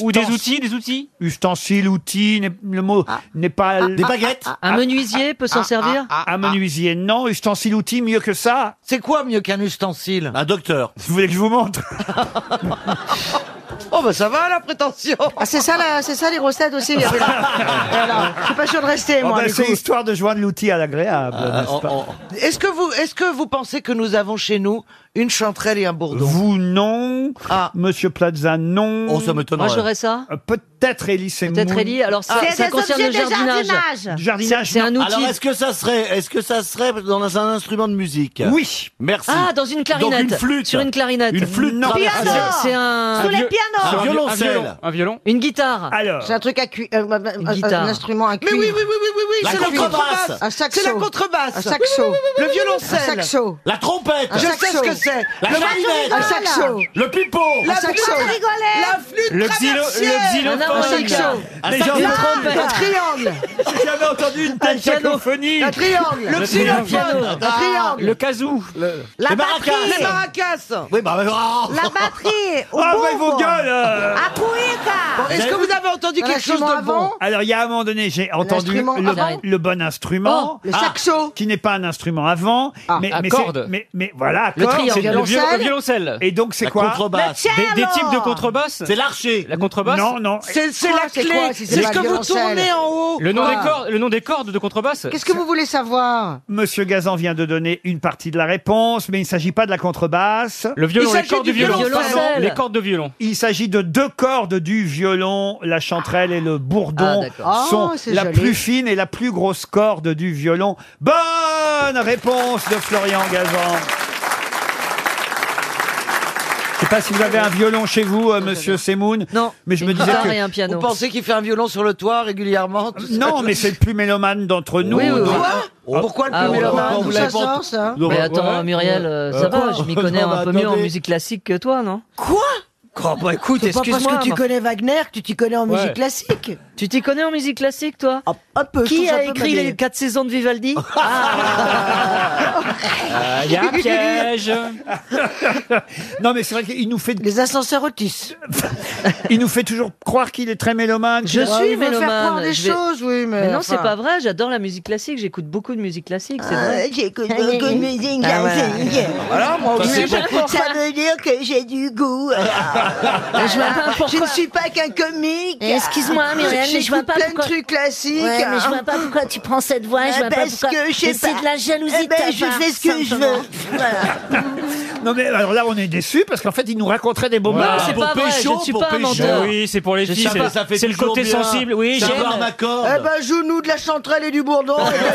Speaker 11: Ou des outils, des outils
Speaker 1: Ustensile, outil, n'est- le mot n'est pas...
Speaker 11: Ah, des baguettes
Speaker 3: Un menuisier peut s'en servir
Speaker 1: Un menuisier, non. Ustensile, outil, mieux que ça. C'est quoi mieux qu'un ustensile
Speaker 5: Un docteur.
Speaker 1: Vous voulez que je vous montre
Speaker 12: Oh bah ça va la prétention.
Speaker 3: Ah, c'est ça, la- c'est ça les recettes aussi. il y avait là. Voilà. Je suis pas sûr de rester,
Speaker 1: Oh,
Speaker 12: bah,
Speaker 3: moi.
Speaker 1: ben,
Speaker 3: du
Speaker 1: C'est
Speaker 3: coup.
Speaker 1: histoire de joindre l'outil à l'agréable,
Speaker 12: Ah,
Speaker 1: n'est-ce pas
Speaker 12: Est-ce que vous, est-ce que vous pensez que nous avons chez nous une chanterelle et un bourdon
Speaker 1: Vous, non. Monsieur Plaza, non.
Speaker 5: Ah. Oh, ça m'étonnerait. Moi, j'aurais
Speaker 3: ça.
Speaker 1: Euh, Peut-être Ellie Seymour.
Speaker 3: Peut-être Ellie. Alors, ça- C'est ça des concerne le objets de jardinage. jardinage.
Speaker 1: Jardinage,
Speaker 3: C'est- c'est
Speaker 1: non.
Speaker 3: un outil.
Speaker 5: Alors est-ce que ça serait, est-ce que ça serait dans un instrument de musique
Speaker 1: Oui.
Speaker 5: Merci.
Speaker 3: Ah, dans une clarinette.
Speaker 5: Donc une flûte.
Speaker 3: Sur une clarinette.
Speaker 5: Une flûte.
Speaker 3: Non.
Speaker 5: traversée.
Speaker 3: Piano. C'est un- Sous les
Speaker 5: viol-
Speaker 3: pianos.
Speaker 5: Un
Speaker 3: Un viol- un
Speaker 5: violoncelle.
Speaker 3: violon.
Speaker 11: Un violon
Speaker 3: Une guitare.
Speaker 1: Alors.
Speaker 3: C'est un truc à cuir. euh, un- un-
Speaker 12: guitare.
Speaker 3: Un instrument à cuir.
Speaker 12: Mais oui, oui, oui, oui, oui, oui,
Speaker 3: La
Speaker 12: c'est la
Speaker 3: contrebasse.
Speaker 12: contrebasse.
Speaker 3: Un saxo.
Speaker 12: C'est la contrebasse.
Speaker 3: Un saxo.
Speaker 12: Oui, oui, oui, oui,
Speaker 3: Le
Speaker 12: oui, oui.
Speaker 3: violoncelle.
Speaker 12: Un saxo.
Speaker 5: La trompette.
Speaker 12: Je sais ce que c'est.
Speaker 5: La
Speaker 12: Le
Speaker 5: clarinette.
Speaker 12: Un saxo.
Speaker 5: Le pipeau.
Speaker 12: La flûte. La flûte
Speaker 5: Le xylo-
Speaker 12: traversière.
Speaker 5: le xylophone.
Speaker 12: Un saxo.
Speaker 5: Un saxo. Une trompette.
Speaker 12: Un triangle.
Speaker 1: J'ai jamais entendu une telle cacophonie.
Speaker 12: Un triangle.
Speaker 1: Le xylophone.
Speaker 12: Un triangle.
Speaker 11: Le kazoo.
Speaker 12: La
Speaker 11: Les
Speaker 12: batterie.
Speaker 11: maracas.
Speaker 12: Les maracas.
Speaker 5: Oui, bah,
Speaker 12: La batterie.
Speaker 1: au Ah, mais vos bonbon. gueules, euh.
Speaker 3: Ah,
Speaker 12: À
Speaker 1: Bon,
Speaker 12: Est-ce que vous avez Ah, entendu quelque chose de bon
Speaker 1: Alors, il y a un moment donné, j'ai entendu
Speaker 12: instrument
Speaker 1: le,
Speaker 12: avant.
Speaker 1: le bon instrument.
Speaker 12: Oh, le Ah,
Speaker 1: saxo. Qui n'est pas un instrument avant. mais,
Speaker 11: à
Speaker 1: mais c'est-
Speaker 11: corde.
Speaker 1: Mais, mais voilà,
Speaker 11: Le
Speaker 1: corde,
Speaker 11: triangle.
Speaker 1: c'est
Speaker 11: Le violon- le violoncelle.
Speaker 1: Et donc, c'est
Speaker 11: La
Speaker 1: quoi
Speaker 11: contrebasse. Le cello. Des- des types de contrebasse C'est l'archer. La contrebasse
Speaker 1: Non, non.
Speaker 12: C'est c'est la
Speaker 3: c'est
Speaker 12: clé.
Speaker 3: quoi, si c'est
Speaker 12: C'est ce
Speaker 3: pas
Speaker 12: que vous
Speaker 3: violoncelle
Speaker 12: tournez en haut. Ah.
Speaker 11: Le nom,
Speaker 3: Quoi
Speaker 11: des
Speaker 1: Ah.
Speaker 11: cordes, le nom des cordes de contrebasse
Speaker 3: Qu'est-ce que vous voulez savoir
Speaker 1: Monsieur Gazan vient de donner une partie de la réponse, mais il ne s'agit pas de la contrebasse.
Speaker 11: Le violon,
Speaker 1: Il
Speaker 11: les
Speaker 1: s'agit
Speaker 11: cordes
Speaker 1: du
Speaker 11: du violon.
Speaker 1: violoncelle.
Speaker 11: pardon, les cordes de violon.
Speaker 1: Il s'agit de deux cordes du violon, la chanterelle et le
Speaker 11: Ah,
Speaker 1: bourdon
Speaker 11: d'accord.
Speaker 1: sont
Speaker 11: Oh, c'est
Speaker 1: la
Speaker 11: joli.
Speaker 1: plus fine et la plus grosse corde du violon. Bonne réponse de Florian Gazan. Je sais pas si vous avez un violon chez vous, euh, Monsieur Semoun. Non. Mais je me disais que-
Speaker 12: Vous pensez qu'il fait un violon sur le toit régulièrement tout ça
Speaker 1: Non, mais c'est le plus mélomane d'entre nous.
Speaker 12: oui, oui.
Speaker 1: donc-
Speaker 12: Quoi
Speaker 1: Ah,
Speaker 12: Pourquoi le plus mélomane
Speaker 3: D'où ça sort, ça
Speaker 1: Non,
Speaker 3: Mais
Speaker 1: bah,
Speaker 3: attends,
Speaker 1: ouais.
Speaker 3: Muriel, euh, ça
Speaker 1: Euh,
Speaker 12: Ah,
Speaker 3: va, je m'y connais
Speaker 1: non,
Speaker 3: un
Speaker 1: bah,
Speaker 3: peu mieux en
Speaker 1: attendez.
Speaker 3: musique classique que toi, non
Speaker 12: Quoi
Speaker 3: Oh, bah écoute,
Speaker 12: C'est pas parce
Speaker 3: excuse-moi,
Speaker 12: que tu
Speaker 3: mais-
Speaker 12: connais Wagner que tu t'y connais en
Speaker 3: Ouais.
Speaker 12: musique classique.
Speaker 3: Tu t'y connais en musique classique, toi
Speaker 12: Un peu. je
Speaker 3: Qui
Speaker 12: trouve ça
Speaker 3: a
Speaker 12: un peu Ah,
Speaker 3: écrit
Speaker 12: mal
Speaker 3: les quatre saisons de Vivaldi
Speaker 1: Ah,
Speaker 32: Il y a un piège.
Speaker 1: non, mais c'est vrai qu'il nous fait.
Speaker 12: Les ascenseurs Otis.
Speaker 1: Il nous fait toujours croire qu'il est très mélomane.
Speaker 3: Je
Speaker 1: qu'il-
Speaker 3: suis mélomane. je vais-
Speaker 12: oui, mais
Speaker 3: non,
Speaker 12: enfin.
Speaker 3: c'est pas vrai. J'adore la musique classique. J'écoute beaucoup de musique classique. C'est
Speaker 12: Ah,
Speaker 3: vrai.
Speaker 12: J'écoute beaucoup de musique
Speaker 3: Ah ouais.
Speaker 12: classique.
Speaker 3: Voilà, moi aussi,
Speaker 12: Ça
Speaker 3: j'écoute.
Speaker 12: veut dire que j'ai du goût. Ah,
Speaker 3: Mais je vois pas
Speaker 12: Je ne suis pas qu'un comique.
Speaker 33: Excuse-moi, Muriel, mais je vois
Speaker 12: J'écoute
Speaker 33: pas
Speaker 12: plein
Speaker 33: pourquoi-
Speaker 12: de trucs classiques.
Speaker 33: Ouais, mais je vois pas pourquoi tu prends cette voix. Je
Speaker 12: Ah,
Speaker 33: vois pas
Speaker 12: parce
Speaker 33: pourquoi.
Speaker 12: que je sais
Speaker 33: Mais c'est
Speaker 12: pas.
Speaker 33: de la jalousie
Speaker 12: Eh ben,
Speaker 33: de ta
Speaker 12: je
Speaker 33: part,
Speaker 12: fais ce que je
Speaker 33: simplement.
Speaker 12: veux. Voilà.
Speaker 1: Non, mais alors là, on est déçus parce qu'en fait, il nous raconterait des bons
Speaker 32: Voilà. Pour pécho, pour pécho. Oui, c'est pour les
Speaker 1: Je
Speaker 32: filles.
Speaker 1: sais pas, ça fait
Speaker 32: C'est le
Speaker 1: toujours
Speaker 32: côté
Speaker 1: bien.
Speaker 32: sensible. Oui,
Speaker 1: Ça
Speaker 32: j'aime.
Speaker 1: part ma corde.
Speaker 12: Eh ben, joue-nous de la chanterelle et du bourdon. et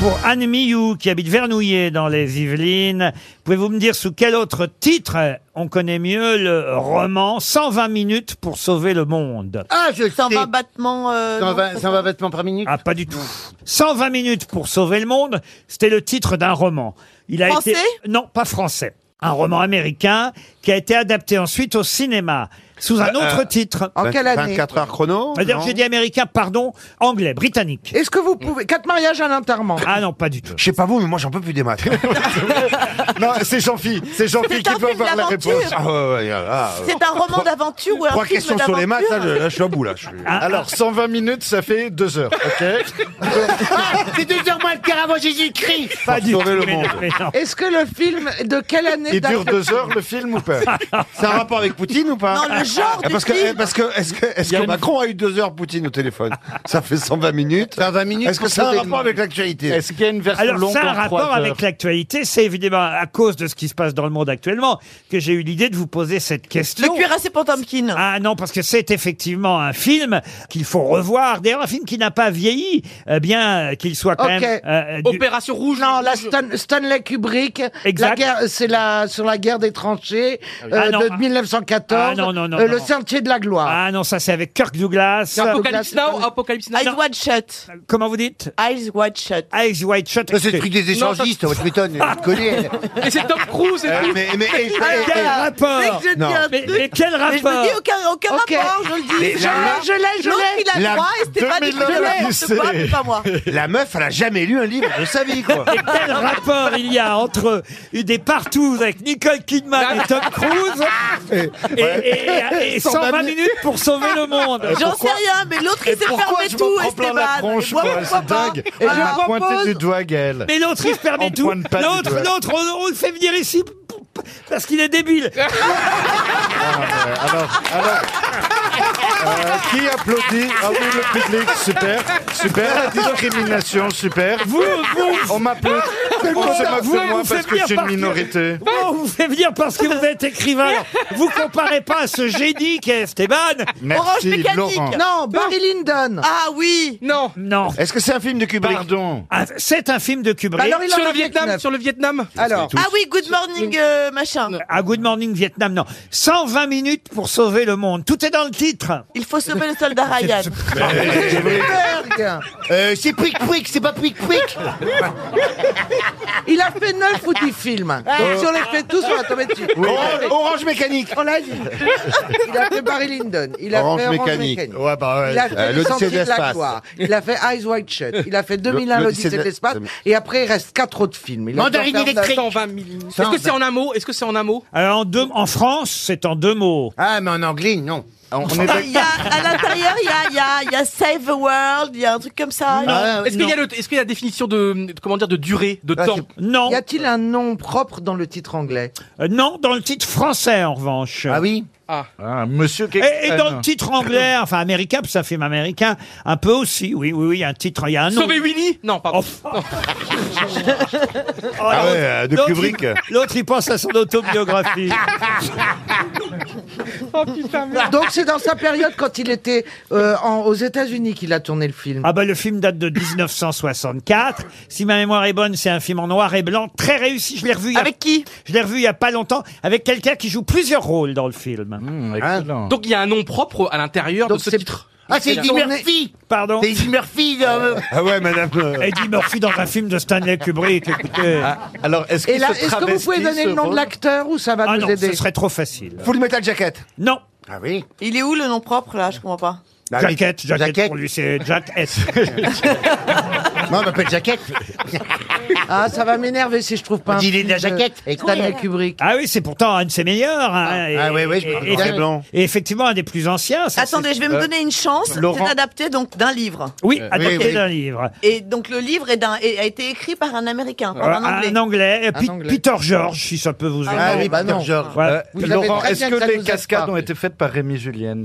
Speaker 1: Pour Anne Millou, qui habite Vernouillet dans les Yvelines, pouvez-vous me dire sous quel autre titre on connaît mieux le roman 120 minutes pour sauver le monde
Speaker 5: Ah, je 120 battements. Euh, non, c'est pas-
Speaker 1: battements par minute Ah, pas du tout. 120 minutes pour sauver le monde, c'était le titre d'un roman. Il a
Speaker 5: Français
Speaker 1: été... Non, pas français. Un roman américain qui a été adapté ensuite au cinéma sous un
Speaker 7: Euh,
Speaker 1: autre
Speaker 7: euh,
Speaker 1: titre.
Speaker 7: en quelle année 24 heures chrono,
Speaker 1: D'ailleurs,
Speaker 7: non
Speaker 1: j'ai dit américain, pardon, anglais, britannique.
Speaker 7: Est-ce que vous pouvez. Quatre mariages, un enterrement.
Speaker 1: Ah non, pas du tout.
Speaker 7: Je sais pas vous, mais moi j'en peux plus des maths. non, c'est Jean-Phi. C'est Jean-Phi
Speaker 5: C'est un
Speaker 7: qui peut
Speaker 5: film
Speaker 7: avoir la
Speaker 5: d'aventure.
Speaker 7: réponse. Ah ouais, ouais, ah,
Speaker 5: C'est un roman d'aventure ou un
Speaker 7: Trois
Speaker 5: film
Speaker 7: questions sur les maths, là, je,
Speaker 5: d'aventure
Speaker 7: là, je suis à bout. Là, Alors, 120 minutes, ça fait 2 heures, ok
Speaker 5: Ah, C'est deux heures moins le quart avant Jésus-Christ.
Speaker 7: Pas du sauver tout, le mais monde. non, mais non.
Speaker 5: Est-ce que le film de quelle année
Speaker 7: Il dure
Speaker 5: date-
Speaker 7: 2 heures, le film, ou pas C'est un rapport avec Poutine, ou pas
Speaker 5: Non, le genre
Speaker 7: Eh,
Speaker 5: du
Speaker 7: Parce que,
Speaker 5: film.
Speaker 7: eh, parce que, est-ce que, est-ce que Macron a eu 2 heures Poutine au téléphone Ça fait 120 minutes. 120 minutes Est-ce que pour ça a un sauver le rapport monde. avec l'actualité Est-ce qu'il y a une version
Speaker 1: Alors,
Speaker 7: longue
Speaker 1: ça a un
Speaker 7: en trois
Speaker 1: rapport
Speaker 7: heures
Speaker 1: avec l'actualité. C'est évidemment à cause de ce qui se passe dans le monde actuellement que j'ai eu l'idée de vous poser cette question. Le
Speaker 5: cuirassé Potemkin.
Speaker 1: Ah non, parce que c'est effectivement un film qu'il faut revoir. D'ailleurs, un film qui n'a pas vieilli, euh, bien euh, qu'il soit quand
Speaker 5: Ok.
Speaker 1: même... euh, du-
Speaker 5: Opération Rouge. Non, la Stan- Stanley Kubrick.
Speaker 1: Exact.
Speaker 5: La guerre, c'est la sur la guerre des tranchées
Speaker 1: Ah oui.
Speaker 5: euh,
Speaker 1: Ah non,
Speaker 5: de
Speaker 1: ah.
Speaker 5: 1914.
Speaker 1: Ah non, non, non,
Speaker 5: euh, Le
Speaker 1: non.
Speaker 5: sentier de la gloire.
Speaker 1: Ah non, ça c'est avec Kirk Douglas.
Speaker 5: Apocalypse Now,
Speaker 3: Apocalypse Now. Eyes Wide Shut.
Speaker 1: Comment vous dites
Speaker 3: Eyes Wide Shut.
Speaker 1: Eyes Wide Shut.
Speaker 3: c'est le truc des échangistes,
Speaker 1: votre Washington,
Speaker 5: Ah.
Speaker 7: tu connais.
Speaker 1: Et c'est Tom Cruise
Speaker 7: et Euh, tout. mais- mais- et-
Speaker 3: Ah,
Speaker 1: quel
Speaker 7: et- et-
Speaker 1: rapport
Speaker 7: Dès que je dis un
Speaker 1: mais,
Speaker 7: truc-
Speaker 1: mais quel
Speaker 7: Mais
Speaker 1: rapport
Speaker 7: je me dis aucun-
Speaker 3: aucun
Speaker 7: Ok.
Speaker 3: rapport, je le dis.
Speaker 7: Mais
Speaker 3: je l'ai,
Speaker 7: la-
Speaker 3: je l'ai, je l'ai.
Speaker 7: L'autre, il a le La droit et Stéphane, il a le 2000
Speaker 3: n'importe quoi, mais pas moi.
Speaker 7: La meuf, elle a jamais lu un livre de sa vie, quoi.
Speaker 1: Et quel rapport il y a entre des partout avec Nicole Kidman et Tom Cruise et, et- et- et 120 minutes pour sauver le monde
Speaker 3: J'en sais rien, mais l'autre, il s'est fermé tout, Esteban.
Speaker 7: tronche, quoi, c'est dingue.
Speaker 3: Et
Speaker 7: Et
Speaker 3: je
Speaker 7: je pointé
Speaker 3: propose-
Speaker 7: du doigt, Gaël.
Speaker 1: Mais l'autre, il se permet
Speaker 7: On
Speaker 1: tout.
Speaker 7: pointe pas du
Speaker 1: L'autre,
Speaker 7: doigt.
Speaker 1: l'autre, on, on le fait venir ici p- p- parce qu'il est débile.
Speaker 7: Ah, ouais, Alors, alors. euh, qui applaudit Ah oui, le public, super, super, la discrimination, super.
Speaker 1: Vous, vous
Speaker 7: On m'applaudit.
Speaker 1: Vous,
Speaker 7: On se
Speaker 1: vous,
Speaker 7: moque
Speaker 1: vous,
Speaker 7: de moi
Speaker 1: vous
Speaker 7: hein, parce
Speaker 1: faites
Speaker 7: que je
Speaker 1: venir
Speaker 7: suis une
Speaker 1: parce que-
Speaker 7: minorité.
Speaker 1: Bon, on vous fait venir parce que vous êtes écrivain. Alors, vous comparez pas à ce génie qu'est Esteban.
Speaker 7: Merci, Mécanique. Laurent.
Speaker 5: Non, Barry Lyndon. Ah oui.
Speaker 1: Non. Non.
Speaker 7: Est-ce que c'est un film de Kubrick Ah,
Speaker 1: Pardon. c'est un film de Kubrick.
Speaker 5: Bah alors, il en Sur a le Vietnam, 19.
Speaker 1: sur le Vietnam.
Speaker 5: Alors.
Speaker 3: Ah oui, Good Morning, euh, machin.
Speaker 1: Ah, Good Morning Vietnam, non. 120 minutes pour sauver le monde. Tout est dans le titre.
Speaker 3: Il faut sauver le soldat Ryan.
Speaker 28: Ah,
Speaker 5: Euh, c'est Pouic Pouic, c'est pas Pouic Pouic. Il a fait 9 ou 10 films. Euh. Si on les fait tous, on va tomber dessus.
Speaker 7: Ah. Oui.
Speaker 5: Orange,
Speaker 7: Orange Mécanique.
Speaker 5: On l'a dit. Il a fait Barry Lyndon. Il a
Speaker 7: Orange
Speaker 5: fait Orange
Speaker 7: Mécanique.
Speaker 5: Mécanique.
Speaker 7: Ouais, bah ouais.
Speaker 5: Il a fait
Speaker 7: Euh,
Speaker 5: Le
Speaker 7: l'Odyssée
Speaker 5: Sentier
Speaker 7: de
Speaker 5: de la
Speaker 7: l'espace.
Speaker 5: gloire. Il a fait Eyes Wide Shut. Il a fait 2001
Speaker 7: Le-
Speaker 5: l'Odyssée
Speaker 7: l'Odyssée
Speaker 5: de
Speaker 7: de-
Speaker 5: l'espace. Et après, il reste 4 autres films. Il a
Speaker 11: Mandarine
Speaker 5: fait en faire
Speaker 11: électrique.
Speaker 5: 120 000.
Speaker 11: Est-ce que c'est en un mot Est-ce que c'est en un mot
Speaker 1: Alors, en, deux, en France, c'est en deux mots.
Speaker 5: Ah, mais en anglais, non.
Speaker 3: Il y a, à l'intérieur, il y a, il y, a, il y a Save the World, il y a un truc comme ça.
Speaker 11: Non. Est-ce qu'il y, a le- est-ce qu'il y a la définition de, de- comment dire, de durée, de temps
Speaker 1: Non.
Speaker 5: Ah, Y a-t-il un nom propre dans le titre anglais
Speaker 1: Euh, non, dans le titre français, en revanche. Ah
Speaker 5: oui
Speaker 11: Ah.
Speaker 7: monsieur Ah,
Speaker 1: et, et dans le titre anglais, enfin américain, puis c'est un film américain, un peu aussi, oui, oui, oui, il y a un titre, il y a un nom.
Speaker 11: Sauver Winnie Non, pardon.
Speaker 7: Ah ouais, euh, de
Speaker 1: L'autre,
Speaker 7: Kubrick.
Speaker 1: il- L'autre, il pense à son autobiographie.
Speaker 3: Oh,
Speaker 5: Donc c'est dans sa période quand il était euh, en- aux États-Unis qu'il a tourné le film.
Speaker 1: Ah bah le film date de 1964. Si ma mémoire est bonne, c'est un film en noir et blanc très réussi. Je l'ai revu. Avec
Speaker 11: qui
Speaker 1: Je l'ai revu il y a pas longtemps avec
Speaker 7: Hmm,
Speaker 1: quelqu'un qui joue plusieurs rôles dans le film.
Speaker 11: Donc il y a un nom propre à l'intérieur de ce titre.
Speaker 5: Ah, c'est Eddie
Speaker 1: Tourné-
Speaker 5: Murphy
Speaker 1: Pardon
Speaker 5: C'est Eddie Murphy euh, dans-
Speaker 3: Euh,
Speaker 1: Ah ouais, madame. Eddie Murphy dans un film de Stanley Kubrick, écoutez. alors, est-ce
Speaker 5: Et là, est-ce que vous pouvez donner le nom de l'acteur ou ça va
Speaker 1: Ah
Speaker 5: nous
Speaker 1: non,
Speaker 5: aider
Speaker 1: ce serait trop facile.
Speaker 5: Full Metal Jacket
Speaker 1: Non.
Speaker 5: Ah oui Bah,
Speaker 3: Il est où le nom propre là Je comprends pas.
Speaker 1: Jacket, Jacket, pour lui, c'est Jack S.
Speaker 5: Moi, on m'appelle Jacket. Ah, ça va m'énerver si je trouve pas.
Speaker 1: Dis-lui de la jaquette.
Speaker 5: Stanley Kubrick.
Speaker 1: Ah oui, c'est pourtant un de ses meilleurs. hein, et-
Speaker 5: Ah oui, oui, je me
Speaker 1: et-
Speaker 5: rappelle.
Speaker 1: et-
Speaker 5: Noir et blanc.
Speaker 1: Et effectivement, un des plus anciens. ça,
Speaker 3: Attendez,
Speaker 1: c'est-
Speaker 3: je vais me
Speaker 1: Euh,
Speaker 3: donner une chance.
Speaker 1: Laurent-
Speaker 3: C'est adapté donc d'un livre.
Speaker 1: Oui,
Speaker 3: Euh,
Speaker 1: adapté
Speaker 3: oui, oui.
Speaker 1: d'un livre.
Speaker 3: Et donc le livre est d'un- est- a été écrit par un Américain, par un Anglais.
Speaker 1: Euh, Un anglais,
Speaker 3: Un
Speaker 1: Pi-
Speaker 3: Anglais.
Speaker 1: Peter George, si ça peut vous aider.
Speaker 3: Ah oui,
Speaker 1: Peter
Speaker 34: George.
Speaker 1: Voilà.
Speaker 34: Laurent, est-ce que, les cascades ont été faites par Rémi Julien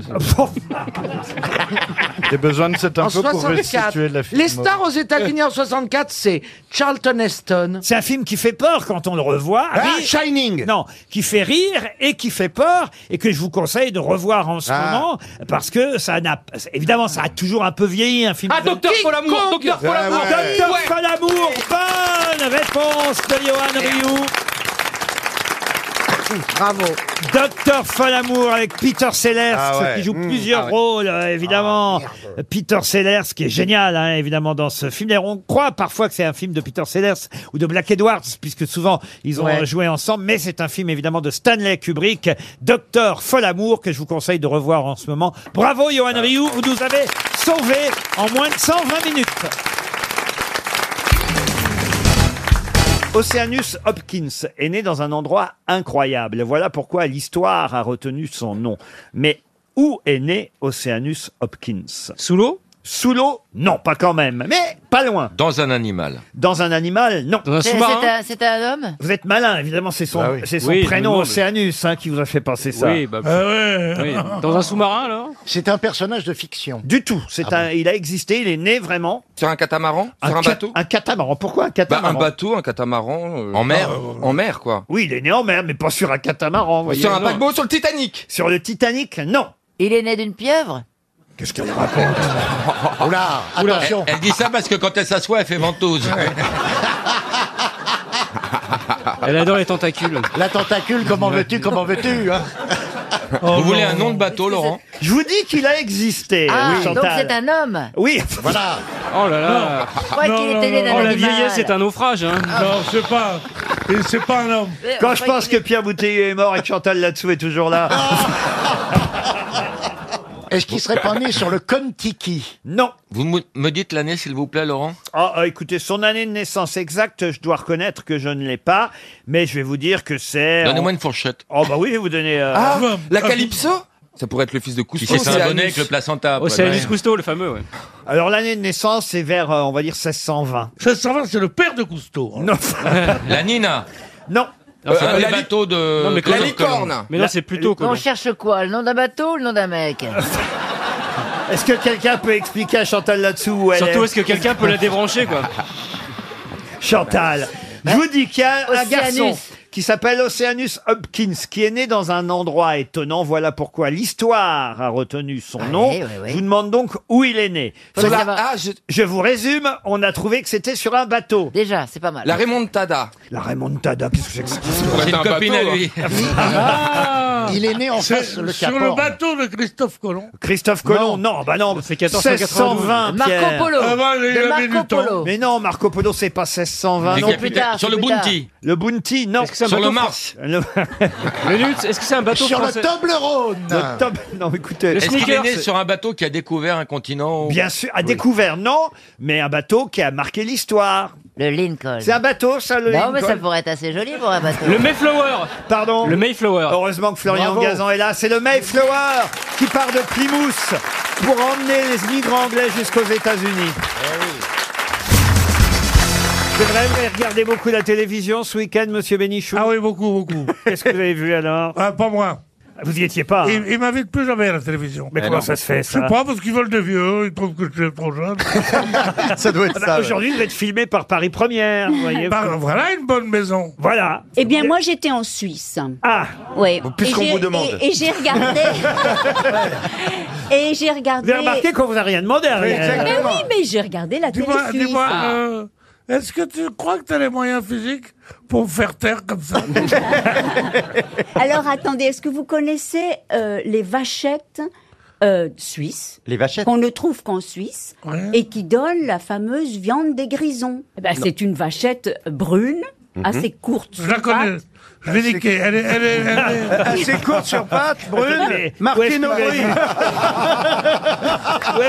Speaker 34: J'ai besoin de cet
Speaker 5: En
Speaker 34: info pour restituer
Speaker 5: 64.
Speaker 34: la film.
Speaker 5: Les stars aux États-Unis en 64, c'est Charlton Heston.
Speaker 1: C'est un film qui fait peur quand on le revoit.
Speaker 5: Shining.
Speaker 1: Non, qui fait rire et qui fait peur et que je vous conseille de revoir en ce
Speaker 5: Ah.
Speaker 1: moment parce que ça n'a évidemment ça a toujours un peu vieilli un film.
Speaker 35: Ah, Docteur King Folamour, Kong. Docteur Folamour. Ouais.
Speaker 1: Ah, Docteur
Speaker 35: Ouais.
Speaker 1: Folamour, bonne réponse de Johan Rioux. Bravo. Docteur Folamour avec Peter Sellers
Speaker 36: Ah ouais.
Speaker 1: qui joue
Speaker 36: Mmh.
Speaker 1: plusieurs
Speaker 36: Ah ouais. Ah,
Speaker 1: rôles euh, évidemment. Peter Sellers qui est génial hein, évidemment dans ce film. D'ailleurs, on croit parfois que c'est un film de Peter Sellers ou de Black Edwards puisque souvent ils ont
Speaker 36: Ouais.
Speaker 1: euh, joué ensemble. Mais c'est un film évidemment de Stanley Kubrick, Docteur Folamour que je vous conseille de revoir en ce moment. Bravo Johan Rioux, vous nous avez sauvé en moins de 120 minutes. Oceanus Hopkins est né dans un endroit incroyable. Voilà pourquoi l'histoire a retenu son nom. Mais où est né Oceanus Hopkins Sous l'eau Sous l'eau Non, pas quand même. Mais pas loin.
Speaker 2: Dans un animal.
Speaker 1: Dans un animal Non. Dans
Speaker 12: C'était un homme
Speaker 1: Vous êtes malin, évidemment, c'est son,
Speaker 2: Bah oui.
Speaker 1: c'est son
Speaker 2: Oui, je me
Speaker 1: prénom
Speaker 2: demande.
Speaker 1: Oceanus hein, qui vous a fait penser ça.
Speaker 2: Oui, bah, Ah ouais. oui. Dans un
Speaker 1: sous-marin alors
Speaker 12: C'est un personnage de fiction.
Speaker 1: Du tout. C'est un, il a existé, il est né vraiment.
Speaker 2: Sur un catamaran Sur un
Speaker 1: ca-
Speaker 2: bateau
Speaker 1: Un catamaran. Pourquoi un
Speaker 2: Bah,
Speaker 1: catamaran
Speaker 2: un bateau, un catamaran. euh, En mer, quoi.
Speaker 1: Oui, il est né en mer, mais pas sur un catamaran. voyez.
Speaker 2: Sur un
Speaker 1: Non.
Speaker 2: paquebot, sur le Titanic.
Speaker 1: Sur le Titanic, non.
Speaker 12: Il est né d'une pieuvre
Speaker 1: Qu'est-ce qu'elle raconte
Speaker 2: Oula,
Speaker 12: attention.
Speaker 2: Elle, elle dit ça parce que quand elle s'assoit, elle fait ventouse.
Speaker 11: Elle adore les tentacules.
Speaker 12: La tentacule, comment veux-tu, comment veux-tu hein
Speaker 2: Vous voulez un nom de bateau, Laurent
Speaker 1: Je vous dis Oh qu'il a
Speaker 5: Eh
Speaker 1: existé.
Speaker 12: Ah,
Speaker 1: oui,
Speaker 12: donc
Speaker 1: Chantal.
Speaker 12: c'est un homme
Speaker 1: Oui.
Speaker 12: Voilà.
Speaker 11: Oh là là.
Speaker 12: Je croyais qu'il était né d'un
Speaker 11: Oh, la
Speaker 12: animal.
Speaker 11: vieillesse est un naufrage. Hein.
Speaker 1: Non, je sais pas. C'est pas un homme. Ah. Quand je pense que Pierre Bouteiller est mort et que Chantal là-dessous est toujours là.
Speaker 12: Est-ce qu'il serait pas né sur le Contiki
Speaker 1: Non.
Speaker 2: Vous me- me dites l'année, s'il vous plaît, Laurent
Speaker 1: Ah, ah, écoutez, son année de naissance exacte, je dois reconnaître que je ne l'ai pas, mais je vais vous dire que c'est.
Speaker 2: Donnez-moi
Speaker 1: en-
Speaker 2: une fourchette.
Speaker 1: Oh bah oui, je vais vous donner. euh,
Speaker 2: Ah, la Calypso Ça pourrait être le fils de
Speaker 1: Qui
Speaker 2: Cousteau.
Speaker 1: s'est fait un bonnet
Speaker 2: avec le placenta.
Speaker 1: après. Océanus
Speaker 11: Cousteau, le fameux, ouais.
Speaker 1: Alors l'année de naissance, c'est vers, euh, on va dire 1620.
Speaker 23: 1620, c'est le père de Cousteau. hein.
Speaker 1: Non.
Speaker 2: La Nina
Speaker 1: Non.
Speaker 2: Euh, un des bateaux de.
Speaker 11: quand-
Speaker 2: la licorne.
Speaker 11: Mais non, c'est plutôt
Speaker 12: On
Speaker 11: quoi.
Speaker 12: cherche quoi Le nom d'un bateau ou le nom d'un mec
Speaker 1: Est-ce que quelqu'un peut expliquer à Chantal là-dessous où elle
Speaker 11: Surtout, est-ce que quelqu'un peut la débrancher, quoi
Speaker 1: Chantal. Je vous dis qu'il y a un
Speaker 12: Océanus.
Speaker 1: garçon qui s'appelle Oceanus Hopkins, qui est né dans un endroit étonnant. Voilà pourquoi l'histoire a retenu son nom.
Speaker 12: ouais, ouais.
Speaker 1: Je vous demande donc où il est né.
Speaker 12: Faut
Speaker 1: Sur la-
Speaker 12: savoir.
Speaker 1: Ah, je... je vous résume, on a trouvé que c'était sur un bateau.
Speaker 12: Déjà, c'est pas mal.
Speaker 2: La Remontada.
Speaker 1: La Remontada, qu'est-ce que c'est hein. que ça
Speaker 2: C'est une copine à lui.
Speaker 12: Il est né en face le
Speaker 23: Sur le bateau de Christophe Colomb.
Speaker 1: Christophe Colomb, non, bah non, c'est 1620.
Speaker 23: 1492. Marco
Speaker 1: Pierre.
Speaker 23: Polo. Ah bah, il De avait du Marco temps. Polo.
Speaker 1: Mais non, Marco Polo, c'est pas
Speaker 2: Mais
Speaker 1: 1620. non
Speaker 2: c'est plus tard, Sur c'est le plus tard. Bounty.
Speaker 1: Le Bounty, non.
Speaker 2: que c'est un Sur bateau le Mars.
Speaker 11: Minute, est-ce que c'est un bateau
Speaker 12: Sur
Speaker 11: français
Speaker 12: le Toblerone
Speaker 1: Le Tob- Non, écoutez.
Speaker 2: Est-ce qu'il est né sur un bateau qui a découvert un continent ou-
Speaker 1: Bien sûr, à découvert, non, mais un bateau qui a marqué l'histoire.
Speaker 12: Le Lincoln.
Speaker 1: C'est un bateau, ça, le
Speaker 12: Non, mais ça
Speaker 1: Lincoln
Speaker 12: pourrait être assez joli pour un bateau.
Speaker 11: Mayflower
Speaker 1: Pardon
Speaker 11: Le Mayflower.
Speaker 1: Heureusement que Florian
Speaker 11: Bravo.
Speaker 1: Gazan est là. C'est le Mayflower qui part de Plymouth pour emmener les migrants anglais jusqu'aux États-Unis. C'est vrai, vous avez regardé beaucoup la télévision ce week-end, monsieur Bénichou Ah
Speaker 23: oui, beaucoup, beaucoup.
Speaker 1: Qu'est-ce que vous avez vu alors
Speaker 23: Pas moi.
Speaker 1: Vous y étiez pas hein
Speaker 23: Ils, ils m'invitent plus jamais à la télévision.
Speaker 1: Mais Eh comment non. ça se fait, ça
Speaker 23: Je sais pas, parce qu'ils veulent des vieux, ils trouvent que je suis trop jeune.
Speaker 1: Ça doit être Ah bah, ça, ouais. aujourd'hui, vous êtes filmé par Paris Première, vous voyez.
Speaker 23: Bah, voilà une bonne maison.
Speaker 1: Voilà.
Speaker 4: Eh bien, moi, j'étais en Suisse.
Speaker 1: Ah
Speaker 4: Oui.
Speaker 23: puisqu'on vous demande.
Speaker 4: Et, et j'ai regardé. et j'ai regardé.
Speaker 1: Vous avez remarqué qu'on vous a rien demandé, hein, Ariel
Speaker 4: Mais oui, mais j'ai regardé la télé
Speaker 23: Eh Dis-moi,
Speaker 4: suisse. Ah.
Speaker 23: dis-moi, euh, est-ce que tu crois que tu as les moyens physiques pour me faire taire comme ça
Speaker 4: Alors, attendez, est-ce que vous connaissez euh, les vachettes
Speaker 19: euh, suisse.
Speaker 2: Les vachettes.
Speaker 19: Qu'on ne trouve qu'en Suisse. Et qui donne la fameuse viande des grisons. Eh ben,
Speaker 2: Non.
Speaker 19: c'est une vachette brune,
Speaker 2: Mhm.
Speaker 19: assez courte.
Speaker 23: Je la
Speaker 19: sur
Speaker 23: connais.
Speaker 19: pattes.
Speaker 23: Je
Speaker 1: Ah,
Speaker 23: vais niquer. Elle est, elle est, elle est...
Speaker 7: Assez courte sur pattes, brune, Martine Aubry.
Speaker 1: Oh non
Speaker 2: Ah,
Speaker 1: Où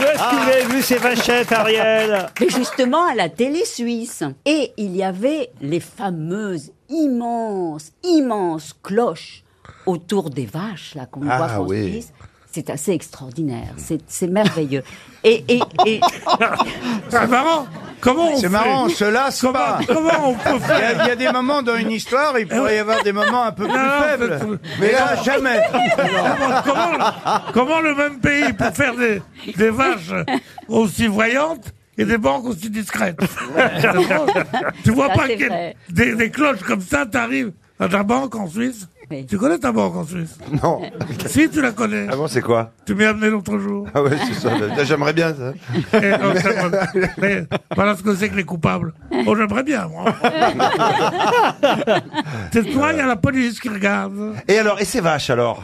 Speaker 1: est-ce que vous avez vu ces vachettes, Ariel
Speaker 19: Ah. Mais justement, à la télé suisse. Et il y avait les fameuses immenses, immenses cloches autour des vaches, là, qu'on
Speaker 2: Ah,
Speaker 19: voit en
Speaker 2: oui.
Speaker 19: Suisse. C'est assez extraordinaire. C'est c'est merveilleux. Et, et, et...
Speaker 23: C'est marrant Comment on
Speaker 7: C'est
Speaker 23: fait
Speaker 7: marrant, on se lasse
Speaker 23: comment,
Speaker 7: pas.
Speaker 23: Comment on peut
Speaker 7: Il y, a,
Speaker 23: faire Ah
Speaker 7: il y a des moments dans une histoire, il pourrait y avoir des moments un peu plus
Speaker 23: Non, non,
Speaker 7: faibles.
Speaker 23: parce que-
Speaker 7: Mais là, jamais.
Speaker 23: comment, comment- comment le même pays peut faire des, des vaches aussi voyantes et des banques aussi discrètes Tu vois
Speaker 19: Ça,
Speaker 23: pas
Speaker 19: c'est
Speaker 23: qu'il y a
Speaker 19: vrai.
Speaker 23: des, des cloches comme ça, t'arrives à ta banque en Suisse Tu connais ta banque en Suisse
Speaker 26: Non.
Speaker 23: Si, tu la connais.
Speaker 26: Ah bon, c'est quoi
Speaker 23: Tu m'y as amené l'autre jour.
Speaker 26: Ah ouais, c'est ça. Là, J'aimerais bien ça.
Speaker 23: Et, oh, ça me- mais voilà ce que c'est que les coupables. Oh, j'aimerais bien, moi. C'est
Speaker 1: Ah,
Speaker 23: toi, il y a la police qui regarde.
Speaker 26: Et alors, et ces vaches alors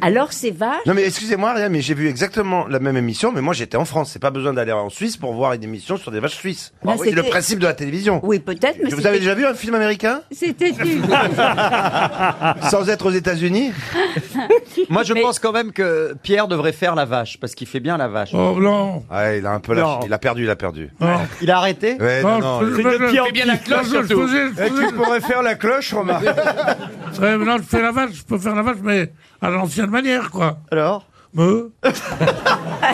Speaker 19: Alors, ces vaches.
Speaker 26: Non mais excusez-moi, Ariel, mais j'ai vu exactement la même émission, mais moi j'étais en France. C'est pas besoin d'aller en Suisse pour voir une émission sur des vaches suisses.
Speaker 19: Là,
Speaker 26: c'est le
Speaker 19: Bah c'était-
Speaker 26: principe de la télévision.
Speaker 19: Oui, peut-être, mais.
Speaker 26: Vous
Speaker 19: c'était-
Speaker 26: avez déjà vu un film américain
Speaker 19: C'était une.
Speaker 26: Sans être aux États-Unis
Speaker 2: Moi, je pense quand même que Pierre devrait faire la vache, parce qu'il fait bien la vache.
Speaker 23: Oh non
Speaker 26: Ouais, il a un peu lâché.
Speaker 2: Non.
Speaker 26: Il a perdu, il a perdu.
Speaker 2: Il a arrêté
Speaker 26: Ouais, non, non, il-
Speaker 23: Eh, tu pourrais
Speaker 7: faire la cloche, remarque.
Speaker 23: Ouais, mais non, je fais la vache, je peux faire la vache, mais à l'ancienne manière, quoi.
Speaker 2: Alors
Speaker 23: Me
Speaker 7: Ah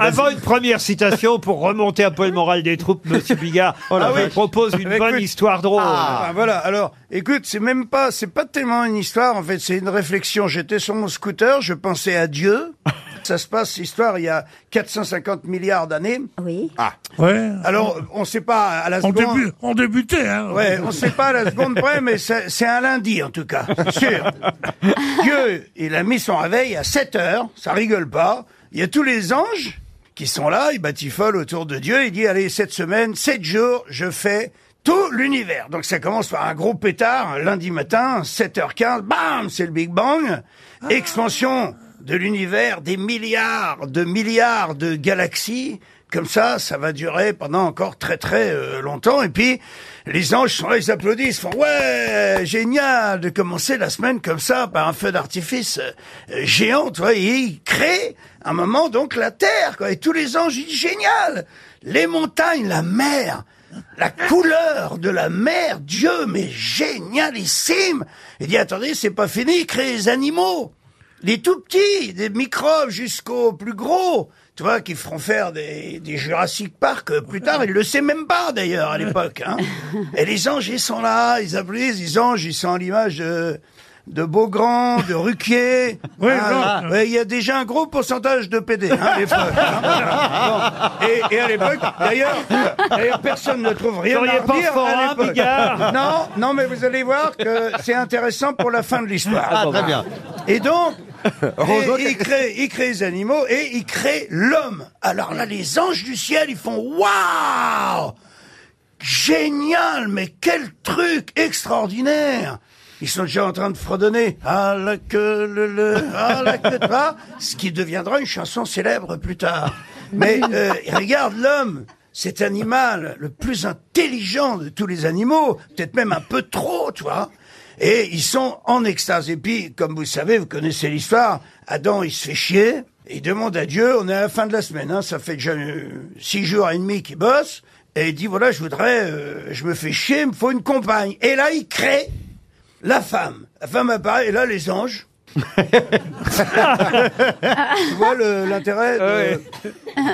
Speaker 1: Avant une première citation, pour remonter un peu le moral des troupes, Monsieur Bigard
Speaker 7: Oh la
Speaker 1: vous
Speaker 7: vache.
Speaker 1: propose une bonne histoire drôle.
Speaker 7: Ah, voilà. Alors, écoute, c'est même pas, c'est pas tellement une histoire. En fait, c'est une réflexion. J'étais sur mon scooter, je pensais à Dieu. Ça se passe, cette histoire, il y a 450 milliards d'années.
Speaker 19: Oui.
Speaker 7: Ah.
Speaker 23: Ouais.
Speaker 7: Alors, on sait pas à la
Speaker 23: On,
Speaker 7: seconde.
Speaker 23: débu- on débutait, hein.
Speaker 7: Ouais, on sait pas à la seconde près, mais c'est c'est un lundi en tout cas, c'est sûr. Dieu, il a mis son réveil à 7 heures, ça rigole pas. Il y a tous les anges qui sont là, ils batifolent autour de Dieu, il dit allez, cette semaine, 7 jours, je fais tout l'univers. Donc ça commence par un gros pétard, un lundi matin, 7h15, bam, c'est le Big Bang, expansion de l'univers, des milliards de milliards de galaxies. Comme ça, ça va durer pendant encore très très euh, longtemps. Et puis, les anges sont là, ils applaudissent, font ouais, génial de commencer la semaine comme ça par un feu d'artifice euh, géant, tu vois. Et ils créent un moment donc la terre, quoi. Et tous les anges, ils disent génial, les montagnes, la mer. La couleur de la mer, Dieu, mais génialissime Il dit, attendez, c'est pas fini, il crée les animaux les tout petits, des microbes jusqu'aux plus gros, tu vois, qui feront faire des, des Jurassic Park euh, plus tard. Il le sait même pas d'ailleurs à l'époque. hein. Et les anges, ils sont là, ils applaudissent, les anges, ils sont à l'image de, de Beaugrand, de Ruquier.
Speaker 23: Ouais,
Speaker 7: Ah,
Speaker 23: non.
Speaker 7: ouais, Il y a déjà un gros pourcentage de PD, hein, les fois. hein. Et, et à l'époque, d'ailleurs, d'ailleurs, personne ne trouve rien
Speaker 1: Vous seriez
Speaker 7: à
Speaker 1: pas
Speaker 7: redire
Speaker 1: fort, hein,
Speaker 7: à l'époque.
Speaker 1: Bigard
Speaker 7: Non, non, mais vous allez voir que c'est intéressant pour la fin de l'histoire.
Speaker 2: Ah, très bien.
Speaker 7: Et donc,
Speaker 2: Heureusement
Speaker 7: et- Eh, il, crée, il crée les animaux et il crée l'homme. Alors là, les anges du ciel, ils font waouh, génial, mais quel truc extraordinaire. Ils sont déjà en train de fredonner ah la queue le le ah la queue de bas, ce qui deviendra une chanson célèbre plus tard. Mais euh, regarde l'homme, cet animal le plus intelligent de tous les animaux, peut-être même un peu trop, tu vois. Et ils sont en extase. Et puis, comme vous le savez, vous connaissez l'histoire, Adam, il se fait chier, il demande à Dieu, on est à la fin de la semaine, hein, ça fait déjà euh, six jours et demi qu'il bosse, et il dit, voilà, je voudrais, euh, je me fais chier, il me faut une compagne. Et là, il crée la femme. La femme apparaît, et là, les anges. tu vois le- l'intérêt de-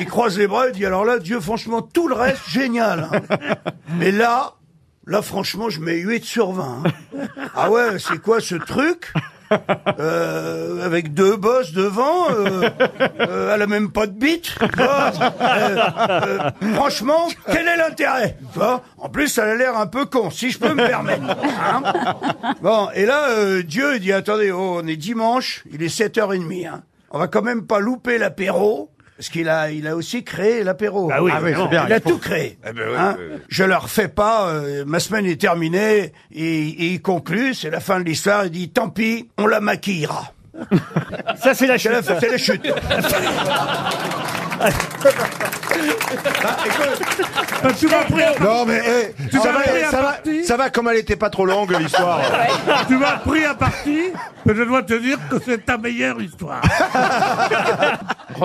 Speaker 7: Il croise les bras, il dit, alors là, Dieu, franchement, tout le reste, génial. hein. Mais là, là, franchement, je mets 8 sur 20. hein. Ah ouais, c'est quoi ce truc Euh, avec deux bosses devant, euh, euh, elle a même pas de bite. tu vois. Euh, euh, franchement, quel est l'intérêt tu vois En plus, elle a l'air un peu con, si je peux me permettre. hein. Bon, et là, euh, Dieu il dit, attendez, oh, on est dimanche, il est 7h30, hein. on va quand même pas louper l'apéro. Parce qu'il a, il a aussi créé l'apéro.
Speaker 37: Ah oui, évidemment.
Speaker 7: c'est bien, il,
Speaker 37: Il
Speaker 7: a
Speaker 37: faut-
Speaker 7: tout créé.
Speaker 37: Eh ben oui,
Speaker 7: hein.
Speaker 37: oui, oui.
Speaker 7: Je leur fais pas. euh, ma semaine est terminée. Et, et il conclut. C'est la fin de l'histoire. Il dit tant pis, on la maquillera.
Speaker 1: Ça c'est la chute.
Speaker 7: C'est la chute.
Speaker 23: Ah, Bah, Ben, tu m'as pris un-
Speaker 18: Non, mais hey,
Speaker 23: Tu hein,
Speaker 18: ça,
Speaker 23: m'as
Speaker 18: va,
Speaker 23: pris un
Speaker 18: ça, va, ça va, comme elle était pas trop longue l'histoire.
Speaker 23: tu m'as pris à partie, mais je dois te dire que c'est ta meilleure histoire.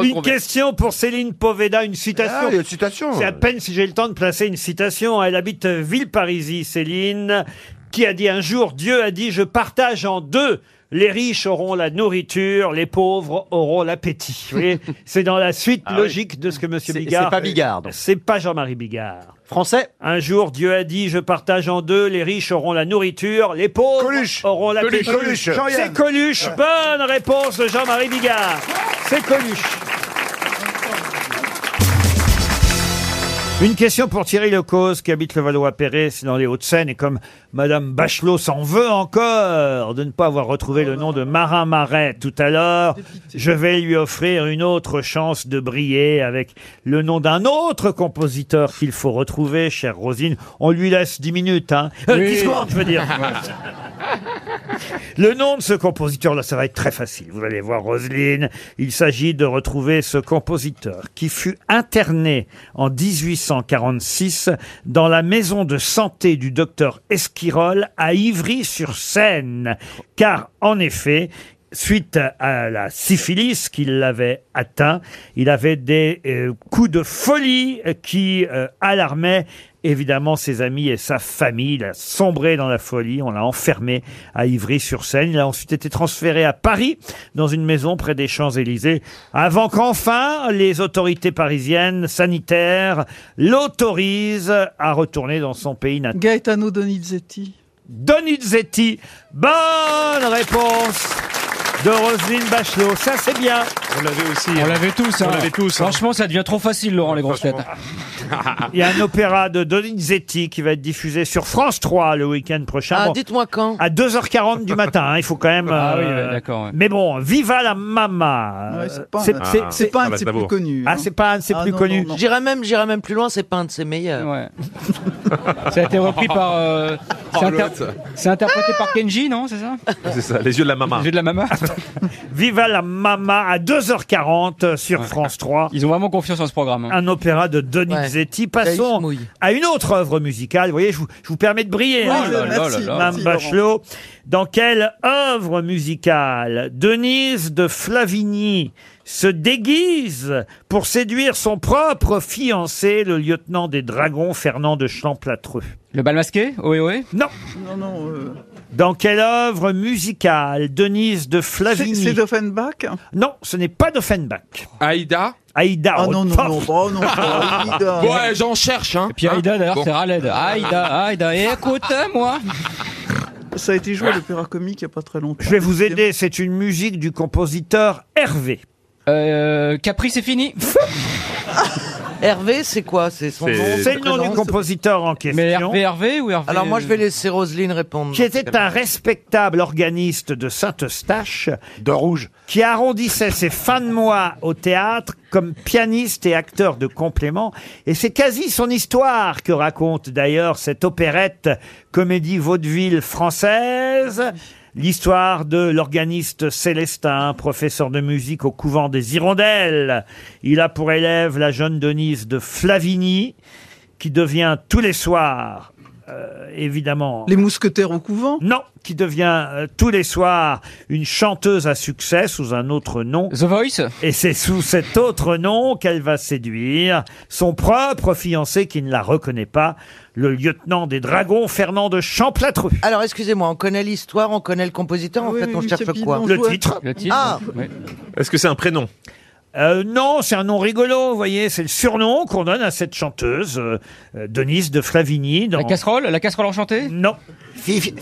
Speaker 1: Une question pour Céline Poveda, une citation.
Speaker 18: Ah, il y a une citation.
Speaker 1: C'est à peine si j'ai le temps de placer une citation. Elle habite Villeparisis, Céline, qui a dit un jour, Dieu a dit, je partage en deux. Les riches auront la nourriture, les pauvres auront l'appétit. Vous voyez, c'est dans la suite
Speaker 2: Ah oui.
Speaker 1: logique de ce que Monsieur
Speaker 2: C'est-
Speaker 1: Bigard.
Speaker 2: c'est pas Bigard, donc.
Speaker 1: C'est pas Jean-Marie Bigard. Français. Un jour, Dieu a dit, je partage en deux. Les riches auront la nourriture, les pauvres auront l'appétit.
Speaker 7: Coluche. Jean-Yann.
Speaker 1: C'est Coluche. Bonne réponse de Jean-Marie Bigard. C'est Coluche. Une question pour Thierry Lecause qui habite le Valois-Perret, c'est dans les Hauts-de-Seine, et comme Madame Bachelot s'en veut encore de ne pas avoir retrouvé le nom de Marin Marais tout à l'heure, je vais lui offrir une autre chance de briller avec le nom d'un autre compositeur qu'il faut retrouver, chère Rosine. On lui laisse 10 minutes, hein. Euh, 10 secondes, je veux dire. Le nom de ce compositeur, là, ça va être très facile. Vous allez voir, Roselyne. Il s'agit de retrouver ce compositeur qui fut interné en 1846 dans la maison de santé du docteur Esquirol à Ivry-sur-Seine. Car, en effet, Suite à la syphilis qui l'avait atteint, il avait des euh, coups de folie qui euh, alarmaient évidemment ses amis et sa famille. Il a sombré dans la folie, on l'a enfermé à Ivry-sur-Seine. Il a ensuite été transféré à Paris, dans une maison près des Champs-Élysées, avant qu'enfin les autorités parisiennes sanitaires l'autorisent à retourner dans son pays natal.
Speaker 4: Gaetano Donizetti.
Speaker 1: Donizetti. Bonne réponse de Roselyne Bachelot. Ça, c'est bien.
Speaker 11: On l'avait aussi. On l'avait tous.
Speaker 1: On
Speaker 11: hein.
Speaker 1: l'avait tous, hein.
Speaker 11: Franchement, ça devient trop facile, Laurent, les grosses têtes.
Speaker 1: Il y a un opéra de Donizetti qui va être diffusé sur France 3 le week-end prochain.
Speaker 3: Ah,
Speaker 1: Bon,
Speaker 3: dites-moi quand.
Speaker 1: À 2h40 du matin, hein, il faut quand même.
Speaker 11: Ah oui, ouais, d'accord, ouais.
Speaker 1: Mais bon, Viva la Mama.
Speaker 3: Ouais,
Speaker 1: Euh,
Speaker 3: c'est pas un- Ah,
Speaker 1: un de ses plus connus. Ah, c'est pas un de ses
Speaker 3: Ah,
Speaker 1: plus
Speaker 3: non,
Speaker 1: connus.
Speaker 3: non, non. J'irais même, j'irais même plus loin, c'est pas un de ses meilleurs.
Speaker 11: Ça a été repris par. euh,
Speaker 3: Oh,
Speaker 11: c'est inter-
Speaker 3: l'autre.
Speaker 11: c'est interprété par Kenji, non C'est ça
Speaker 13: C'est ça, les yeux de la maman.
Speaker 11: J'ai de la mama.
Speaker 1: Viva la Mama à 2h40 sur France 3.
Speaker 11: Ils ont vraiment confiance en ce programme. hein.
Speaker 1: Un opéra de Donizetti.
Speaker 11: Bah,
Speaker 1: Passons à une autre œuvre musicale. Vous voyez, je vous, je vous permets de briller,
Speaker 11: Oh
Speaker 1: hein,
Speaker 11: là là là là.
Speaker 1: Madame
Speaker 11: Merci,
Speaker 1: Bachelot. Dans quelle œuvre musicale Denise de Flavigny se déguise pour séduire son propre fiancé, le lieutenant des dragons Fernand de Champlâtreux
Speaker 11: Le bal masqué Oui, oui.
Speaker 1: Non.
Speaker 4: Non, non. euh,
Speaker 1: Dans quelle œuvre musicale Denise de
Speaker 4: c'est-
Speaker 1: Flavigny
Speaker 4: C'est d'Offenbach
Speaker 1: Non, ce n'est pas d'Offenbach.
Speaker 13: Aïda
Speaker 1: Aïda.
Speaker 4: Ah non, non, non, oh, non, Aïda.
Speaker 13: Ouais, j'en cherche, hein.
Speaker 11: Et puis Aïda, d'ailleurs,
Speaker 13: Bon.
Speaker 11: c'est Raled. Aïda, Aïda, et hein, écoute-moi
Speaker 4: Ça a été joué à l'opéra comique il n'y a pas très longtemps.
Speaker 1: Je vais vous aider, c'est une musique du compositeur Hervé.
Speaker 11: Euh, Capri, c'est fini
Speaker 3: Hervé, c'est quoi C'est son nom
Speaker 1: C'est le nom du compositeur en question.
Speaker 11: Mais Hervé, Hervé ou Hervé euh,
Speaker 3: Alors moi, je vais laisser Roselyne répondre.
Speaker 1: qui était un respectable organiste de Saint-Eustache. De rouge. Qui arrondissait ses fins de mois au théâtre comme pianiste et acteur de complément. Et c'est quasi son histoire que raconte d'ailleurs cette opérette comédie vaudeville française. L'histoire de l'organiste Célestin, professeur de musique au couvent des Hirondelles. Il a pour élève la jeune Denise de Flavigny, qui devient tous les soirs, euh, évidemment,
Speaker 4: Les mousquetaires au couvent
Speaker 1: non, qui devient euh, tous les soirs une chanteuse à succès sous un autre nom.
Speaker 11: The Voice
Speaker 1: Et c'est sous cet autre nom qu'elle va séduire son propre fiancé qui ne la reconnaît pas, le lieutenant des dragons Fernand de Champlâtreux.
Speaker 3: Alors excusez-moi, on connaît l'histoire, on connaît le compositeur, en
Speaker 4: oui,
Speaker 3: fait
Speaker 4: oui,
Speaker 3: on
Speaker 4: oui,
Speaker 3: cherche
Speaker 4: c'est
Speaker 3: quoi
Speaker 4: bidon,
Speaker 1: Le ouais. titre.
Speaker 11: Le titre
Speaker 3: Ah
Speaker 11: ouais.
Speaker 13: Est-ce que c'est un prénom
Speaker 1: Euh, non, c'est un nom rigolo, vous voyez, c'est le surnom qu'on donne à cette chanteuse, euh, euh, Denise de Flavigny. Dans...
Speaker 11: La casserole La casserole enchantée
Speaker 1: Non.
Speaker 4: Fifi.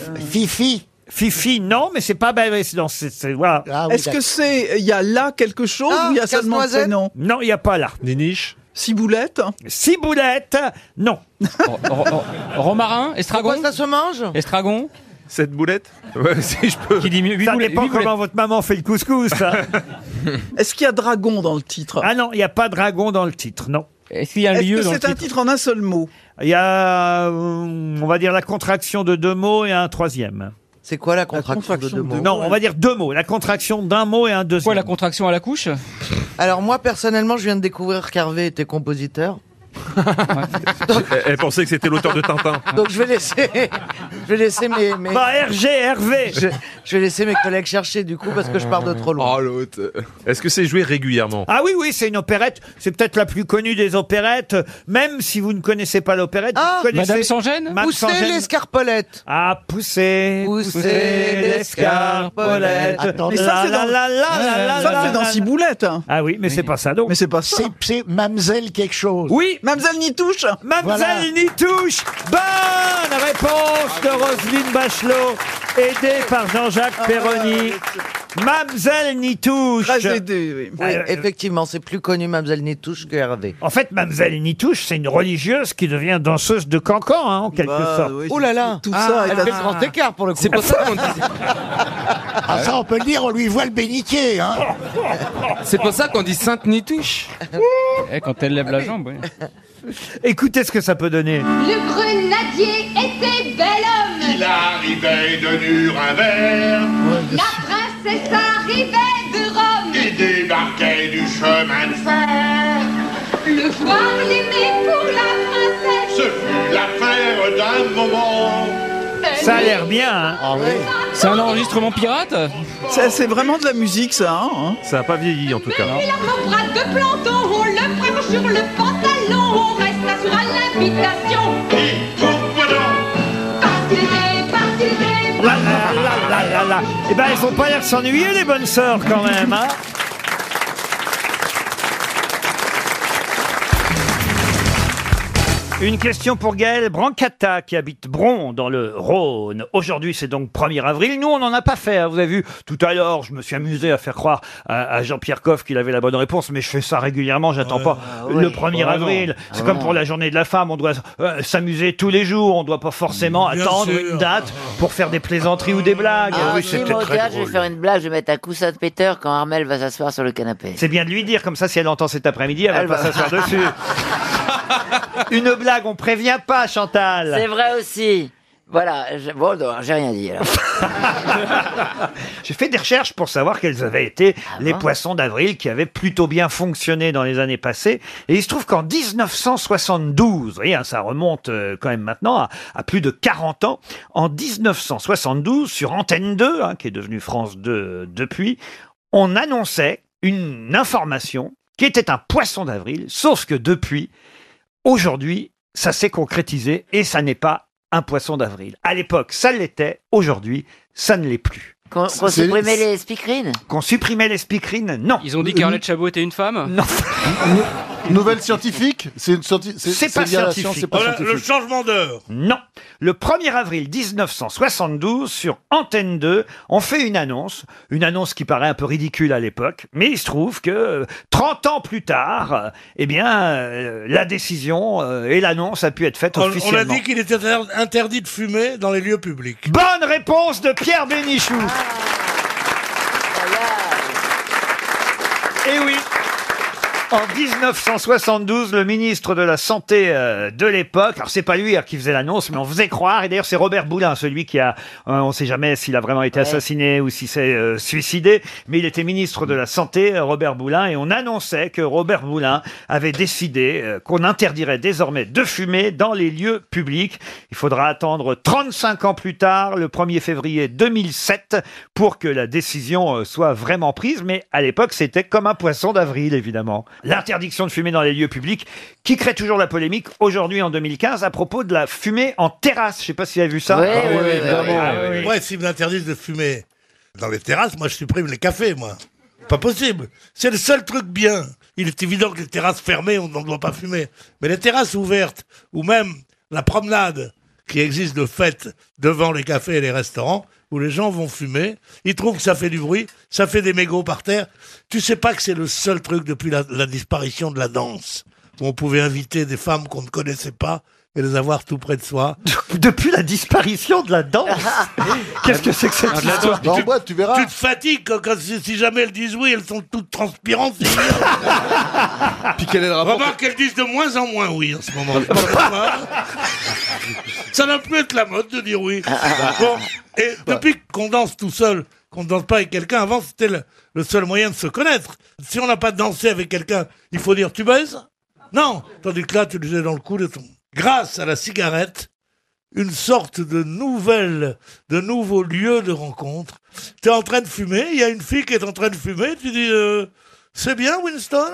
Speaker 1: Fifi, non, mais c'est pas... bah, ouais, c'est dans- c'est- c'est- voilà.
Speaker 4: Est-ce que c'est. Il y a là quelque chose
Speaker 3: Ah,
Speaker 4: ou il y a seulement le
Speaker 3: casse-noisette
Speaker 4: prénom
Speaker 1: Non, il n'y a pas là.
Speaker 13: niches
Speaker 4: Ciboulette
Speaker 1: Ciboulette, non.
Speaker 11: Ro- ro- ro- Oh, Romarin Estragon
Speaker 3: Quoi ça se mange
Speaker 11: Estragon
Speaker 13: Cette boulette Ouais, si je peux. Qui dit
Speaker 1: Ça dépend comment votre maman fait le couscous.
Speaker 4: Est-ce qu'il y a dragon dans le titre
Speaker 1: Ah non, il n'y a pas dragon dans le titre, non. Est-ce qu'il
Speaker 4: Est-ce que c'est un titre en un seul mot
Speaker 1: Il y a, euh, on va dire, la contraction de deux mots et un troisième.
Speaker 3: C'est quoi la contraction, de deux mots
Speaker 1: Non, on va dire deux mots. La contraction d'un mot et un deuxième. Quoi, la
Speaker 11: contraction à la couche
Speaker 3: Alors moi, personnellement, je viens de découvrir qu'Hervé était compositeur.
Speaker 13: Elle, elle pensait que c'était l'auteur de Tintin.
Speaker 3: Donc je vais laisser, je vais laisser mes, mes...
Speaker 13: Bah, RG, Hervé
Speaker 3: je, je vais laisser mes collègues chercher du coup parce que je pars de trop loin.
Speaker 13: Oh, l'autre. Est-ce que c'est joué régulièrement
Speaker 1: Ah oui, oui, c'est une opérette. C'est peut-être la plus connue des opérettes. Même si vous ne connaissez pas l'opérette,
Speaker 3: Ah
Speaker 1: vous connaissez...
Speaker 3: Madame sans gêne Poussez l'escarpolette.
Speaker 1: Ah, poussez
Speaker 3: Poussez l'escarpolette.
Speaker 4: Mais ça, c'est dans, ça, c'est dans Ciboulette. hein.
Speaker 1: Ah oui, mais c'est pas ça donc.
Speaker 4: Mais c'est pas ça.
Speaker 14: C'est Mamselle quelque chose.
Speaker 1: Oui,
Speaker 4: Mamselle n'y touche.
Speaker 1: Mamselle n'y touche Bonne réponse de Roselyne Bachelot, aidée par Jean-Jacques Perroni. Mamselle n'y touche
Speaker 3: Très aidé, oui.
Speaker 1: Euh,
Speaker 3: effectivement, c'est plus connu Mamselle Nitouche que Hervé.
Speaker 1: En fait, Mamselle Nitouche, c'est une religieuse qui devient danseuse de cancan, hein, en quelque
Speaker 4: Bah,
Speaker 5: Bah,
Speaker 1: sorte.
Speaker 3: oh là là Tout
Speaker 14: Ah,
Speaker 3: ça,
Speaker 14: elle fait grand
Speaker 3: écart pour le coup.
Speaker 14: C'est pour ça qu'on dit- Ah, ça, on peut le dire, on lui voit le bénitier. Hein.
Speaker 20: C'est pour ça qu'on dit Sainte Nitouche.
Speaker 11: Eh, quand elle lève la jambe, oui.
Speaker 1: Écoutez ce que ça peut donner.
Speaker 12: Le grenadier était bel homme.
Speaker 16: Il arrivait de Nuremberg,
Speaker 12: La princesse arrivait de Rome.
Speaker 16: il débarquait du chemin de fer.
Speaker 12: Le voir l'aimer pour la princesse.
Speaker 16: Ce fut l'affaire d'un moment.
Speaker 1: Ça a l'air bien. hein.
Speaker 3: Ah
Speaker 11: C'est un enregistrement pirate
Speaker 4: Ça, C'est vraiment de la musique, ça. hein.
Speaker 13: Ça n'a pas vieilli en tout cas.
Speaker 12: Il armera de planton, on le prend sur le pantalon, on reste sur l'invitation.
Speaker 1: Là, là, là, là, là, là. Eh ben, elles font pas l'air de s'ennuyer, les bonnes sœurs, quand même. hein. Une question pour Gaël Brancata qui habite Bron dans le Rhône. Aujourd'hui, c'est donc 1er avril. Nous, on n'en a pas fait. hein. Vous avez vu, tout à l'heure, je me suis amusé à faire croire à, à Jean-Pierre Coff qu'il avait la bonne réponse, mais je fais ça régulièrement. J'attends pas
Speaker 3: ouais.
Speaker 1: le 1er
Speaker 3: Oh, non.
Speaker 1: avril. C'est
Speaker 3: Ah,
Speaker 1: comme
Speaker 3: non.
Speaker 1: pour la journée de la femme. On doit euh, s'amuser tous les jours. On doit pas forcément
Speaker 14: Bien
Speaker 1: attendre
Speaker 14: sûr.
Speaker 1: une date pour faire des plaisanteries ou des blagues.
Speaker 28: Ah, si, moi, au théâtre, je vais faire une blague, je vais mettre un coussin de péteur quand Armel va s'asseoir sur le canapé.
Speaker 1: C'est bien de lui dire, comme ça, si elle entend cet après-midi, elle,
Speaker 28: Elle
Speaker 1: va pas
Speaker 28: va-
Speaker 1: s'asseoir dessus. Une blague, on prévient pas, Chantal.
Speaker 28: C'est vrai aussi. Voilà, je- bon, non, j'ai rien dit. alors.
Speaker 1: J'ai fait des recherches pour savoir quels avaient été les
Speaker 28: Ah bon
Speaker 1: poissons d'avril qui avaient plutôt bien fonctionné dans les années passées. Et il se trouve qu'en 1972, vous voyez, hein, ça remonte euh, quand même maintenant à, à plus de 40 ans, en 1972, sur Antenne 2, hein, qui est devenue France 2 euh, depuis, on annonçait une information qui était un poisson d'avril, sauf que depuis, Aujourd'hui, ça s'est concrétisé et ça n'est pas un poisson d'avril. À l'époque, ça l'était. Aujourd'hui, ça ne l'est plus.
Speaker 28: Qu'on qu'on supprimait les speakerines
Speaker 1: Qu'on supprimait les speakerines Non.
Speaker 11: Ils ont dit qu'Arlette Chabot était une femme
Speaker 1: Non.
Speaker 14: Nouvelle scientifique C'est une scienti-
Speaker 1: C'est pas
Speaker 14: lié à la
Speaker 1: scientifique.
Speaker 14: science, c'est pas
Speaker 1: Oh là,
Speaker 14: scientifique.
Speaker 1: le
Speaker 23: Changement d'heure.
Speaker 1: Non. Le 1er avril 1972, sur Antenne 2, on fait une annonce, une annonce qui paraît un peu ridicule à l'époque, mais il se trouve que euh, 30 ans plus tard, euh, eh bien, euh, la décision euh, et l'annonce a pu être faite
Speaker 23: On, on a
Speaker 1: officiellement.
Speaker 23: dit qu'il était inter- interdit de fumer dans les lieux publics.
Speaker 1: Bonne réponse de Pierre Bénichou. Eh oui. En 1972, le ministre de la Santé euh, de l'époque, alors c'est pas lui hein, qui faisait l'annonce, mais on faisait croire, et d'ailleurs c'est Robert Boulin, celui qui a, euh, on sait jamais s'il a vraiment été assassiné ou s'il s'est euh, suicidé, mais il était ministre de la Santé, euh, Robert Boulin, et on annonçait que Robert Boulin avait décidé euh, qu'on interdirait désormais de fumer dans les lieux publics. Il faudra attendre 35 ans plus tard, le 1er février 2007, pour que la décision euh, soit vraiment prise, mais à l'époque c'était comme un poisson d'avril, évidemment. L'interdiction de fumer dans les lieux publics, qui crée toujours la polémique aujourd'hui en 2015 à propos de la fumée en terrasse. Je sais pas si vous avez vu ça.
Speaker 28: Oui, oui, oui, oui,
Speaker 23: Ah,
Speaker 28: oui, oui.
Speaker 23: Ouais, s'ils me l'interdisent de fumer dans les terrasses, moi je supprime les cafés, moi. Pas possible. C'est le seul truc bien. Il est évident que les terrasses fermées, on n'en doit pas fumer. Mais les terrasses ouvertes, ou même la promenade qui existe de fait devant les cafés et les restaurants, où les gens vont fumer, ils trouvent que ça fait du bruit, ça fait des mégots par terre. Tu sais pas que c'est le seul truc depuis la, la disparition de la danse, où on pouvait inviter des femmes qu'on ne connaissait pas et les avoir tout près de soi.
Speaker 2: Depuis la disparition de la danse
Speaker 23: Qu'est-ce que c'est que cette histoire
Speaker 18: Non, moi, Bah, tu verras.
Speaker 23: Ah, Tu te fatigues quand, quand- si, si jamais elles disent oui, elles sont toutes transpirantes. c'est bien.
Speaker 18: Puis quel est le rapport
Speaker 23: Remarque qu'elles disent de moins en moins oui en ce moment. Ça n'a plus être la mode de dire oui. Bon, et depuis qu'on danse tout seul, qu'on ne danse pas avec quelqu'un, avant c'était le, le seul moyen de se connaître. Si on n'a pas dansé avec quelqu'un, il faut dire tu baises Non Tandis que là, tu le jettes dans le cou de ton. Grâce à la cigarette, une sorte de nouvelle, de nouveau lieu de rencontre. Tu es en train de fumer, il y a une fille qui est en train de fumer, tu dis euh, C'est bien, Winston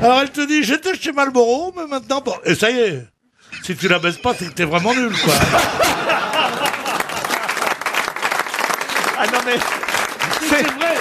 Speaker 23: Alors elle te dit J'étais chez Marlboro, mais maintenant. Bon. Et ça y est, si tu la baisses pas, c'est que t'es vraiment nul, quoi. ah non, mais. C'est vrai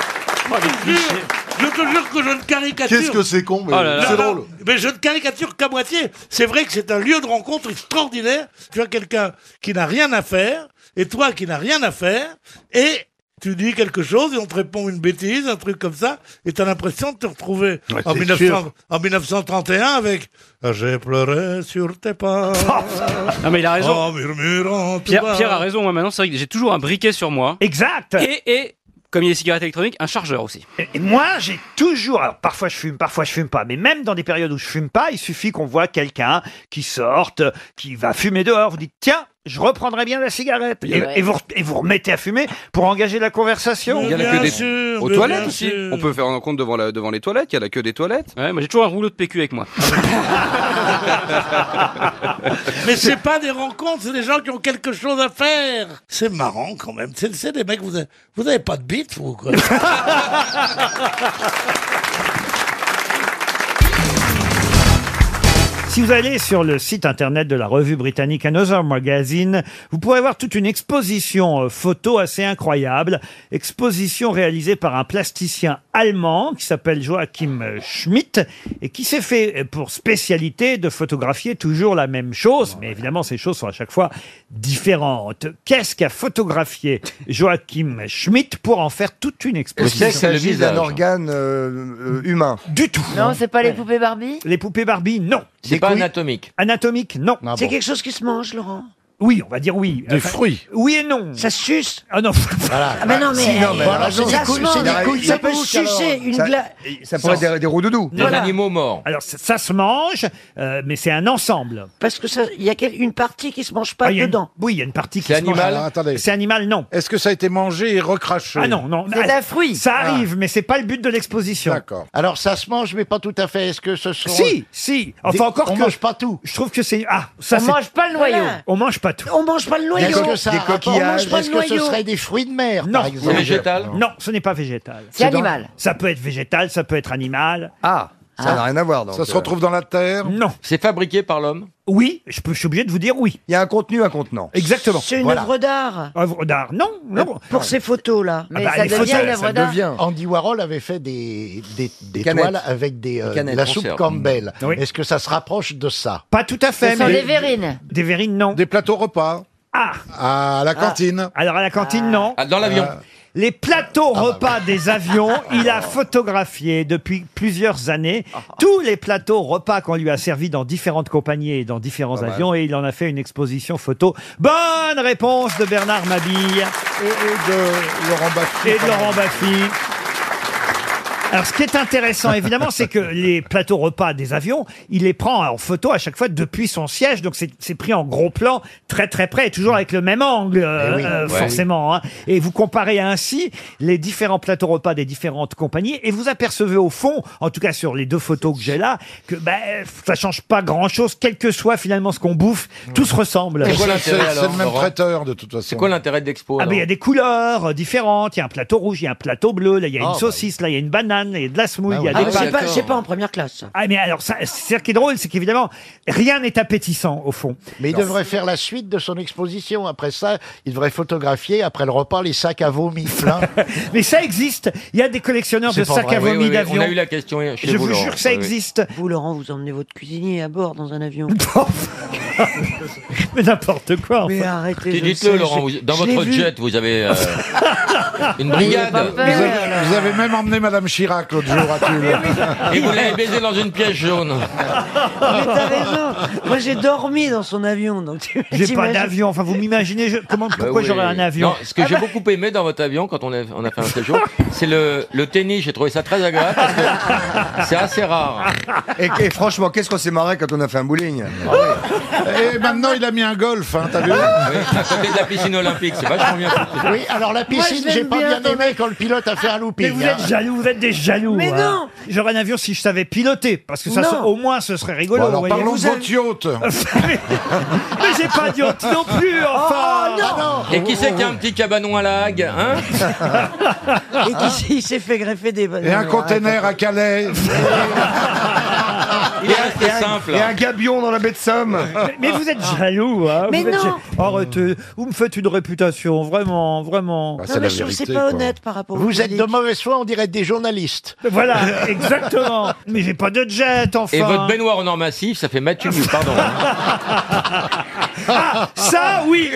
Speaker 23: Je te jure, je te jure que je ne caricature.
Speaker 18: Qu'est-ce que c'est con, mais
Speaker 23: Oh là là.
Speaker 18: c'est
Speaker 23: Non, non,
Speaker 18: drôle.
Speaker 23: Mais je ne caricature qu'à moitié. C'est vrai que c'est un lieu de rencontre extraordinaire. Tu as quelqu'un qui n'a rien à faire, et toi qui n'as rien à faire, et tu dis quelque chose, et on te répond une bêtise, un truc comme ça, et tu as l'impression de te retrouver
Speaker 18: Ouais,
Speaker 23: en,
Speaker 18: c'est
Speaker 23: 1900
Speaker 18: sûr.
Speaker 23: en 1931 avec Ah, J'ai pleuré sur tes pas.
Speaker 11: Non, mais il a raison.
Speaker 23: En murmurant. tout
Speaker 11: Pierre,
Speaker 23: bas.
Speaker 11: Pierre a raison, moi maintenant, c'est vrai que j'ai toujours un briquet sur moi.
Speaker 1: Exact
Speaker 11: Et, et, comme il y a des cigarettes électroniques, un chargeur aussi.
Speaker 1: Et et moi, j'ai toujours, alors parfois je fume, parfois je fume pas, mais même dans des périodes où je fume pas, il suffit qu'on voit quelqu'un qui sorte, euh, qui va fumer dehors, vous dites tiens, je reprendrai bien la cigarette. Et,
Speaker 25: Ouais.
Speaker 1: et vous, re- et vous remettez à fumer pour engager la conversation.
Speaker 25: Il y en a que des aux toilettes aussi. On peut faire un compte devant, la- devant les toilettes. Il y en a que des toilettes.
Speaker 11: Ouais, moi j'ai toujours un rouleau de PQ avec moi.
Speaker 23: Mais c'est pas des rencontres, c'est des gens qui ont quelque chose à faire. C'est marrant quand même. C'est c'est des mecs, vous avez, vous avez pas de bite, vous, quoi.
Speaker 1: Si vous allez sur le site internet de la revue britannique Another Magazine, vous pourrez voir toute une exposition euh, photo assez incroyable. Exposition réalisée par un plasticien allemand qui s'appelle Joachim euh, Schmidt et qui s'est fait euh, pour spécialité de photographier toujours la même chose. Mais évidemment, ces choses sont à chaque fois différentes. Qu'est-ce qu'a photographié Joachim Schmidt pour en faire toute une exposition
Speaker 6: organe euh, humain.
Speaker 1: Du tout.
Speaker 28: Non, c'est pas les poupées Barbie
Speaker 1: Les poupées Barbie, non.
Speaker 6: C'est pas anatomique.
Speaker 1: Anatomique, non.
Speaker 38: C'est quelque chose qui se mange, Laurent.
Speaker 1: Oui, on va dire oui.
Speaker 38: Des
Speaker 1: Enfin,
Speaker 38: fruits.
Speaker 1: Oui et non. Ça
Speaker 38: se suce
Speaker 1: Ah non.
Speaker 38: Ah bah non, mais- Si, non, mais elle a raison.
Speaker 1: c'est des
Speaker 38: Vachement,
Speaker 1: couilles, c'est
Speaker 38: des couilles,
Speaker 1: Ça
Speaker 38: ça peut
Speaker 1: peut
Speaker 38: se sucer, une gla-
Speaker 6: Ça pourrait être des, des roudoudous.
Speaker 1: Des Voilà. animaux
Speaker 6: morts.
Speaker 1: Alors ça, ça se mange, euh, mais c'est un ensemble.
Speaker 38: Parce que ça, il y a quel- une partie qui se mange pas
Speaker 1: Ah, il y a une-
Speaker 38: dedans.
Speaker 1: oui, il y a une partie qui
Speaker 38: C'est
Speaker 1: se mange.
Speaker 38: animal
Speaker 1: Alors, attendez. C'est animal, non.
Speaker 18: Est-ce que ça a été mangé et recraché
Speaker 1: Ah non, non.
Speaker 38: C'est
Speaker 1: Ah,
Speaker 38: un fruit.
Speaker 1: Ça arrive, mais c'est pas le but de l'exposition.
Speaker 6: D'accord. Alors ça se mange, mais pas tout à fait. Est-ce que ce sont
Speaker 1: Si, si. Enfin
Speaker 6: Des-
Speaker 1: encore
Speaker 6: on
Speaker 1: que.
Speaker 6: mange pas tout.
Speaker 1: Je trouve que c'est ah ça.
Speaker 38: On
Speaker 1: c'est-
Speaker 38: mange pas le noyau. Voilà.
Speaker 1: On mange pas tout.
Speaker 38: On mange pas le noyau.
Speaker 6: Est-ce que ça a
Speaker 38: On
Speaker 6: rapport-
Speaker 38: mange pas
Speaker 6: Est-ce
Speaker 38: le
Speaker 6: que ce
Speaker 38: noyau.
Speaker 6: serait des fruits de mer,
Speaker 1: Non.
Speaker 6: par exemple
Speaker 1: Non, ce n'est pas végétal.
Speaker 38: C'est C'est dans- animal.
Speaker 1: Ça peut être végétal, ça peut être animal. Ah.
Speaker 6: Ça n'a rien à voir. donc,
Speaker 18: Ça se retrouve dans la terre
Speaker 1: euh, Non.
Speaker 18: C'est fabriqué par l'homme
Speaker 1: Oui, je, peux, je suis obligé de vous dire oui.
Speaker 6: Il y a un contenu, un contenant.
Speaker 1: Exactement.
Speaker 38: C'est une
Speaker 1: Voilà.
Speaker 38: œuvre d'art.
Speaker 1: Œuvre d'art. Non, non.
Speaker 38: Pour ces photos-là.
Speaker 5: Ah
Speaker 1: Mais bah, ça les devient photos, une œuvre ça d'art. devient.
Speaker 6: Andy Warhol avait fait des, des, des
Speaker 38: Canettes.
Speaker 6: toiles avec des, euh,
Speaker 38: Des canettes,
Speaker 6: la
Speaker 38: on
Speaker 6: soupe
Speaker 38: sert.
Speaker 6: Campbell.
Speaker 1: Oui.
Speaker 6: Est-ce que ça se rapproche de ça
Speaker 1: Pas tout à fait.
Speaker 28: Ce sont
Speaker 1: mais-
Speaker 28: des verrines.
Speaker 1: Des verrines, non.
Speaker 18: Des plateaux repas
Speaker 1: Ah
Speaker 18: À la cantine bah,
Speaker 1: Alors à la cantine, non.
Speaker 18: Ah, dans l'avion.
Speaker 1: Euh, les plateaux repas des avions, il a photographié depuis plusieurs années tous les plateaux repas qu'on lui a servis dans différentes compagnies et dans différents
Speaker 6: mal.
Speaker 1: avions et il en a fait une exposition photo. Bonne réponse de Bernard Mabille
Speaker 6: Et, de Laurent Baffy.
Speaker 1: et de Laurent Baffy. Alors, ce qui est intéressant, évidemment, c'est que les plateaux repas des avions, il les prend en photo à chaque fois depuis son siège. Donc, c'est c'est pris en gros plan, très très près, et toujours avec le même angle, euh,
Speaker 6: Eh oui,
Speaker 1: euh,
Speaker 6: ouais.
Speaker 1: forcément. hein. Et vous comparez ainsi les différents plateaux repas des différentes compagnies, et vous apercevez au fond, en tout cas sur les deux photos que j'ai là, que ben, ça change pas grand-chose, quel que soit finalement ce qu'on bouffe, tout se ressemble.
Speaker 18: C'est quoi l'intérêt,
Speaker 6: c'est-
Speaker 18: alors,
Speaker 6: c'est le même
Speaker 18: Laurent
Speaker 6: traiteur, de toute façon.
Speaker 18: C'est quoi l'intérêt de l'expo
Speaker 1: Ah, mais il y a des couleurs euh, différentes. Il y a un plateau rouge, il y a un plateau bleu, là, il y a
Speaker 5: Oh,
Speaker 6: Ah,
Speaker 1: une
Speaker 6: bah
Speaker 1: saucisse, là, il y a une banane, là, il y a de la
Speaker 5: Bah
Speaker 1: smouille, il y a
Speaker 38: Ah,
Speaker 1: des
Speaker 38: mais c'est
Speaker 1: pâtes.
Speaker 38: pas, c'est pas en première classe. ça.
Speaker 1: Ah, mais alors, ça, c'est ce qui est drôle, c'est qu'évidemment, rien n'est appétissant, au fond.
Speaker 6: Mais il devrait faire la suite de son exposition. Après ça, il devrait photographier, après le repas, les sacs à vomi pleins.
Speaker 1: Mais ça existe. Il y a des collectionneurs
Speaker 6: C'est
Speaker 1: de
Speaker 6: pas
Speaker 1: sacs
Speaker 6: vrai.
Speaker 1: à
Speaker 6: Oui,
Speaker 1: vomi
Speaker 6: oui, oui,
Speaker 1: d'avion.
Speaker 6: on a eu
Speaker 25: la question chez
Speaker 1: Je
Speaker 25: vous,
Speaker 1: vous
Speaker 25: Laurent.
Speaker 1: jure que ça
Speaker 25: Oui, oui.
Speaker 1: existe.
Speaker 38: Vous, Laurent, vous emmenez votre cuisinier à bord dans un avion.
Speaker 1: mais n'importe quoi.
Speaker 38: Mais arrêtez. je
Speaker 15: Dites-le,
Speaker 38: sais,
Speaker 15: Laurent,
Speaker 38: je-
Speaker 15: vous- dans
Speaker 38: je l'ai
Speaker 15: votre
Speaker 38: vu.
Speaker 15: jet, vous avez euh, une brigade.
Speaker 18: vous avez, vous avez même emmené Madame
Speaker 5: Chirac l'autre jour à Tulle.
Speaker 2: Et vous l'avez baisé dans une pièce jaune. Bah
Speaker 12: Mais t'as raison. Moi, j'ai dormi dans son avion. donc tu-
Speaker 1: J'ai pas
Speaker 12: t'imagines. Ah
Speaker 1: d'avion. Enfin, vous m'imaginez je- comment,
Speaker 5: Bah
Speaker 1: pourquoi
Speaker 2: oui.
Speaker 1: j'aurais un avion Ah bah
Speaker 2: Non, ce que
Speaker 12: bah,
Speaker 2: j'ai beaucoup aimé dans votre avion quand on a, on a fait un séjour, c'est le, le tennis. J'ai trouvé ça très agréable parce que c'est assez rare.
Speaker 6: Et, et franchement, qu'est-ce qu'on s'est marré quand on a fait un bowling
Speaker 5: Et maintenant, il a mis un golf, hein, t'as vu
Speaker 1: Ah
Speaker 2: Oui, à côté de la piscine olympique, c'est vachement bien. foutu.
Speaker 5: Oui, alors la piscine,
Speaker 12: Moi, je
Speaker 5: j'ai
Speaker 12: l'aime
Speaker 5: pas
Speaker 12: bien,
Speaker 5: bien,
Speaker 12: ton
Speaker 5: aimé quand le pilote a fait un looping.
Speaker 1: Mais vous
Speaker 5: hein.
Speaker 1: êtes jaloux, vous êtes des jaloux.
Speaker 12: Mais
Speaker 1: hein.
Speaker 12: non.
Speaker 1: J'aurais un avion si je savais piloter, parce que ça,
Speaker 12: Non.
Speaker 1: se- au moins, ce serait rigolo.
Speaker 5: Bon, alors,
Speaker 1: vous voyez.
Speaker 5: parlons de
Speaker 1: Vous avez-
Speaker 5: votre yacht.
Speaker 1: mais mais j'ai pas de yacht non plus,
Speaker 5: Oh,
Speaker 1: enfin.
Speaker 2: Et qui c'est qui a un petit cabanon à la Hague hein
Speaker 12: Et qui s'est- il s'est fait greffer des. Ah,
Speaker 5: Et un container à Calais.
Speaker 2: Il est resté simple.
Speaker 6: Et un gabion dans la baie de Somme.
Speaker 1: Mais, mais vous êtes jaloux, hein.
Speaker 12: Mais
Speaker 1: vous êtes
Speaker 12: non.
Speaker 1: ja- Arrêtez. vous me faites une réputation, vraiment, vraiment.
Speaker 5: Bah,
Speaker 12: Non, mais je trouve que c'est pas honnête hein, par rapport au
Speaker 5: Vous êtes
Speaker 12: public.
Speaker 5: de mauvaise foi, on dirait des journalistes.
Speaker 1: Voilà, exactement. Mais j'ai pas de jet, enfin.
Speaker 2: Et votre baignoire en or massif, ça fait Mathieu Mu, pardon.
Speaker 1: Ah, ça, oui.